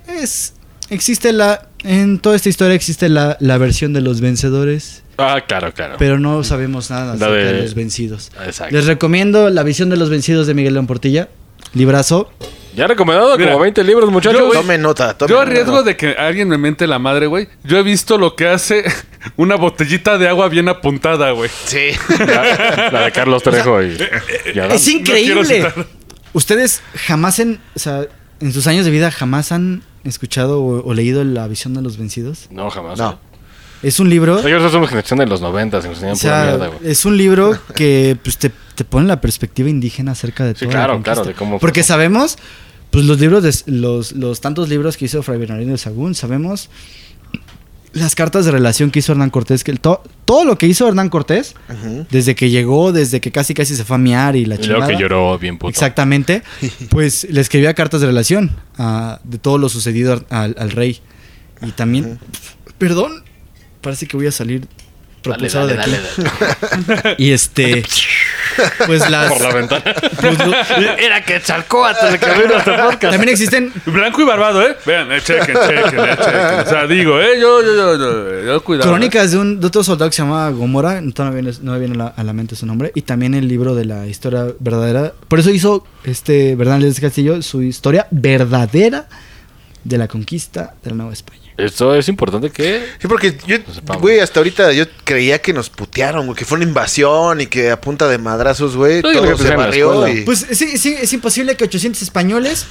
Speaker 5: Es, existe la. En toda esta historia existe la, la versión de los vencedores,
Speaker 2: Ah, claro, claro.
Speaker 5: pero no sabemos nada
Speaker 2: La
Speaker 5: acerca de...
Speaker 2: de-
Speaker 5: los vencidos.
Speaker 2: Exacto.
Speaker 5: Les recomiendo la visión de los vencidos de Miguel León Portilla. Librazo.
Speaker 2: Ya recomendado
Speaker 4: Mira,
Speaker 2: como 20 libros, muchachos.
Speaker 4: yo, güey,
Speaker 3: Tomen nota, tomen
Speaker 4: Yo
Speaker 3: nota.
Speaker 4: arriesgo de que alguien me mente la madre, güey. Yo he visto lo que hace una botellita de agua bien apuntada, güey.
Speaker 3: Sí.
Speaker 2: La, la de Carlos Trejo y... y Adán.
Speaker 5: Es
Speaker 4: quiero
Speaker 5: increíble.
Speaker 4: citar.
Speaker 5: Ustedes jamás en, o sea, en sus años de vida jamás han escuchado o, o leído La visión de los vencidos.
Speaker 2: No, jamás.
Speaker 3: No.
Speaker 5: Es un libro.
Speaker 2: Ellos somos generación de los 90, se nos enseñan
Speaker 5: o sea,
Speaker 2: pura mierda, güey.
Speaker 5: es un libro que pues, te, te pone la perspectiva indígena acerca de
Speaker 2: Sí,
Speaker 5: todo.
Speaker 2: claro, claro, de cómo fue.
Speaker 5: Porque sabemos, pues los libros, de, los, los tantos libros que hizo Fray Bernardino de Sagún, sabemos las cartas de relación que hizo Hernán Cortés, que el to- todo lo que hizo Hernán Cortés, desde que llegó, desde que casi casi se fue a miar y la
Speaker 2: Y luego
Speaker 5: eh, chingada.
Speaker 2: que lloró bien puto.
Speaker 5: Exactamente. Pues le escribía cartas de relación ah, de todo lo sucedido al, al rey. Y también, perdón, parece que voy a salir propulsado de aquí. Y este, pues las...
Speaker 2: Por la ventana.
Speaker 5: pues lo-
Speaker 2: Era que Chalcoatl que abrió este podcast.
Speaker 5: también existen...
Speaker 4: Blanco y barbado, ¿eh? Vean, eh, chequen, chequen, eh, chequen. O sea, digo, ¿eh? Yo, yo, yo, yo, yo, cuidado.
Speaker 5: Crónicas de, un, de otro soldado que se llamaba Gomora, no me viene, no me viene a, la, a la mente su nombre, y también el libro de la historia verdadera. Por eso hizo este Bernal de Castillo su historia verdadera de la conquista de la Nueva España.
Speaker 2: Esto es importante que...
Speaker 3: Sí, porque yo,
Speaker 2: sepamos.
Speaker 3: güey, hasta ahorita yo creía que nos putearon, güey, que fue una invasión y que a punta de madrazos, güey,
Speaker 2: No, yo creo
Speaker 3: todo
Speaker 2: que en
Speaker 3: se
Speaker 2: la
Speaker 3: barrió.
Speaker 2: escuela.
Speaker 3: y-
Speaker 5: Pues sí, sí, es imposible que 800 españoles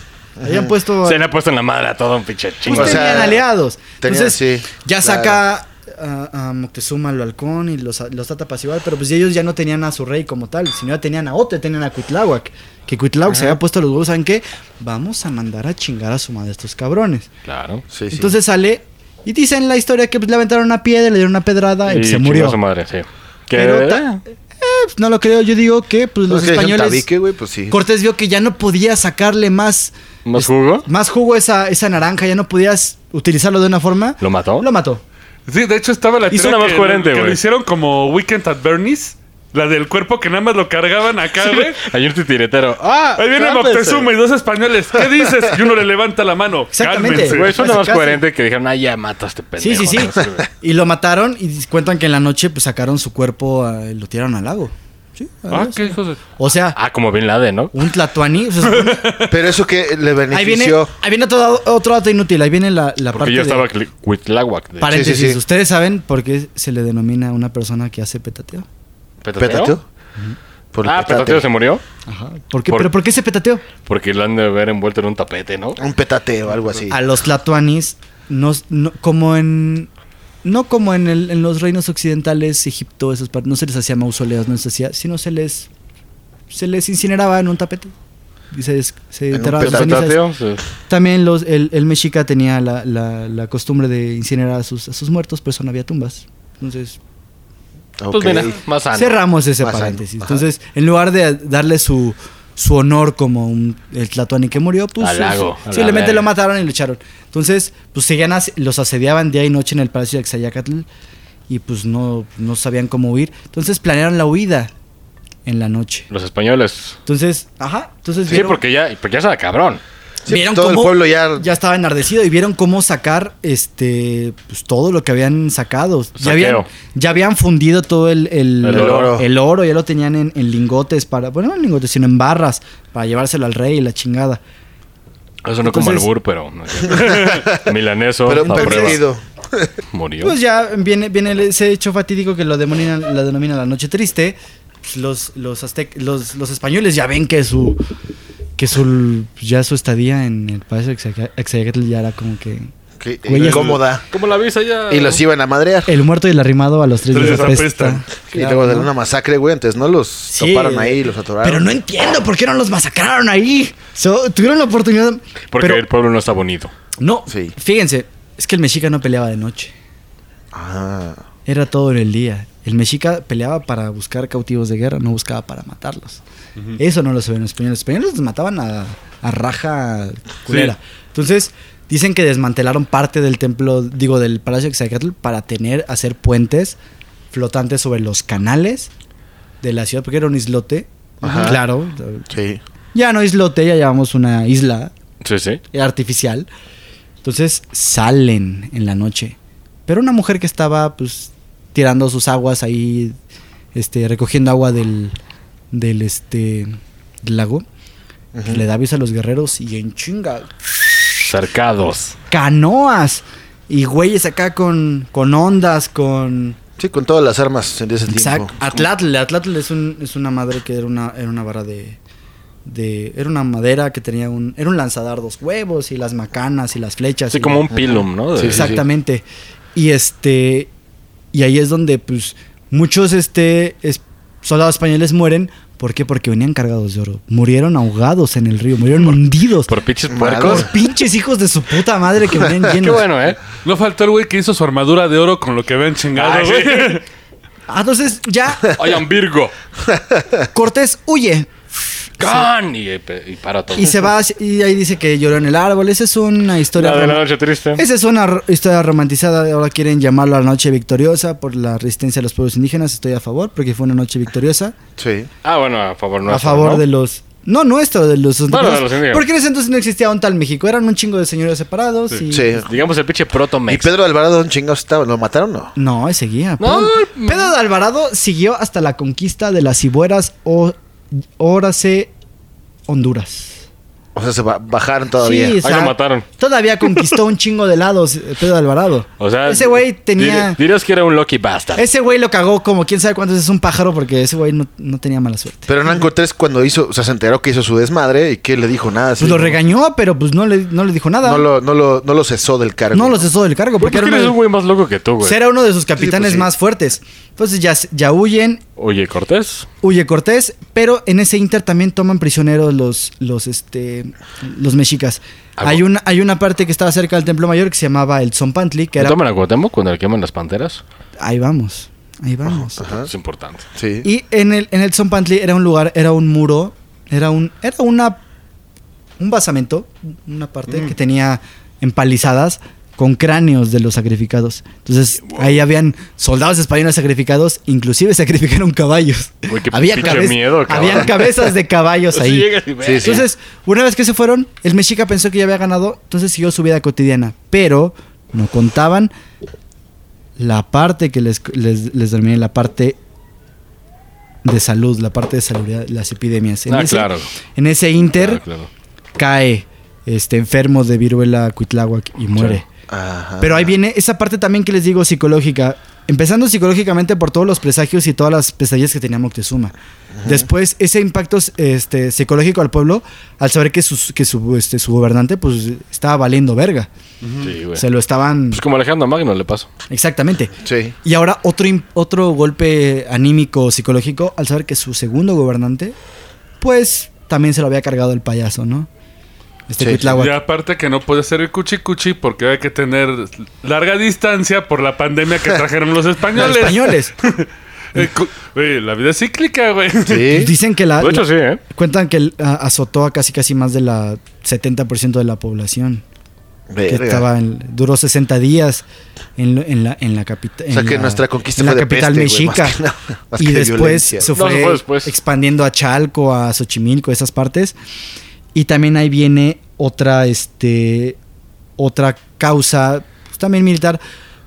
Speaker 5: hayan puesto...
Speaker 2: Se le ha puesto en la madre a todo un pinche chingo.
Speaker 5: Pues
Speaker 3: O sea,
Speaker 5: tenían aliados.
Speaker 3: tenían,
Speaker 5: Entonces,
Speaker 3: sí,
Speaker 5: ya
Speaker 3: claro.
Speaker 5: saca a, a Moctezuma al halcón y los, los trata apaciguar, pero pues ellos ya no tenían a su rey como tal, sino ya tenían a otro, tenían a Cuitláhuac. Que Cuitláhuac se había puesto los huevos, ¿saben qué? Vamos a mandar a chingar a su madre a estos cabrones.
Speaker 2: Claro.
Speaker 3: Sí, sí.
Speaker 5: Entonces sale y dicen la historia que pues, le aventaron una piedra, le dieron una pedrada y, pues, se
Speaker 2: chingó
Speaker 5: murió.
Speaker 2: a su madre, sí. Que...
Speaker 5: Pero ta- eh, pues, no lo creo, yo digo que pues, los
Speaker 3: Es que es un
Speaker 5: españoles...
Speaker 3: tabique, güey, pues sí.
Speaker 5: Cortés vio que ya no podía sacarle más...
Speaker 2: ¿Más
Speaker 5: es-
Speaker 2: jugo?
Speaker 5: Más jugo a esa, esa naranja, ya no podías utilizarlo de una forma.
Speaker 2: ¿Lo mató?
Speaker 5: Lo mató.
Speaker 4: Sí, de hecho estaba la
Speaker 2: Hizo
Speaker 4: teoría
Speaker 2: una más
Speaker 4: que-
Speaker 2: coherente,
Speaker 4: que lo
Speaker 2: güey.
Speaker 4: hicieron como Weekend at Bernie's. La del cuerpo que nada más lo cargaban acá, güey.
Speaker 2: Hay un titiretero. ¡Ah!
Speaker 4: Ahí viene
Speaker 3: pues,
Speaker 2: trápese!
Speaker 4: Moctezuma y dos españoles. ¿Qué dices? Y uno le levanta la mano.
Speaker 5: Exactamente.
Speaker 4: Cálmense.
Speaker 2: Güey, suena
Speaker 5: Casi,
Speaker 2: más
Speaker 5: casi.
Speaker 2: coherente que dijeron, ah, ya mataste,
Speaker 5: Sí,
Speaker 2: pendejo.
Speaker 5: sí, sí.
Speaker 2: ¿no?
Speaker 5: y lo mataron y cuentan que en la noche pues sacaron su cuerpo eh, y lo tiraron al lago. Sí,
Speaker 4: Ah,
Speaker 5: adiós.
Speaker 4: qué hijos de...
Speaker 5: O sea,
Speaker 2: Ah, como Bin Laden, ¿no?
Speaker 5: un tlatoani. o sea,
Speaker 3: Pero eso que le
Speaker 5: ahí viene,
Speaker 3: benefició.
Speaker 5: ahí viene otro, otro dato inútil. Ahí viene la, la parte
Speaker 2: Porque yo estaba
Speaker 5: de,
Speaker 2: cli- Cuitláhuac. de-
Speaker 5: paréntesis.
Speaker 3: Sí, sí, sí.
Speaker 5: Ustedes saben por qué se le denomina a una persona que hace petateo.
Speaker 2: ¿Petateo?
Speaker 3: ¿Petateo? Por el
Speaker 2: Ah,
Speaker 3: petate.
Speaker 2: Petateo se murió.
Speaker 5: Ajá. ¿Por qué?
Speaker 2: Por-
Speaker 5: ¿Pero por qué se petateó?
Speaker 2: Porque lo han de haber envuelto en un tapete, ¿no?
Speaker 5: Ah.
Speaker 3: Un petate o algo así.
Speaker 5: A los tlatoanis, no, no- como en. No como en, el- en los reinos occidentales, Egipto, esas partes, no se les hacía mausoleos, no se les hacía, sino se les. Se les incineraba en un tapete. Y se, des- se
Speaker 3: En un
Speaker 5: enterraban sus cenizas.
Speaker 2: Petateo. sí.
Speaker 5: También los, el, el mexica tenía la, la- la costumbre de incinerar a sus, a sus muertos, pero eso no había tumbas. Entonces,
Speaker 3: Ok.
Speaker 2: Pues mira, más sano.
Speaker 5: cerramos ese
Speaker 3: Más sano.
Speaker 5: paréntesis.
Speaker 3: Ajá.
Speaker 5: Entonces, en lugar de darle su, su honor como un, el tlatoani que murió, pues
Speaker 2: Al
Speaker 5: sí,
Speaker 2: lago,
Speaker 5: sí,
Speaker 2: a la
Speaker 5: simplemente
Speaker 2: verga.
Speaker 5: lo mataron y lo echaron. Entonces, pues seguían as- los asediaban día y noche en el palacio de Axayacatl y pues no, no sabían cómo huir. Entonces planearon la huida en la noche.
Speaker 2: Los españoles.
Speaker 5: Entonces, ajá, entonces
Speaker 2: Sí, porque ya, porque ya estaba cabrón.
Speaker 3: Sí, todo el pueblo ya-
Speaker 5: ya estaba enardecido y vieron cómo sacar este pues todo lo que habían sacado. Ya
Speaker 2: Saqueo.
Speaker 5: habían, ya habían fundido todo el, el,
Speaker 2: El
Speaker 3: oro.
Speaker 5: el oro, ya lo tenían en, en lingotes para, bueno, no en lingotes, sino en barras, para llevárselo al rey y la chingada.
Speaker 2: Eso no como el
Speaker 5: Entonces-
Speaker 2: bur, pero. no sé. Milaneso.
Speaker 3: Pero
Speaker 2: la prueba.
Speaker 3: perdido.
Speaker 2: Murió.
Speaker 5: Pues ya viene, viene ese hecho fatídico que lo denomina, la denomina la noche triste. Pues Los, los, aztec- los, los españoles ya ven que su que su ya su estadía en el país de Axaca- Axayacatl ya era como que
Speaker 3: Qué
Speaker 5: Güey,
Speaker 3: incómoda.
Speaker 2: ¿Cómo la viste allá?
Speaker 3: eh, Y los iban a madrear.
Speaker 5: el muerto y el arrimado a los tres
Speaker 4: Tres
Speaker 5: días
Speaker 4: días
Speaker 5: apesta.
Speaker 4: apesta.
Speaker 3: Y luego de una masacre, güey, antes no los
Speaker 5: Sí.
Speaker 3: toparon ahí, los atoraron.
Speaker 5: Pero no entiendo por qué no los masacraron ahí. So, tuvieron la oportunidad.
Speaker 2: Porque
Speaker 5: pero
Speaker 2: el pueblo no está bonito.
Speaker 5: no,
Speaker 3: Sí.
Speaker 5: fíjense, es que el mexica no peleaba de noche.
Speaker 3: Ah,
Speaker 5: Era todo en el día. El mexica peleaba para buscar cautivos de guerra, no buscaba para matarlos. Eso no lo sabían los españoles. Los españoles los mataban a, a raja culera. Entonces, dicen que desmantelaron parte del templo, digo, del Palacio de Xayacatl para tener, hacer puentes flotantes sobre los canales de la ciudad, porque era un islote.
Speaker 3: Ajá.
Speaker 5: Claro,
Speaker 3: sí.
Speaker 5: ya no islote, ya llevamos una isla
Speaker 2: Sí, sí.
Speaker 5: artificial. Entonces salen en la noche. Pero una mujer que estaba pues tirando sus aguas ahí, este, recogiendo agua del, del este, del lago, Le da aviso a los guerreros y en chinga.
Speaker 2: Cercados.
Speaker 5: Canoas. Y güeyes acá con, con ondas, con...
Speaker 3: Sí, con todas las armas de ese
Speaker 5: Exacto. Ah.
Speaker 3: tiempo.
Speaker 5: Atlatl, Atlatl es, un- es una madre que era una, era una vara de, de- Era una madera que tenía un... Era un lanzadar dos huevos y las macanas y las flechas.
Speaker 2: Así
Speaker 5: y-
Speaker 2: como un pilum, ¿no? De-
Speaker 5: Exactamente. Y este. Y ahí es donde, pues, muchos este, es- soldados españoles mueren. ¿Por qué? Porque venían cargados de oro. Murieron ahogados en el río, murieron hundidos.
Speaker 2: Por pinches
Speaker 3: Malos.
Speaker 2: puercos.
Speaker 5: Por pinches hijos de su puta madre que venían llenos.
Speaker 2: Qué bueno, ¿eh?
Speaker 4: No faltó el güey que hizo su armadura de oro con lo que habían chingado,
Speaker 2: Ay,
Speaker 4: güey.
Speaker 5: Ah, entonces ya
Speaker 2: Oigan, Virgo.
Speaker 5: Cortés huye
Speaker 2: ¡Can! Y, y para todo.
Speaker 5: y se va. hacia- Y ahí dice que lloró en el árbol. Esa es una historia.
Speaker 2: La de
Speaker 5: rom-
Speaker 2: la noche triste.
Speaker 5: Esa es una ro- historia romantizada. Ahora quieren llamarlo la noche victoriosa por la resistencia de los pueblos indígenas. Estoy a favor porque fue una noche victoriosa.
Speaker 3: Sí.
Speaker 2: Ah, bueno, a favor nuestro.
Speaker 5: a favor
Speaker 2: ¿no?
Speaker 5: de los. No, nuestro, de los.
Speaker 2: Bueno, de los indígenas.
Speaker 5: Porque en ese entonces no existía un tal México. Eran un chingo de señores separados. Y...
Speaker 3: Sí.
Speaker 2: Digamos el pinche
Speaker 3: ¿Y
Speaker 2: proto-mex.
Speaker 3: Pedro Alvarado dónde chingados estaba? ¿Lo mataron o no?
Speaker 5: No, él seguía.
Speaker 2: No, mm.
Speaker 5: Pedro, Pedro de Alvarado siguió hasta la conquista de las Cibueras o Órase, Honduras.
Speaker 3: O sea, se ba- bajaron todavía.
Speaker 5: Sí, o sea,
Speaker 2: Ahí lo mataron.
Speaker 5: Todavía conquistó un chingo de lados eh, Pedro de Alvarado.
Speaker 2: O sea,
Speaker 5: ese güey tenía.
Speaker 2: dir- dirías que era un lucky bastard.
Speaker 5: Ese güey lo cagó como quién sabe cuántas veces un pájaro porque ese güey no, no tenía mala suerte.
Speaker 3: Pero Hernán Cortés cuando hizo, o sea, se enteró que hizo su desmadre y que le dijo nada. así,
Speaker 5: Pues lo
Speaker 3: ¿no?
Speaker 5: regañó, pero pues no le, no le dijo nada.
Speaker 3: No lo, no, lo, no lo cesó del cargo.
Speaker 5: No lo cesó del cargo
Speaker 2: ¿Por
Speaker 5: porque
Speaker 2: qué
Speaker 5: era
Speaker 2: eres
Speaker 5: uno
Speaker 2: un
Speaker 5: de-
Speaker 2: güey más loco que tú, güey?
Speaker 5: Será uno de sus capitanes
Speaker 3: pues sí.
Speaker 5: más fuertes. Entonces ya, ya huyen,
Speaker 2: Oye, Cortés.
Speaker 5: huye Cortés, pero en ese inter también toman prisioneros los, los, este, los mexicas.
Speaker 2: Ah,
Speaker 5: Hay
Speaker 2: bueno.
Speaker 5: una, hay una parte que estaba cerca del Templo Mayor que se llamaba el Zompantli, que
Speaker 2: ¿No
Speaker 5: era...
Speaker 2: toman a Cuauhtémoc cuando le queman las panteras?
Speaker 5: Ahí vamos, ahí vamos.
Speaker 3: Ajá.
Speaker 2: Es importante.
Speaker 3: Sí.
Speaker 5: Y en el, en el Zompantli era un lugar, era un muro, era un, era una, un basamento, una
Speaker 2: Mm.
Speaker 5: parte que tenía empalizadas con cráneos de los sacrificados. Entonces ahí habían soldados españoles sacrificados, inclusive sacrificaron caballos.
Speaker 2: Güey, qué
Speaker 5: Había
Speaker 2: pinche
Speaker 5: cabe-
Speaker 2: miedo, cabrón.
Speaker 5: habían cabezas de caballos
Speaker 2: Sí,
Speaker 5: ahí.
Speaker 2: llegas y ves.
Speaker 3: Sí, sí.
Speaker 5: Entonces, una vez que se fueron, el mexica pensó que ya había ganado, entonces siguió su vida cotidiana. Pero no contaban la parte que les, les, les dormía, la parte de salud, la parte de salud, las epidemias. En
Speaker 2: Ah,
Speaker 5: ese,
Speaker 2: claro.
Speaker 5: En ese
Speaker 2: Claro,
Speaker 5: inter
Speaker 2: claro.
Speaker 5: cae este enfermo de viruela Cuitláhuac y muere.
Speaker 3: Ajá.
Speaker 5: Pero ahí viene esa parte también que les digo psicológica. Empezando psicológicamente por todos los presagios y todas las pesadillas que tenía Moctezuma. Después, ese impacto este, psicológico al pueblo al saber que, sus- que su, este, su gobernante pues estaba valiendo verga.
Speaker 2: Sí, güey.
Speaker 5: Se lo estaban...
Speaker 2: Pues como Alejandro Magno le pasó.
Speaker 5: Exactamente.
Speaker 3: Sí.
Speaker 5: Y ahora otro, im- otro golpe anímico, psicológico, al saber que su segundo gobernante, pues también se lo había cargado el payaso, ¿no? Este
Speaker 3: Sí,
Speaker 5: Cuitláhuac.
Speaker 4: Y aparte que no puede ser el cuchi cuchi porque hay que tener larga distancia por la pandemia que trajeron los
Speaker 5: Los
Speaker 4: españoles.
Speaker 5: españoles.
Speaker 4: El cu- Güey, la vida es cíclica, güey.
Speaker 3: Sí.
Speaker 5: Pues Dicen que la...
Speaker 2: De hecho, sí, ¿eh?
Speaker 5: Cuentan que el- a- azotó a casi casi más de la 70% de la población. Que
Speaker 3: Verga.
Speaker 5: estaba en- duró 60 días en, lo- en la, en la capital.
Speaker 3: O sea que nuestra conquista
Speaker 5: en la
Speaker 3: fue de
Speaker 5: capital
Speaker 3: peste, güey,
Speaker 5: mexica.
Speaker 3: más que nada, más
Speaker 5: y
Speaker 3: que
Speaker 5: después
Speaker 3: violencia.
Speaker 5: se
Speaker 2: No,
Speaker 5: fue
Speaker 2: se fue después.
Speaker 5: expandiendo a Chalco, a Xochimilco, esas partes. Y también ahí viene otra, este, otra causa, pues, también militar,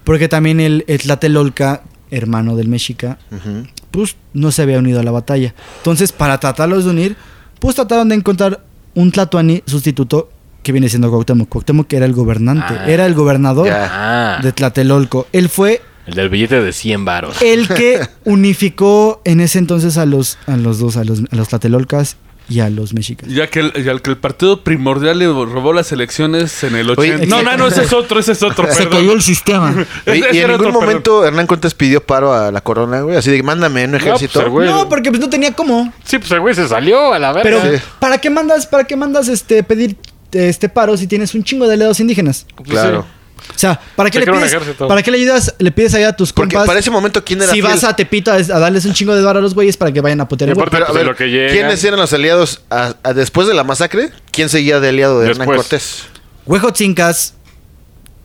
Speaker 5: porque también el, el Tlatelolca, hermano del Mexica,
Speaker 3: Ujú.
Speaker 5: pues no se había unido a la batalla. Entonces, para tratarlos de unir, pues trataron de encontrar un Tlatoani sustituto que viene siendo Cuauhtémoc. Cuauhtémoc que era el gobernante,
Speaker 2: Ah.
Speaker 5: era el gobernador
Speaker 3: Ya.
Speaker 2: Ah,
Speaker 5: Oh. de Eh. Tlatelolco. Él fue
Speaker 2: el del billete de 100 varos.
Speaker 5: el que unificó en ese entonces a los, a los dos, a los, a los Tlatelolcas y a los mexicas.
Speaker 4: Ya que, el, ya que el partido primordial le robó las elecciones en el
Speaker 3: Oye,
Speaker 4: 80. no, no, no, ese es otro, ese es otro,
Speaker 5: Se cayó
Speaker 4: perdón.
Speaker 5: el sistema.
Speaker 3: Oye,
Speaker 4: Ese- ese
Speaker 3: y en
Speaker 4: era
Speaker 3: ningún
Speaker 4: otro, perdón.
Speaker 3: momento Hernán Cortés pidió paro a la corona, güey. Así de, mándame un ejército.
Speaker 2: pues, el güey-
Speaker 5: No, porque pues no tenía cómo.
Speaker 2: Sí, pues el güey se salió a la verga.
Speaker 5: Pero,
Speaker 3: Sí.
Speaker 5: ¿para qué mandas, para qué mandas este pedir este paro si tienes un chingo de aliados indígenas?
Speaker 2: Pues,
Speaker 3: claro.
Speaker 5: O sea, ¿para
Speaker 2: Se
Speaker 5: qué, le
Speaker 2: creó un
Speaker 5: pides,
Speaker 2: ejército.
Speaker 5: ¿para qué le ayudas? Le pides ayuda a tus
Speaker 3: Porque
Speaker 5: compas.
Speaker 3: para ese momento, ¿quién era
Speaker 5: si
Speaker 3: fiel?
Speaker 5: vas a Tepito a, a darles un chingo de bar a los güeyes para que vayan a putear el
Speaker 2: Y
Speaker 5: güey.
Speaker 2: aparte-
Speaker 3: Pero, a
Speaker 2: Pues, de
Speaker 3: ver,
Speaker 2: lo que llegan.
Speaker 3: ¿quiénes eran los aliados a- a después de la masacre? ¿Quién seguía de aliado de Hernán
Speaker 2: Después.
Speaker 3: Cortés?
Speaker 5: Huejotzincas,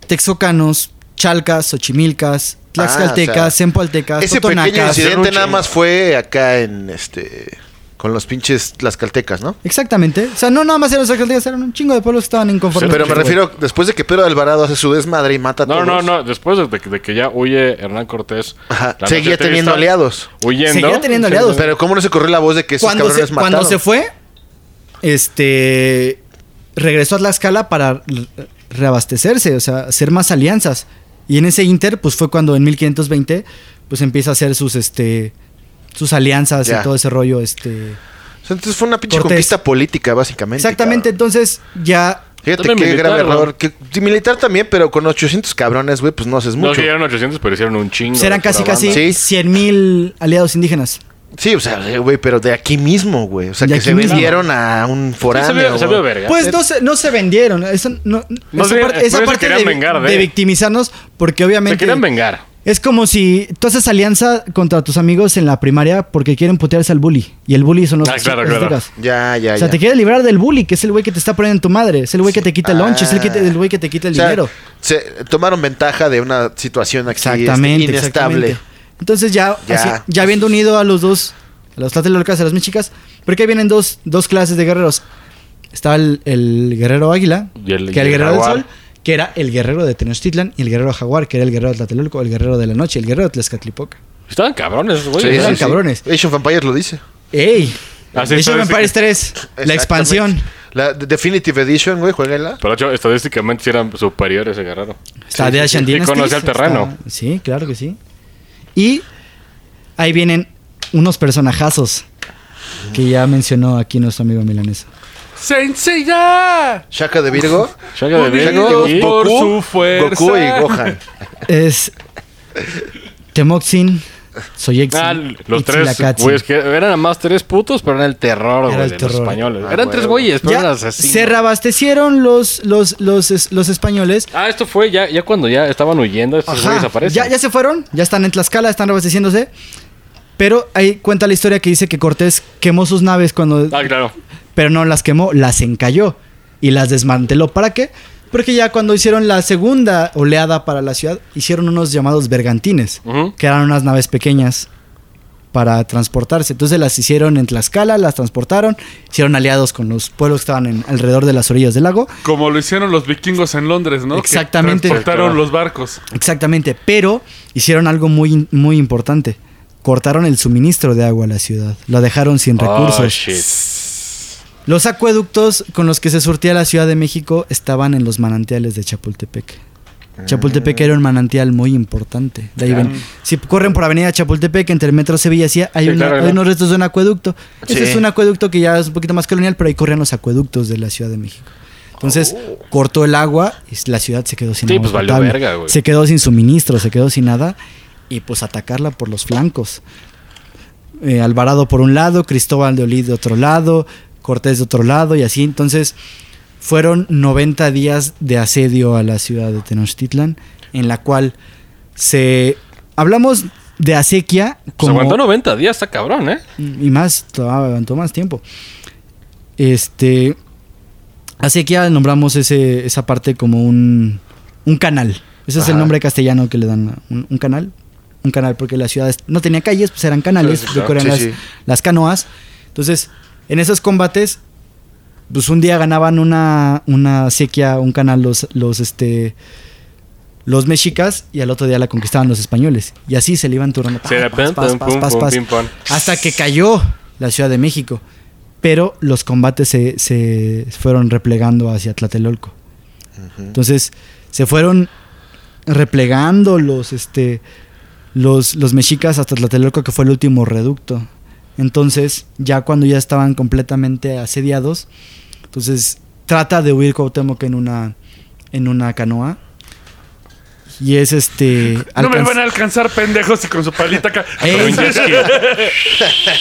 Speaker 5: Texocanos, Chalcas, Xochimilcas, Tlaxcaltecas,
Speaker 3: Ah, o sea,
Speaker 5: Zempoaltecas,
Speaker 3: Ese pequeño
Speaker 5: Totonacas.
Speaker 3: incidente
Speaker 2: Cerrucho.
Speaker 3: nada más fue acá en este con los pinches tlaxcaltecas, ¿no?
Speaker 5: Exactamente. O sea, no nada más eran Tlaxcaltecas, eran un chingo de pueblos que estaban inconformes.
Speaker 3: Pero me
Speaker 5: con el
Speaker 3: refiero después de que Pedro Alvarado hace su desmadre y mata a
Speaker 2: No,
Speaker 3: todos.
Speaker 2: no, no. Después de, que- de que ya huye Hernán Cortés.
Speaker 3: Ajá,
Speaker 2: la
Speaker 3: Seguía
Speaker 2: noche
Speaker 3: teniendo
Speaker 2: triste,
Speaker 3: aliados.
Speaker 5: güey.
Speaker 2: Huyendo.
Speaker 5: Seguía teniendo aliados.
Speaker 3: Pero cómo no se corrió la voz de que esos
Speaker 5: cuando,
Speaker 3: cabrones
Speaker 5: se,
Speaker 3: mataron.
Speaker 5: cuando se fue, este regresó a Tlaxcala para re- reabastecerse, o sea, hacer más alianzas. Y en ese inter, pues fue cuando en 1520, pues empieza a hacer sus, este, sus alianzas
Speaker 3: Ya.
Speaker 5: y todo ese rollo, este...
Speaker 3: O sea, entonces fue una pinche
Speaker 5: Cortés.
Speaker 3: conquista política, básicamente.
Speaker 5: Exactamente,
Speaker 3: cabrón.
Speaker 5: entonces ya...
Speaker 3: Fíjate
Speaker 2: También
Speaker 3: qué
Speaker 2: militar,
Speaker 3: grave
Speaker 2: güey.
Speaker 3: error. Que, sí, militar también, pero con 800 cabrones, güey, pues no haces
Speaker 2: No
Speaker 3: mucho.
Speaker 2: que eran 800, pero hicieron un chingo.
Speaker 5: Serán
Speaker 2: de pura
Speaker 5: casi, casi
Speaker 2: banda.
Speaker 3: Sí.
Speaker 5: 100 mil aliados indígenas.
Speaker 3: Sí, o sea, güey, pero de aquí mismo, güey. O sea,
Speaker 5: De
Speaker 3: que
Speaker 5: aquí
Speaker 3: se
Speaker 5: mismo.
Speaker 3: vendieron a un
Speaker 2: Sí, se
Speaker 3: foráneo.
Speaker 2: vio, se vio verga.
Speaker 5: Pues no se, no se vendieron. Eso, no,
Speaker 2: Más
Speaker 5: esa
Speaker 2: bien,
Speaker 5: parte,
Speaker 2: por
Speaker 5: esa
Speaker 2: eso
Speaker 5: parte
Speaker 2: querían
Speaker 5: de,
Speaker 2: vengar,
Speaker 5: de
Speaker 2: ¿eh?
Speaker 5: victimizarnos, porque
Speaker 2: se
Speaker 5: obviamente...
Speaker 2: querían vengar.
Speaker 5: Es como si tú haces alianza contra tus amigos en la primaria porque quieren putearse al bully. Y el bully son los
Speaker 2: Ah, claro,
Speaker 5: los
Speaker 2: claro.
Speaker 5: aztecas.
Speaker 3: Ya, ya, ya.
Speaker 5: O sea, te quieres librar del bully, que es el güey que te está poniendo en tu madre. Es el güey que te quita el lunch, es el, que te- el güey que te quita el
Speaker 3: Ah. O sea,
Speaker 5: dinero.
Speaker 3: Se tomaron ventaja de una situación aquí este,
Speaker 5: Exactamente,
Speaker 3: inestable.
Speaker 5: exactamente. Entonces ya, así-
Speaker 3: Ya.
Speaker 5: ya. habiendo unido a los dos, a los tlatelolcas y a las mexicas, porque ahí vienen dos, dos clases de guerreros. Está el, el guerrero águila,
Speaker 2: Y el-
Speaker 5: que era
Speaker 2: y el
Speaker 5: el guerrero
Speaker 2: jaguar.
Speaker 5: del sol, que era el guerrero de Tenochtitlan, y el guerrero jaguar, que era el guerrero de Tlatelolco, el guerrero de la noche, el guerrero de Tlaxcatlipoca.
Speaker 2: Estaban cabrones, esos
Speaker 3: Sí,
Speaker 2: güeyes.
Speaker 3: sí,
Speaker 5: eran
Speaker 2: ¿verdad?
Speaker 3: sí.
Speaker 5: cabrones.
Speaker 3: Age of Empires lo dice.
Speaker 5: ¡Ey!
Speaker 2: Así
Speaker 5: Age of
Speaker 2: está,
Speaker 5: Empires
Speaker 2: sí.
Speaker 5: 3, la
Speaker 3: Exactamente.
Speaker 5: expansión.
Speaker 3: La de- Definitive Edition, güey, jueguenla.
Speaker 2: Pero de hecho, estadísticamente sí eran superiores ese guerrero.
Speaker 5: Está
Speaker 3: Sí,
Speaker 5: de
Speaker 3: sí,
Speaker 5: Ashan
Speaker 2: sí. Y
Speaker 5: Dynasties,
Speaker 2: conoce el terreno.
Speaker 5: está- sí, claro que sí. Y ahí vienen unos personajazos que ya mencionó aquí nuestro amigo milanesa.
Speaker 4: ¡Saint Seiya!
Speaker 3: Shaka de Virgo.
Speaker 2: Shaka de Virgo.
Speaker 4: Unidos
Speaker 2: y-
Speaker 4: por su fuerza.
Speaker 3: Goku y Gohan.
Speaker 5: Es Temoxin, Soyexin,
Speaker 2: Ah, los tres
Speaker 5: Itzilacatsin.
Speaker 2: güeyes que eran nada más tres putos, pero eran el terror,
Speaker 5: Era
Speaker 2: güey, de
Speaker 5: el
Speaker 2: los
Speaker 5: terror.
Speaker 2: españoles.
Speaker 3: Ah,
Speaker 2: eran
Speaker 3: güey.
Speaker 2: tres güeyes, pero eran
Speaker 5: Ya
Speaker 2: asesinos.
Speaker 5: se reabastecieron los, los, los, es- los españoles.
Speaker 2: Ah, esto fue ya, ya cuando ya estaban huyendo, estos
Speaker 5: Ajá,
Speaker 2: güeyes aparecen.
Speaker 5: ya, ya se fueron, ya están en Tlaxcala, están reabasteciéndose. Pero ahí cuenta la historia que dice que Cortés quemó sus naves cuando
Speaker 2: Ah, claro.
Speaker 5: pero no las quemó, las encalló y las desmanteló. ¿Para qué? Porque ya cuando hicieron la segunda oleada para la ciudad, hicieron unos llamados bergantines,
Speaker 2: Ujú.
Speaker 5: que eran unas naves pequeñas para transportarse. Entonces las hicieron en Tlaxcala, las transportaron, hicieron aliados con los pueblos que estaban en- alrededor de las orillas del lago.
Speaker 4: Como lo hicieron los vikingos en Londres, ¿no? Que
Speaker 5: Exactamente.
Speaker 4: transportaron los barcos.
Speaker 5: Exactamente, pero hicieron algo muy, in- muy importante. Cortaron el suministro de agua a la ciudad. Lo dejaron sin recursos.
Speaker 2: Oh, shit.
Speaker 5: Los acueductos con los que se surtía la Ciudad de México estaban en los manantiales de Chapultepec.
Speaker 2: Ah.
Speaker 5: Chapultepec era un manantial muy importante. De ahí ven- Si corren por Avenida Chapultepec entre el Metro Sevilla, sí, hay,
Speaker 2: Sí,
Speaker 5: una-
Speaker 2: claro,
Speaker 5: hay
Speaker 2: claro.
Speaker 5: unos restos de un acueducto.
Speaker 3: Sí.
Speaker 5: Ese es un acueducto que ya es un poquito más colonial, pero ahí corrían los acueductos de la Ciudad de México. Entonces cortó el agua y la ciudad se quedó sin
Speaker 2: Sí,
Speaker 5: agua
Speaker 2: pues, valió
Speaker 5: potable.
Speaker 2: verga, güey.
Speaker 5: Se quedó sin suministro, se quedó sin nada y pues atacarla por los flancos. Eh, Alvarado por un lado, Cristóbal de Olid de otro lado, Cortés de otro lado y así. Entonces fueron 90 días de asedio a la ciudad de Tenochtitlan, en la cual se... Hablamos de acequia
Speaker 2: Se
Speaker 5: como... Ah,
Speaker 2: aguantó 90 días, está cabrón, ¿eh?
Speaker 5: Y más, tomaba- aguantó más tiempo. Este. Así que ya nombramos ese, esa parte como un, un canal. Ese es el
Speaker 3: Ajá.
Speaker 5: nombre castellano que le dan a un, un canal. Un canal, porque las ciudades no tenía calles, pues eran canales,
Speaker 2: Sí,
Speaker 5: yo
Speaker 2: claro.
Speaker 5: corrían
Speaker 3: Sí,
Speaker 5: las,
Speaker 3: sí.
Speaker 5: las canoas. Entonces, en esos combates, pues un día ganaban una, una sequía, un canal, los, los, este, los mexicas, y al otro día la conquistaban los españoles. Y así se le iban turnando.
Speaker 2: Se la
Speaker 5: Pas,
Speaker 2: pum,
Speaker 5: pas,
Speaker 2: pum,
Speaker 5: pas,
Speaker 2: pum,
Speaker 5: pas,
Speaker 2: pum,
Speaker 5: pas
Speaker 2: pim, pam.
Speaker 5: hasta que cayó la Ciudad de México. Pero los combates se, se fueron replegando hacia Tlatelolco. Entonces, se fueron replegando los, este, los, los mexicas hasta Tlatelolco, que fue el último reducto. Entonces, ya cuando ya estaban completamente asediados, entonces trata de huir Cuauhtémoc en una, en una canoa. Y es este...
Speaker 4: No me
Speaker 5: alcanz-
Speaker 4: van a alcanzar, pendejos, y con su palita acá.
Speaker 5: Eh,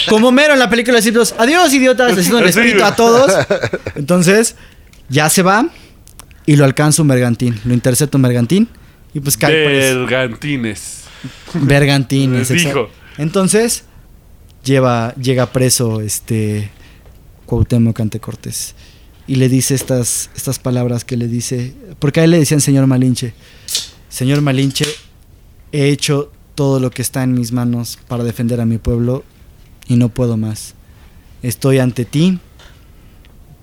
Speaker 5: como mero en la película de Simpsons, adiós idiotas, les hizo el
Speaker 4: Sí,
Speaker 5: espíritu
Speaker 4: güey.
Speaker 5: a todos. Entonces, ya se va y lo alcanza un mergantín, lo intercepta un mergantín y pues cae preso.
Speaker 4: Bergantines.
Speaker 5: Bergantín.
Speaker 4: Les
Speaker 5: exacto.
Speaker 4: dijo.
Speaker 5: Entonces, lleva, llega preso este Cuauhtémoc ante Cortés. Y le dice estas, estas palabras que le dice. Porque a él le decían señor Malinche. Señor Malinche, he hecho todo lo que está en mis manos para defender a mi pueblo y no puedo más. Estoy ante ti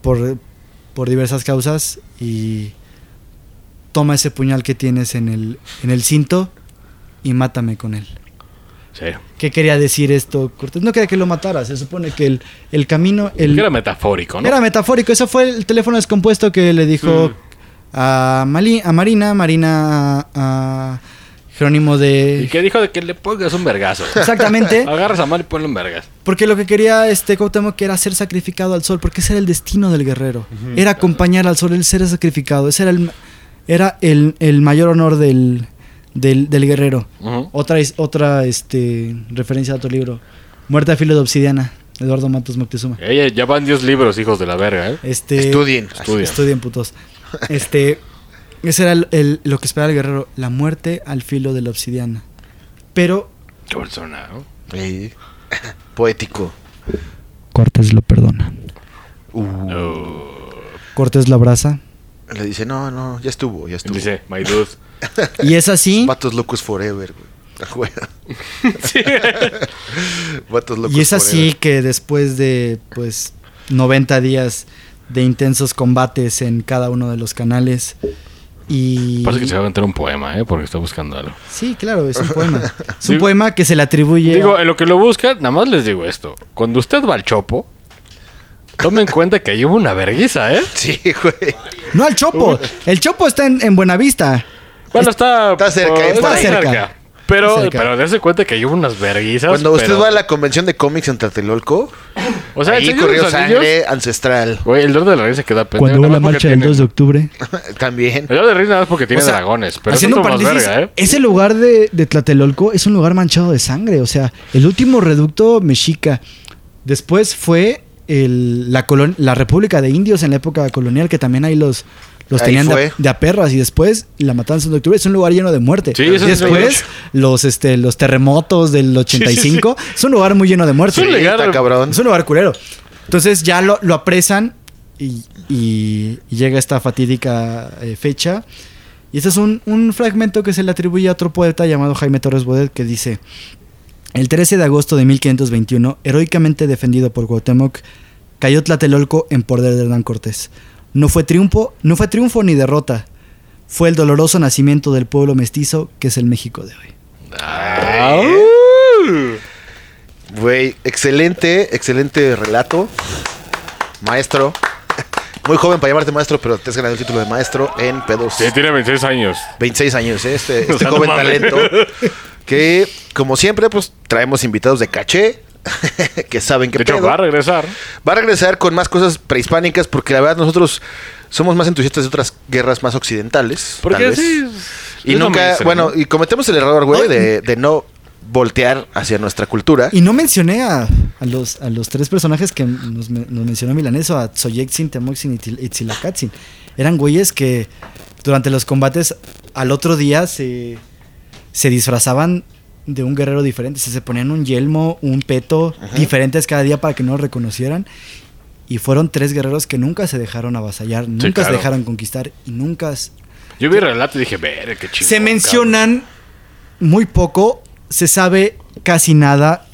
Speaker 5: por, por diversas causas y toma ese puñal que tienes en el, en el cinto y mátame con él.
Speaker 2: Sí.
Speaker 5: ¿Qué quería decir esto, Cortés? No quería que lo matara. Se supone que el, el camino. El,
Speaker 2: Era metafórico, ¿no?
Speaker 5: Era metafórico, eso fue el teléfono descompuesto que le dijo a, Mali- a Marina, Marina a Jerónimo
Speaker 2: Y
Speaker 5: de...
Speaker 2: que dijo de que le pongas un vergazo.
Speaker 5: Exactamente,
Speaker 2: Agarras a mal y ponle un vergazo.
Speaker 5: porque lo que quería este Cuauhtémoc era ser sacrificado al sol, porque ese era el destino del guerrero, era acompañar al sol, el ser sacrificado, ese era el, era el, el mayor honor del, del, del guerrero.
Speaker 2: Ujú.
Speaker 5: Otra, es- otra este, referencia a otro libro, Muerte a filo de obsidiana, Eduardo Matos Moctezuma.
Speaker 2: Ella, ya van 10 libros, hijos de la verga, ¿eh?
Speaker 5: Este,
Speaker 3: Estudien.
Speaker 2: Estudia.
Speaker 5: Estudien, putos. Este, ese era el- el- lo que esperaba el guerrero, la muerte al filo de la obsidiana. Pero
Speaker 2: Qué persona, ¿no?
Speaker 3: Sí. Poético.
Speaker 5: Cortés lo perdona.
Speaker 2: Oh,
Speaker 3: Uh.
Speaker 5: Cortés lo abraza.
Speaker 3: Le dice, no, no, ya estuvo, ya
Speaker 2: Y
Speaker 3: estuvo.
Speaker 2: Dice, my dude.
Speaker 5: Y es así.
Speaker 3: Vatos locos forever, güey. Ah, güey. Vatos locos
Speaker 5: Y es así
Speaker 3: forever.
Speaker 5: que después de pues 90 días de intensos combates en cada uno de los canales. Y.
Speaker 2: Parece que se va a aventar un poema, ¿eh? Porque está buscando algo.
Speaker 5: Sí, claro, es un poema. Es un
Speaker 2: Digo-
Speaker 5: poema que se le atribuye.
Speaker 2: Digo, en lo que lo buscan, nada más les digo esto. Cuando usted va al chopo, tome en cuenta que ahí hubo una verguiza, ¿eh?
Speaker 3: Sí, güey.
Speaker 5: No al Chopo. El Chopo está en, en Buenavista.
Speaker 2: Bueno, está...
Speaker 3: Está cerca,
Speaker 2: oh,
Speaker 3: está
Speaker 5: cerca.
Speaker 2: Pero,
Speaker 5: Está cerca.
Speaker 2: pero dése cuenta que ahí hubo unas verguizas.
Speaker 3: Cuando usted
Speaker 2: pero-
Speaker 3: va a la convención de cómics en Tlatelolco,
Speaker 2: O sea, el
Speaker 3: ahí
Speaker 2: Señor de
Speaker 3: corrió
Speaker 2: los Anillos-
Speaker 3: sangre ancestral.
Speaker 2: Güey, el Lord de la Ring se queda pendejo.
Speaker 5: Cuando hubo
Speaker 2: nada
Speaker 5: la
Speaker 2: más porque
Speaker 5: marcha del
Speaker 2: tiene-
Speaker 5: 2 de octubre.
Speaker 3: También.
Speaker 2: El Lord de la Ring nada más porque tiene
Speaker 5: O sea,
Speaker 2: dragones. Pero
Speaker 5: Haciendo
Speaker 2: eso
Speaker 5: un
Speaker 2: es otro más
Speaker 5: paréntesis,
Speaker 2: verga, ¿eh?
Speaker 5: ese lugar de, de Tlatelolco es un lugar manchado de sangre. O sea, el último reducto mexica. Después fue el- la, colon- la República de Indios en la época colonial, que también ahí los, los
Speaker 3: Ahí
Speaker 5: tenían de,
Speaker 3: fue.
Speaker 5: de a perras. Y después la matanza de octubre es un lugar lleno de muerte.
Speaker 2: Sí,
Speaker 5: y
Speaker 2: eso es
Speaker 5: después los, este, los terremotos del 85 es un lugar muy lleno de muerte.
Speaker 2: Es un
Speaker 3: Sí,
Speaker 2: legal.
Speaker 3: está cabrón.
Speaker 5: Es un lugar culero. Entonces ya lo, lo apresan y, y- y llega esta fatídica eh, fecha. Y este es un, un fragmento que se le atribuye a otro poeta llamado Jaime Torres Bodet que dice, el 13 de agosto de 1521, heroicamente defendido por Cuauhtémoc, cayó Tlatelolco en poder de Hernán Cortés. No fue triunfo, no fue triunfo ni derrota, fue el doloroso nacimiento del pueblo mestizo que es el México de hoy.
Speaker 3: ¿eh? Güey, excelente, excelente relato. Maestro. Muy joven para llamarte maestro, pero te has ganado el título de maestro en pedos.
Speaker 2: Sí, tiene 26 años.
Speaker 3: 26 años, ¿eh? este,
Speaker 2: O sea,
Speaker 3: este
Speaker 2: no
Speaker 3: joven
Speaker 2: mames.
Speaker 3: talento. Que, como siempre, pues traemos invitados de caché que saben qué
Speaker 2: De hecho,
Speaker 3: pedo.
Speaker 2: va a regresar.
Speaker 3: Va a regresar con más cosas prehispánicas porque la verdad nosotros somos más entusiastas de otras guerras más occidentales. tal
Speaker 2: Porque
Speaker 3: vez.
Speaker 2: sí.
Speaker 3: Y
Speaker 2: es lo
Speaker 3: nunca,
Speaker 2: mainstream,
Speaker 3: bueno,
Speaker 2: ¿no?
Speaker 3: y cometemos el error, güey,
Speaker 5: Ay.
Speaker 3: de, de no voltear hacia nuestra cultura.
Speaker 5: Y no mencioné a, a los, a los tres personajes que nos, me- nos mencionó Milaneso, a Tsoyeksin, Temoxin y Til- y Tzilacatzin. Eran güeyes que durante los combates al otro día se, se disfrazaban de un guerrero diferente. Se, se ponían un yelmo, un peto, diferentes cada día para que no los reconocieran. Y fueron tres guerreros que nunca se dejaron avasallar, nunca se
Speaker 2: claro.
Speaker 5: dejaron conquistar y nunca s-
Speaker 2: Yo vi el relato y dije, ver, qué chido.
Speaker 5: se mencionan muy poco, se sabe casi nada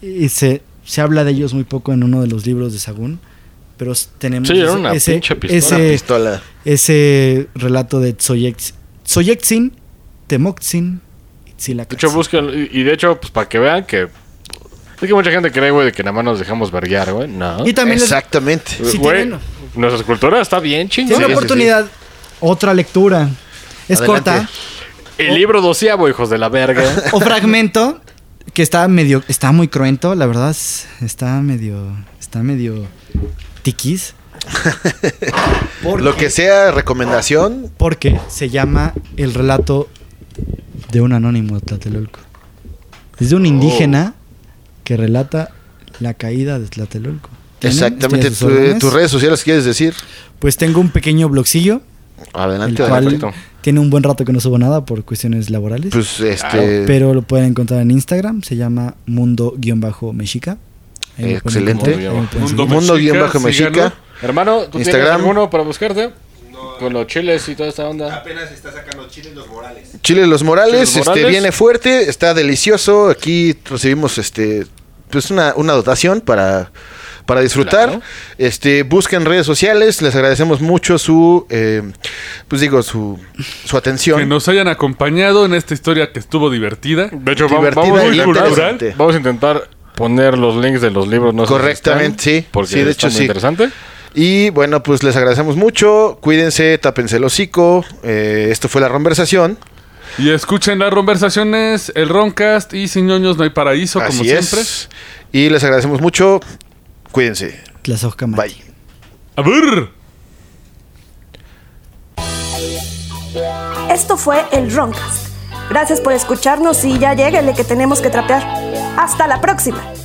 Speaker 5: y se, se habla de ellos muy poco en uno de los libros de Sagún, pero s- tenemos
Speaker 2: Sí, era una pinche pistola.
Speaker 3: Una
Speaker 5: ese,
Speaker 3: pistola.
Speaker 5: ese relato de Tsoyex- Tsoyeksin, Temoxin,
Speaker 2: De hecho, buscan. Y y de hecho, pues para que vean que. Es que mucha gente cree, güey, de que nada más nos dejamos verguear, güey. No.
Speaker 5: Y también les-
Speaker 3: Exactamente.
Speaker 5: Sí,
Speaker 2: Güey,
Speaker 5: tienen-
Speaker 2: Nuestra cultura está bien
Speaker 5: tiene
Speaker 2: chingona.
Speaker 5: una oportunidad, otra lectura, es
Speaker 3: Adelante.
Speaker 5: corta,
Speaker 2: El libro doceavo, hijos de la verga.
Speaker 5: o fragmento que está medio, está muy cruento, la verdad, es- está medio, está medio tiquis.
Speaker 3: Lo que sea recomendación,
Speaker 5: Porque se llama el relato de un anónimo de Tlatelolco. Es de un indígena
Speaker 3: Oh.
Speaker 5: que relata la caída de Tlatelolco. ¿Tienen?
Speaker 3: exactamente. eh,
Speaker 5: ¿Tienen sus
Speaker 3: tu-
Speaker 5: órdenes?
Speaker 3: tus redes sociales quieres decir.
Speaker 5: Pues tengo un pequeño blogcillo, el
Speaker 3: Adelante,
Speaker 5: cual
Speaker 3: adelante.
Speaker 5: tiene un buen rato que no subo nada por cuestiones laborales.
Speaker 3: Pues este.
Speaker 5: pero lo pueden encontrar en Instagram, se llama mundo-mexica. Ahí me pueden
Speaker 3: Excelente.
Speaker 5: encontrar, ahí me pueden
Speaker 4: Mundo
Speaker 5: seguir.
Speaker 3: Mundo
Speaker 4: Mexica,
Speaker 3: guión bajo
Speaker 4: síganlo.
Speaker 3: mexica.
Speaker 2: Hermano, ¿tú tienes
Speaker 3: Instagram.
Speaker 2: alguno para buscarte? Con los chiles y toda esta onda.
Speaker 6: Apenas está sacando Chile los Morales.
Speaker 3: Chile Los Morales,
Speaker 2: Chile Los Morales.
Speaker 3: este viene fuerte, está delicioso. Aquí recibimos este pues una, una dotación para para disfrutar.
Speaker 2: Claro.
Speaker 3: Este, busquen redes sociales, les agradecemos mucho su, eh, pues digo, su, su atención.
Speaker 4: Que nos hayan acompañado en esta historia que estuvo divertida.
Speaker 2: De hecho, va-
Speaker 3: Divertida
Speaker 2: vamos,
Speaker 3: y
Speaker 2: a intentar,
Speaker 3: interesante.
Speaker 2: vamos a intentar poner los links de los libros. No sé si
Speaker 3: Correctamente,
Speaker 2: están,
Speaker 3: sí.
Speaker 2: Porque
Speaker 3: Sí, de
Speaker 2: está
Speaker 3: hecho,
Speaker 2: muy
Speaker 3: sí.
Speaker 2: interesante.
Speaker 3: Y bueno, pues les agradecemos mucho. Cuídense, tápense el hocico. Eh, esto fue la conversación.
Speaker 4: Y escuchen las conversaciones, el Roncast y Sin ñoños no hay paraíso, como
Speaker 3: Así
Speaker 4: siempre.
Speaker 3: es. Y les agradecemos mucho. Cuídense.
Speaker 5: Tlazohcamati.
Speaker 3: Bye.
Speaker 4: ¡A ver!
Speaker 1: Esto fue el Roncast. Gracias por escucharnos y ya lleguele que tenemos que trapear. ¡Hasta la próxima!